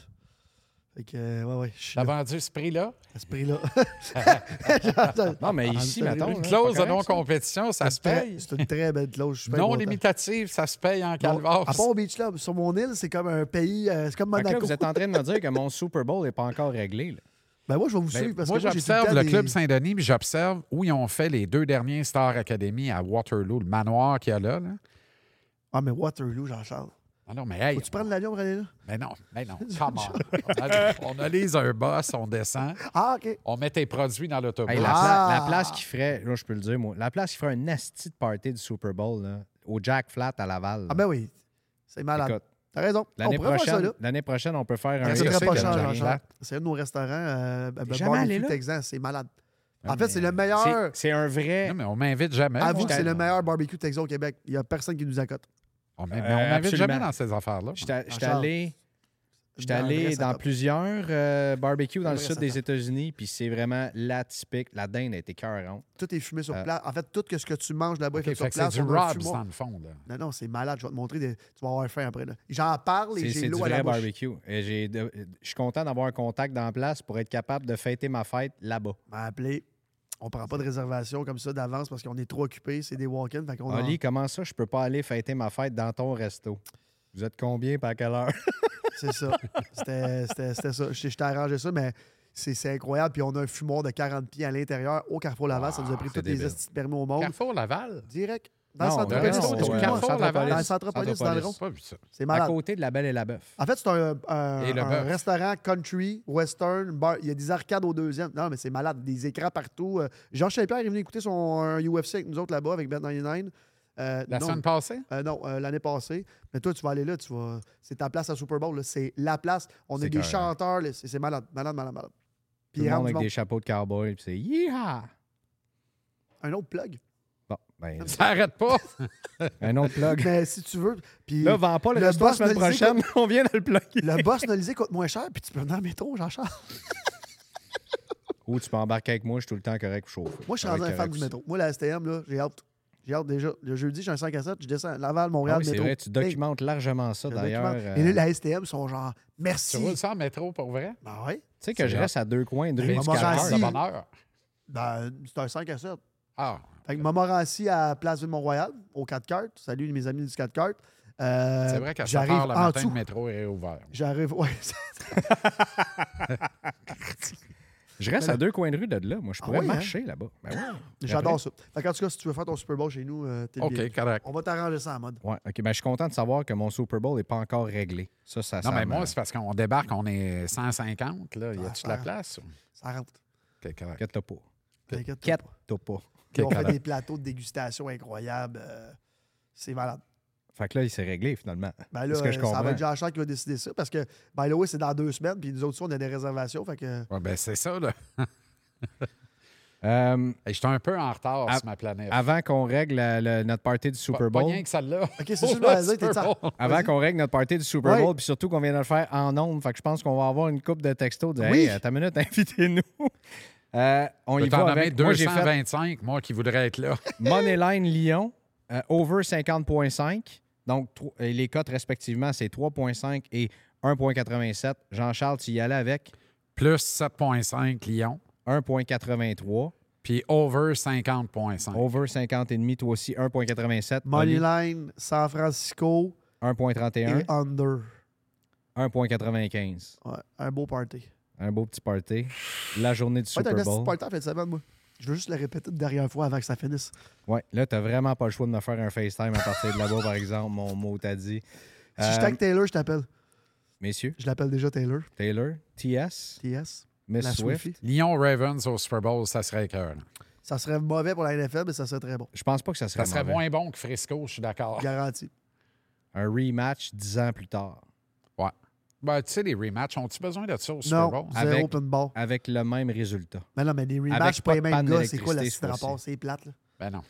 [SPEAKER 2] Fait que, euh, ouais, ouais, je suis
[SPEAKER 3] t'as
[SPEAKER 2] là,
[SPEAKER 3] vendu ce prix-là?
[SPEAKER 2] à ce prix-là.
[SPEAKER 1] Non, mais ici,
[SPEAKER 2] Ah, c'est
[SPEAKER 1] mettons.
[SPEAKER 3] Une
[SPEAKER 1] là,
[SPEAKER 3] clause
[SPEAKER 1] pas
[SPEAKER 3] de
[SPEAKER 1] correct, ça.
[SPEAKER 3] non-compétition, ça se paye.
[SPEAKER 2] C'est une très belle clause. je suis bien
[SPEAKER 3] Non
[SPEAKER 2] content.
[SPEAKER 3] limitative, ça se paye en
[SPEAKER 2] Bon,
[SPEAKER 3] calvaire.
[SPEAKER 2] À Pont Beach Club, sur mon île, c'est comme un pays, euh, c'est comme
[SPEAKER 1] Fait que là,
[SPEAKER 2] Monaco.
[SPEAKER 1] vous êtes en train de me dire que mon Super Bowl n'est pas encore réglé. là.
[SPEAKER 2] Ben moi, je vais vous
[SPEAKER 3] Ben,
[SPEAKER 2] suivre parce
[SPEAKER 3] moi,
[SPEAKER 2] que moi, j'ai tout le
[SPEAKER 3] j'observe
[SPEAKER 2] temps
[SPEAKER 3] le
[SPEAKER 2] des-
[SPEAKER 3] Club Saint-Denis, puis j'observe où ils ont fait les deux derniers Star Academy à Waterloo, le manoir qu'il y a là. là.
[SPEAKER 2] Ah, mais Waterloo, Jean-Charles.
[SPEAKER 3] Ah non, mais hey,
[SPEAKER 2] Faut-tu prendre l'avion pour aller là?
[SPEAKER 3] mais non, mais non, come on. On a- On analyse un boss, on descend,
[SPEAKER 2] Ah, OK.
[SPEAKER 3] on met tes produits dans l'autobus.
[SPEAKER 1] Hey, la,
[SPEAKER 2] Ah!
[SPEAKER 1] pla- la place qui ferait, là, je peux le dire, moi, la place qui ferait un nasty de party du Super Bowl là, au Jack Flat à Laval.
[SPEAKER 2] Ah ben oui, c'est malade.
[SPEAKER 1] Écoute,
[SPEAKER 2] T'as raison.
[SPEAKER 1] L'année
[SPEAKER 2] On pourrait faire ça,
[SPEAKER 1] prochaine,
[SPEAKER 2] là.
[SPEAKER 1] l'année prochaine, on peut faire un
[SPEAKER 3] Qu'est-ce
[SPEAKER 2] C'est
[SPEAKER 3] que
[SPEAKER 1] récit
[SPEAKER 2] très pas
[SPEAKER 1] de
[SPEAKER 2] cher,
[SPEAKER 1] Jack
[SPEAKER 3] Jean-Jacques?
[SPEAKER 1] Flat.
[SPEAKER 2] Jean-Jacques. C'est un de nos restaurants. Euh,
[SPEAKER 1] T'es jamais allé là?
[SPEAKER 2] texan, c'est malade.
[SPEAKER 1] Ah,
[SPEAKER 2] En fait, c'est
[SPEAKER 1] mais
[SPEAKER 2] le meilleur.
[SPEAKER 1] C'est- C'est un vrai.
[SPEAKER 3] Non, mais on m'invite jamais.
[SPEAKER 2] Avoue
[SPEAKER 3] moi.
[SPEAKER 2] que c'est le meilleur barbecue texan au Québec. Il n'y a personne qui nous accote.
[SPEAKER 3] On m'in- mais
[SPEAKER 1] Euh,
[SPEAKER 3] on m'invite
[SPEAKER 1] absolument.
[SPEAKER 3] jamais dans ces affaires-là.
[SPEAKER 1] J'étais j'étais
[SPEAKER 2] Charles.
[SPEAKER 1] allé, j'étais
[SPEAKER 2] Dans le vrai
[SPEAKER 1] allé dans
[SPEAKER 2] setup.
[SPEAKER 1] plusieurs euh, barbecues dans
[SPEAKER 2] Un
[SPEAKER 1] le
[SPEAKER 2] vrai
[SPEAKER 1] sud des
[SPEAKER 2] setup.
[SPEAKER 1] États-Unis, puis c'est vraiment la typique. La dinde était écœurante.
[SPEAKER 2] Tout est fumé sur
[SPEAKER 1] Euh.
[SPEAKER 2] place. En fait, tout que ce que tu manges là-bas
[SPEAKER 3] OK,
[SPEAKER 2] est fait
[SPEAKER 3] fait
[SPEAKER 2] sur
[SPEAKER 3] que c'est
[SPEAKER 2] place.
[SPEAKER 3] du
[SPEAKER 2] on a un
[SPEAKER 3] Rob's
[SPEAKER 2] fumoir.
[SPEAKER 3] dans le fond. là.
[SPEAKER 2] Non, non, c'est malade. Je vais te montrer. Des... Tu vas avoir faim après. là. J'en parle et
[SPEAKER 1] C'est
[SPEAKER 2] j'ai
[SPEAKER 1] c'est du
[SPEAKER 2] l'eau à la
[SPEAKER 1] vrai
[SPEAKER 2] bouche.
[SPEAKER 1] barbecue. Et j'ai de- Je suis content d'avoir un contact dans la place pour être capable de fêter ma fête là-bas.
[SPEAKER 2] m'a appelé. On prend pas de réservation comme ça d'avance parce qu'on est trop occupés. C'est des walk-ins. Fait qu'on en-
[SPEAKER 1] Oli, comment ça, je peux pas aller fêter ma fête dans ton resto? Vous êtes combien par quelle heure?
[SPEAKER 2] C'est ça. C'était c'était- c'était ça. Je, je t'ai arrangé ça, mais c'est c'est incroyable. Puis on a un fumoir de 40 pieds à l'intérieur au Carrefour Laval. ça nous a pris
[SPEAKER 3] Wow,
[SPEAKER 2] tous
[SPEAKER 3] c'est
[SPEAKER 2] les
[SPEAKER 3] débile.
[SPEAKER 2] estis de permis au monde.
[SPEAKER 3] Carrefour Laval.
[SPEAKER 2] Direct. Dans
[SPEAKER 1] Non,
[SPEAKER 2] le
[SPEAKER 1] non,
[SPEAKER 2] centre-police.
[SPEAKER 1] non,
[SPEAKER 2] excuse-moi.
[SPEAKER 1] au Carrefour Laval.
[SPEAKER 2] Dans le centre-police, dans le rond.
[SPEAKER 3] Pas vu ça.
[SPEAKER 2] C'est
[SPEAKER 1] À
[SPEAKER 2] malade. Ah,
[SPEAKER 1] côté de la Belle et la Bœuf.
[SPEAKER 2] En fait, c'est un, un-
[SPEAKER 3] Et le
[SPEAKER 2] un
[SPEAKER 3] bœuf.
[SPEAKER 2] restaurant country, western, bar. Il y a des arcades au deuxième. Non, mais c'est malade. Des écrans partout. Euh, Georges Saint-Pierre est venu écouter son un UFC avec nous autres là-bas, avec Ben 99. Euh,
[SPEAKER 3] La
[SPEAKER 2] non,
[SPEAKER 3] semaine passée?
[SPEAKER 2] euh, non, euh, l'année passée. Mais toi, tu vas aller là, tu vas. C'est ta place à Super Bowl. là. C'est la place. On a
[SPEAKER 1] C'est
[SPEAKER 2] des
[SPEAKER 1] carré.
[SPEAKER 2] chanteurs. là. C'est c'est malade, malade, malade, malade. Puis
[SPEAKER 1] Tout
[SPEAKER 2] il
[SPEAKER 1] le
[SPEAKER 2] rentre
[SPEAKER 1] monde
[SPEAKER 2] du
[SPEAKER 1] avec
[SPEAKER 2] monde.
[SPEAKER 1] des chapeaux de cowboy, puis c'est Yeehaw!
[SPEAKER 2] Un autre plug.
[SPEAKER 1] Bon, ben,
[SPEAKER 3] Ça arrête pas.
[SPEAKER 1] un autre plug.
[SPEAKER 2] Mais si tu veux. Puis
[SPEAKER 1] Là, vends pas le,
[SPEAKER 2] Le
[SPEAKER 1] resto la
[SPEAKER 2] boss
[SPEAKER 1] semaine
[SPEAKER 2] me le dit
[SPEAKER 1] prochaine, on vient de le plugger.
[SPEAKER 2] le boss nolisé coûte moins cher, puis tu peux venir en métro, Jean-Charles.
[SPEAKER 1] Ou tu peux embarquer avec moi, je suis tout le temps correct pour chauffer.
[SPEAKER 2] Moi, je suis
[SPEAKER 1] Correct,
[SPEAKER 2] rendu
[SPEAKER 1] Ah
[SPEAKER 2] un fan
[SPEAKER 1] correct
[SPEAKER 2] du
[SPEAKER 1] aussi.
[SPEAKER 2] métro. Moi, la STM, là, j'ai hâte. J'ai hâte déjà. Le jeudi, j'ai un 5 à 7, je descends Laval,
[SPEAKER 1] Ah
[SPEAKER 2] Montréal,
[SPEAKER 1] oui, c'est
[SPEAKER 2] métro.
[SPEAKER 1] vrai, tu documentes largement ça
[SPEAKER 2] Je
[SPEAKER 1] d'ailleurs.
[SPEAKER 2] documente.
[SPEAKER 1] euh,
[SPEAKER 2] Et là, la STM sont genre,
[SPEAKER 3] Tu
[SPEAKER 2] merci.
[SPEAKER 3] roules ça en métro pour vrai?
[SPEAKER 2] Ben ouais.
[SPEAKER 1] Tu sais que je
[SPEAKER 3] C'est
[SPEAKER 1] reste à deux coins de rue
[SPEAKER 3] Mais
[SPEAKER 1] du
[SPEAKER 2] Maman
[SPEAKER 1] Carrefour.
[SPEAKER 2] Razi.
[SPEAKER 3] de bonne heure.
[SPEAKER 2] Ben, c'est un 5 à 7.
[SPEAKER 3] Ah,
[SPEAKER 2] Fait que Montmorency à Place de Mont-Royal, au 4 cartes. Salut mes amis du 4 cartes. Euh,
[SPEAKER 3] c'est vrai qu'à 7
[SPEAKER 2] j'arrive
[SPEAKER 3] heures le
[SPEAKER 2] en
[SPEAKER 3] matin,
[SPEAKER 2] dessous.
[SPEAKER 3] le métro est ouvert.
[SPEAKER 2] J'arrive, ouais.
[SPEAKER 1] Je reste à deux coins de rue de là. Moi, je
[SPEAKER 2] Ah
[SPEAKER 1] pourrais
[SPEAKER 2] ouais, hein?
[SPEAKER 1] marcher là-bas. Ben ouais.
[SPEAKER 2] J'adore ça. Fait qu'en tout cas, si tu veux faire ton Super Bowl chez nous, euh, t'es le bienvenu.
[SPEAKER 3] OK, correct.
[SPEAKER 2] On va t'arranger ça en mode.
[SPEAKER 1] Ouais, OK. Ben, je suis content de savoir que mon Super Bowl n'est pas encore réglé. Ça, ça
[SPEAKER 3] Non,
[SPEAKER 1] ça
[SPEAKER 3] mais
[SPEAKER 1] me-
[SPEAKER 3] moi, c'est parce qu'on débarque, on est 150. Là. Y a-tu de la
[SPEAKER 2] ça-
[SPEAKER 3] place? ou-
[SPEAKER 2] Ça rentre.
[SPEAKER 3] OK, correct.
[SPEAKER 1] Inquiète-toi pas.
[SPEAKER 2] T'inquiète pas.
[SPEAKER 1] Inquiète-toi pas.
[SPEAKER 2] Puis on
[SPEAKER 3] Ok,
[SPEAKER 2] fait des plateaux de dégustation incroyables. euh, c'est malade.
[SPEAKER 1] Fait que là, il s'est réglé finalement.
[SPEAKER 2] Ben
[SPEAKER 1] C'est
[SPEAKER 2] là,
[SPEAKER 1] ce que je
[SPEAKER 2] euh, ça va
[SPEAKER 1] comprends.
[SPEAKER 2] être Jean-Charles qui va décider ça parce que, by the way, c'est dans deux semaines. Puis nous autres, aussi, on a des réservations. Fait que.
[SPEAKER 3] Ouais, ben, c'est ça, là.
[SPEAKER 1] Euh,
[SPEAKER 3] Hey, J'étais un peu en retard
[SPEAKER 1] Ah,
[SPEAKER 3] sur ma planète.
[SPEAKER 1] avant qu'on règle la- le- notre party du Super
[SPEAKER 3] Pas
[SPEAKER 1] Bowl.
[SPEAKER 3] rien que celle-là.
[SPEAKER 2] Ok, c'est sûr, je me disais, t'es ça.
[SPEAKER 1] Avant
[SPEAKER 2] Vas-y.
[SPEAKER 1] qu'on règle notre party du Super
[SPEAKER 2] Ouais.
[SPEAKER 1] Bowl, puis surtout qu'on vient de le faire en nombre, fait que je pense qu'on va avoir une coupe de textos de
[SPEAKER 2] Oui.
[SPEAKER 1] Hey, à ta minute, invitez-nous. Euh, on
[SPEAKER 3] Je
[SPEAKER 1] y
[SPEAKER 3] peux t'en
[SPEAKER 1] va
[SPEAKER 3] nommer
[SPEAKER 1] avec. Moi, j'ai fait
[SPEAKER 3] 225, moi, qui voudrais être là.
[SPEAKER 1] Moneyline Lyon, euh, over 50.5. Donc, tro- et les cotes respectivement, c'est 3.5 et 1.87. Jean-Charles, tu y allais avec
[SPEAKER 3] Plus 7,5 Lyon,
[SPEAKER 1] 1.83.
[SPEAKER 3] puis over 50,5.
[SPEAKER 1] Over 50,5, toi aussi 1.87. Oli,
[SPEAKER 2] Moneyline, San Francisco et
[SPEAKER 1] 1.31,
[SPEAKER 2] Under.
[SPEAKER 1] 1.95.
[SPEAKER 2] Ouais, un beau party.
[SPEAKER 1] Un beau petit party. La journée du
[SPEAKER 2] Pas un
[SPEAKER 1] Super
[SPEAKER 2] esti de
[SPEAKER 1] Bowl.
[SPEAKER 2] party en fin de semaine, moi. Je veux juste le répéter une dernière fois avant que ça finisse.
[SPEAKER 1] Ouais, là, t'as vraiment pas le choix de me faire un FaceTime à partir de là-bas, par exemple. Mon mot t'a dit.
[SPEAKER 2] Si je
[SPEAKER 1] Euh,
[SPEAKER 2] tag Taylor, je t'appelle.
[SPEAKER 1] messieurs,
[SPEAKER 2] Je l'appelle déjà Taylor.
[SPEAKER 1] Taylor, TS,
[SPEAKER 2] TS. La
[SPEAKER 1] Miss Swift.
[SPEAKER 2] Swiftie.
[SPEAKER 3] Lyon Ravens au Super Bowl, ça serait cœur.
[SPEAKER 2] Ça serait mauvais pour la NFL, mais ça serait très bon.
[SPEAKER 1] Je pense pas que ça serait,
[SPEAKER 3] Ça serait
[SPEAKER 1] mauvais.
[SPEAKER 3] moins bon que Frisco, je suis d'accord.
[SPEAKER 2] Garanti.
[SPEAKER 1] Un rematch dix ans plus tard.
[SPEAKER 3] Ouais. Ben, tu sais, les rematchs, ont-ils besoin de ça au Super
[SPEAKER 2] Non,
[SPEAKER 3] Bowl? Ah,
[SPEAKER 2] zéro
[SPEAKER 1] Avec-
[SPEAKER 2] open bar.
[SPEAKER 1] avec le même résultat.
[SPEAKER 2] Mais non, mais des
[SPEAKER 1] Avec
[SPEAKER 2] rematchs,
[SPEAKER 1] pas
[SPEAKER 2] pas les
[SPEAKER 1] de panne
[SPEAKER 2] mêmes gars. C'est quoi la
[SPEAKER 1] d'électricité,
[SPEAKER 2] petite
[SPEAKER 1] ce fois-ci.
[SPEAKER 2] rapport? C'est plate, là.
[SPEAKER 3] Ben non.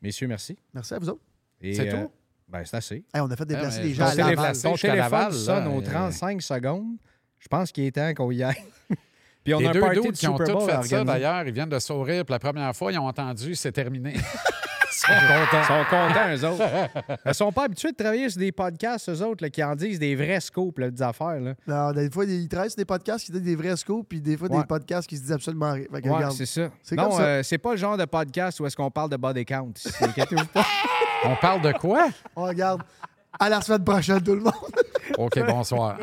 [SPEAKER 1] Messieurs, merci.
[SPEAKER 2] Merci à vous autres.
[SPEAKER 1] Et,
[SPEAKER 3] C'est
[SPEAKER 1] euh,
[SPEAKER 3] tout?
[SPEAKER 1] Ben, c'est assez.
[SPEAKER 2] Hey, on a fait déplacer
[SPEAKER 3] mais
[SPEAKER 2] des
[SPEAKER 3] je
[SPEAKER 2] gens à
[SPEAKER 3] pensais les
[SPEAKER 2] Laval.
[SPEAKER 3] placer.
[SPEAKER 1] Ton euh,
[SPEAKER 3] jusqu'à
[SPEAKER 1] téléphone
[SPEAKER 3] Laval,
[SPEAKER 1] sonne
[SPEAKER 3] là,
[SPEAKER 1] aux
[SPEAKER 3] et-
[SPEAKER 1] 35 secondes. Je pense qu'il est temps qu'on y aille. Puis on
[SPEAKER 3] les
[SPEAKER 1] a un
[SPEAKER 3] deux
[SPEAKER 1] party
[SPEAKER 3] dudes
[SPEAKER 1] de
[SPEAKER 3] qui ont
[SPEAKER 1] Super
[SPEAKER 3] tout
[SPEAKER 1] Bowl à
[SPEAKER 3] fait ça,
[SPEAKER 1] organiser.
[SPEAKER 3] d'ailleurs, ils viennent de sourire pour la première fois, ils ont entendu, c'est terminé. ils sont contents.
[SPEAKER 1] Ils sont contents, eux autres. Ils sont pas habitués de travailler sur des podcasts, eux autres, là, qui en disent des vrais scopes, là, des affaires. Là.
[SPEAKER 2] Non, des fois, ils travaillent sur des podcasts qui donnent des vrais scoops, puis des fois,
[SPEAKER 1] Ouais.
[SPEAKER 2] des podcasts qui se disent absolument rien. Fait que
[SPEAKER 1] Ouais,
[SPEAKER 2] regarde.
[SPEAKER 1] c'est ça.
[SPEAKER 2] C'est
[SPEAKER 1] non,
[SPEAKER 2] comme ça.
[SPEAKER 1] euh, c'est pas le genre de podcast où est-ce qu'on parle de body count. ici. Inquiétez-vous pas.
[SPEAKER 3] On parle de quoi?
[SPEAKER 2] On regarde. À la semaine prochaine, tout le monde.
[SPEAKER 3] OK, bonsoir.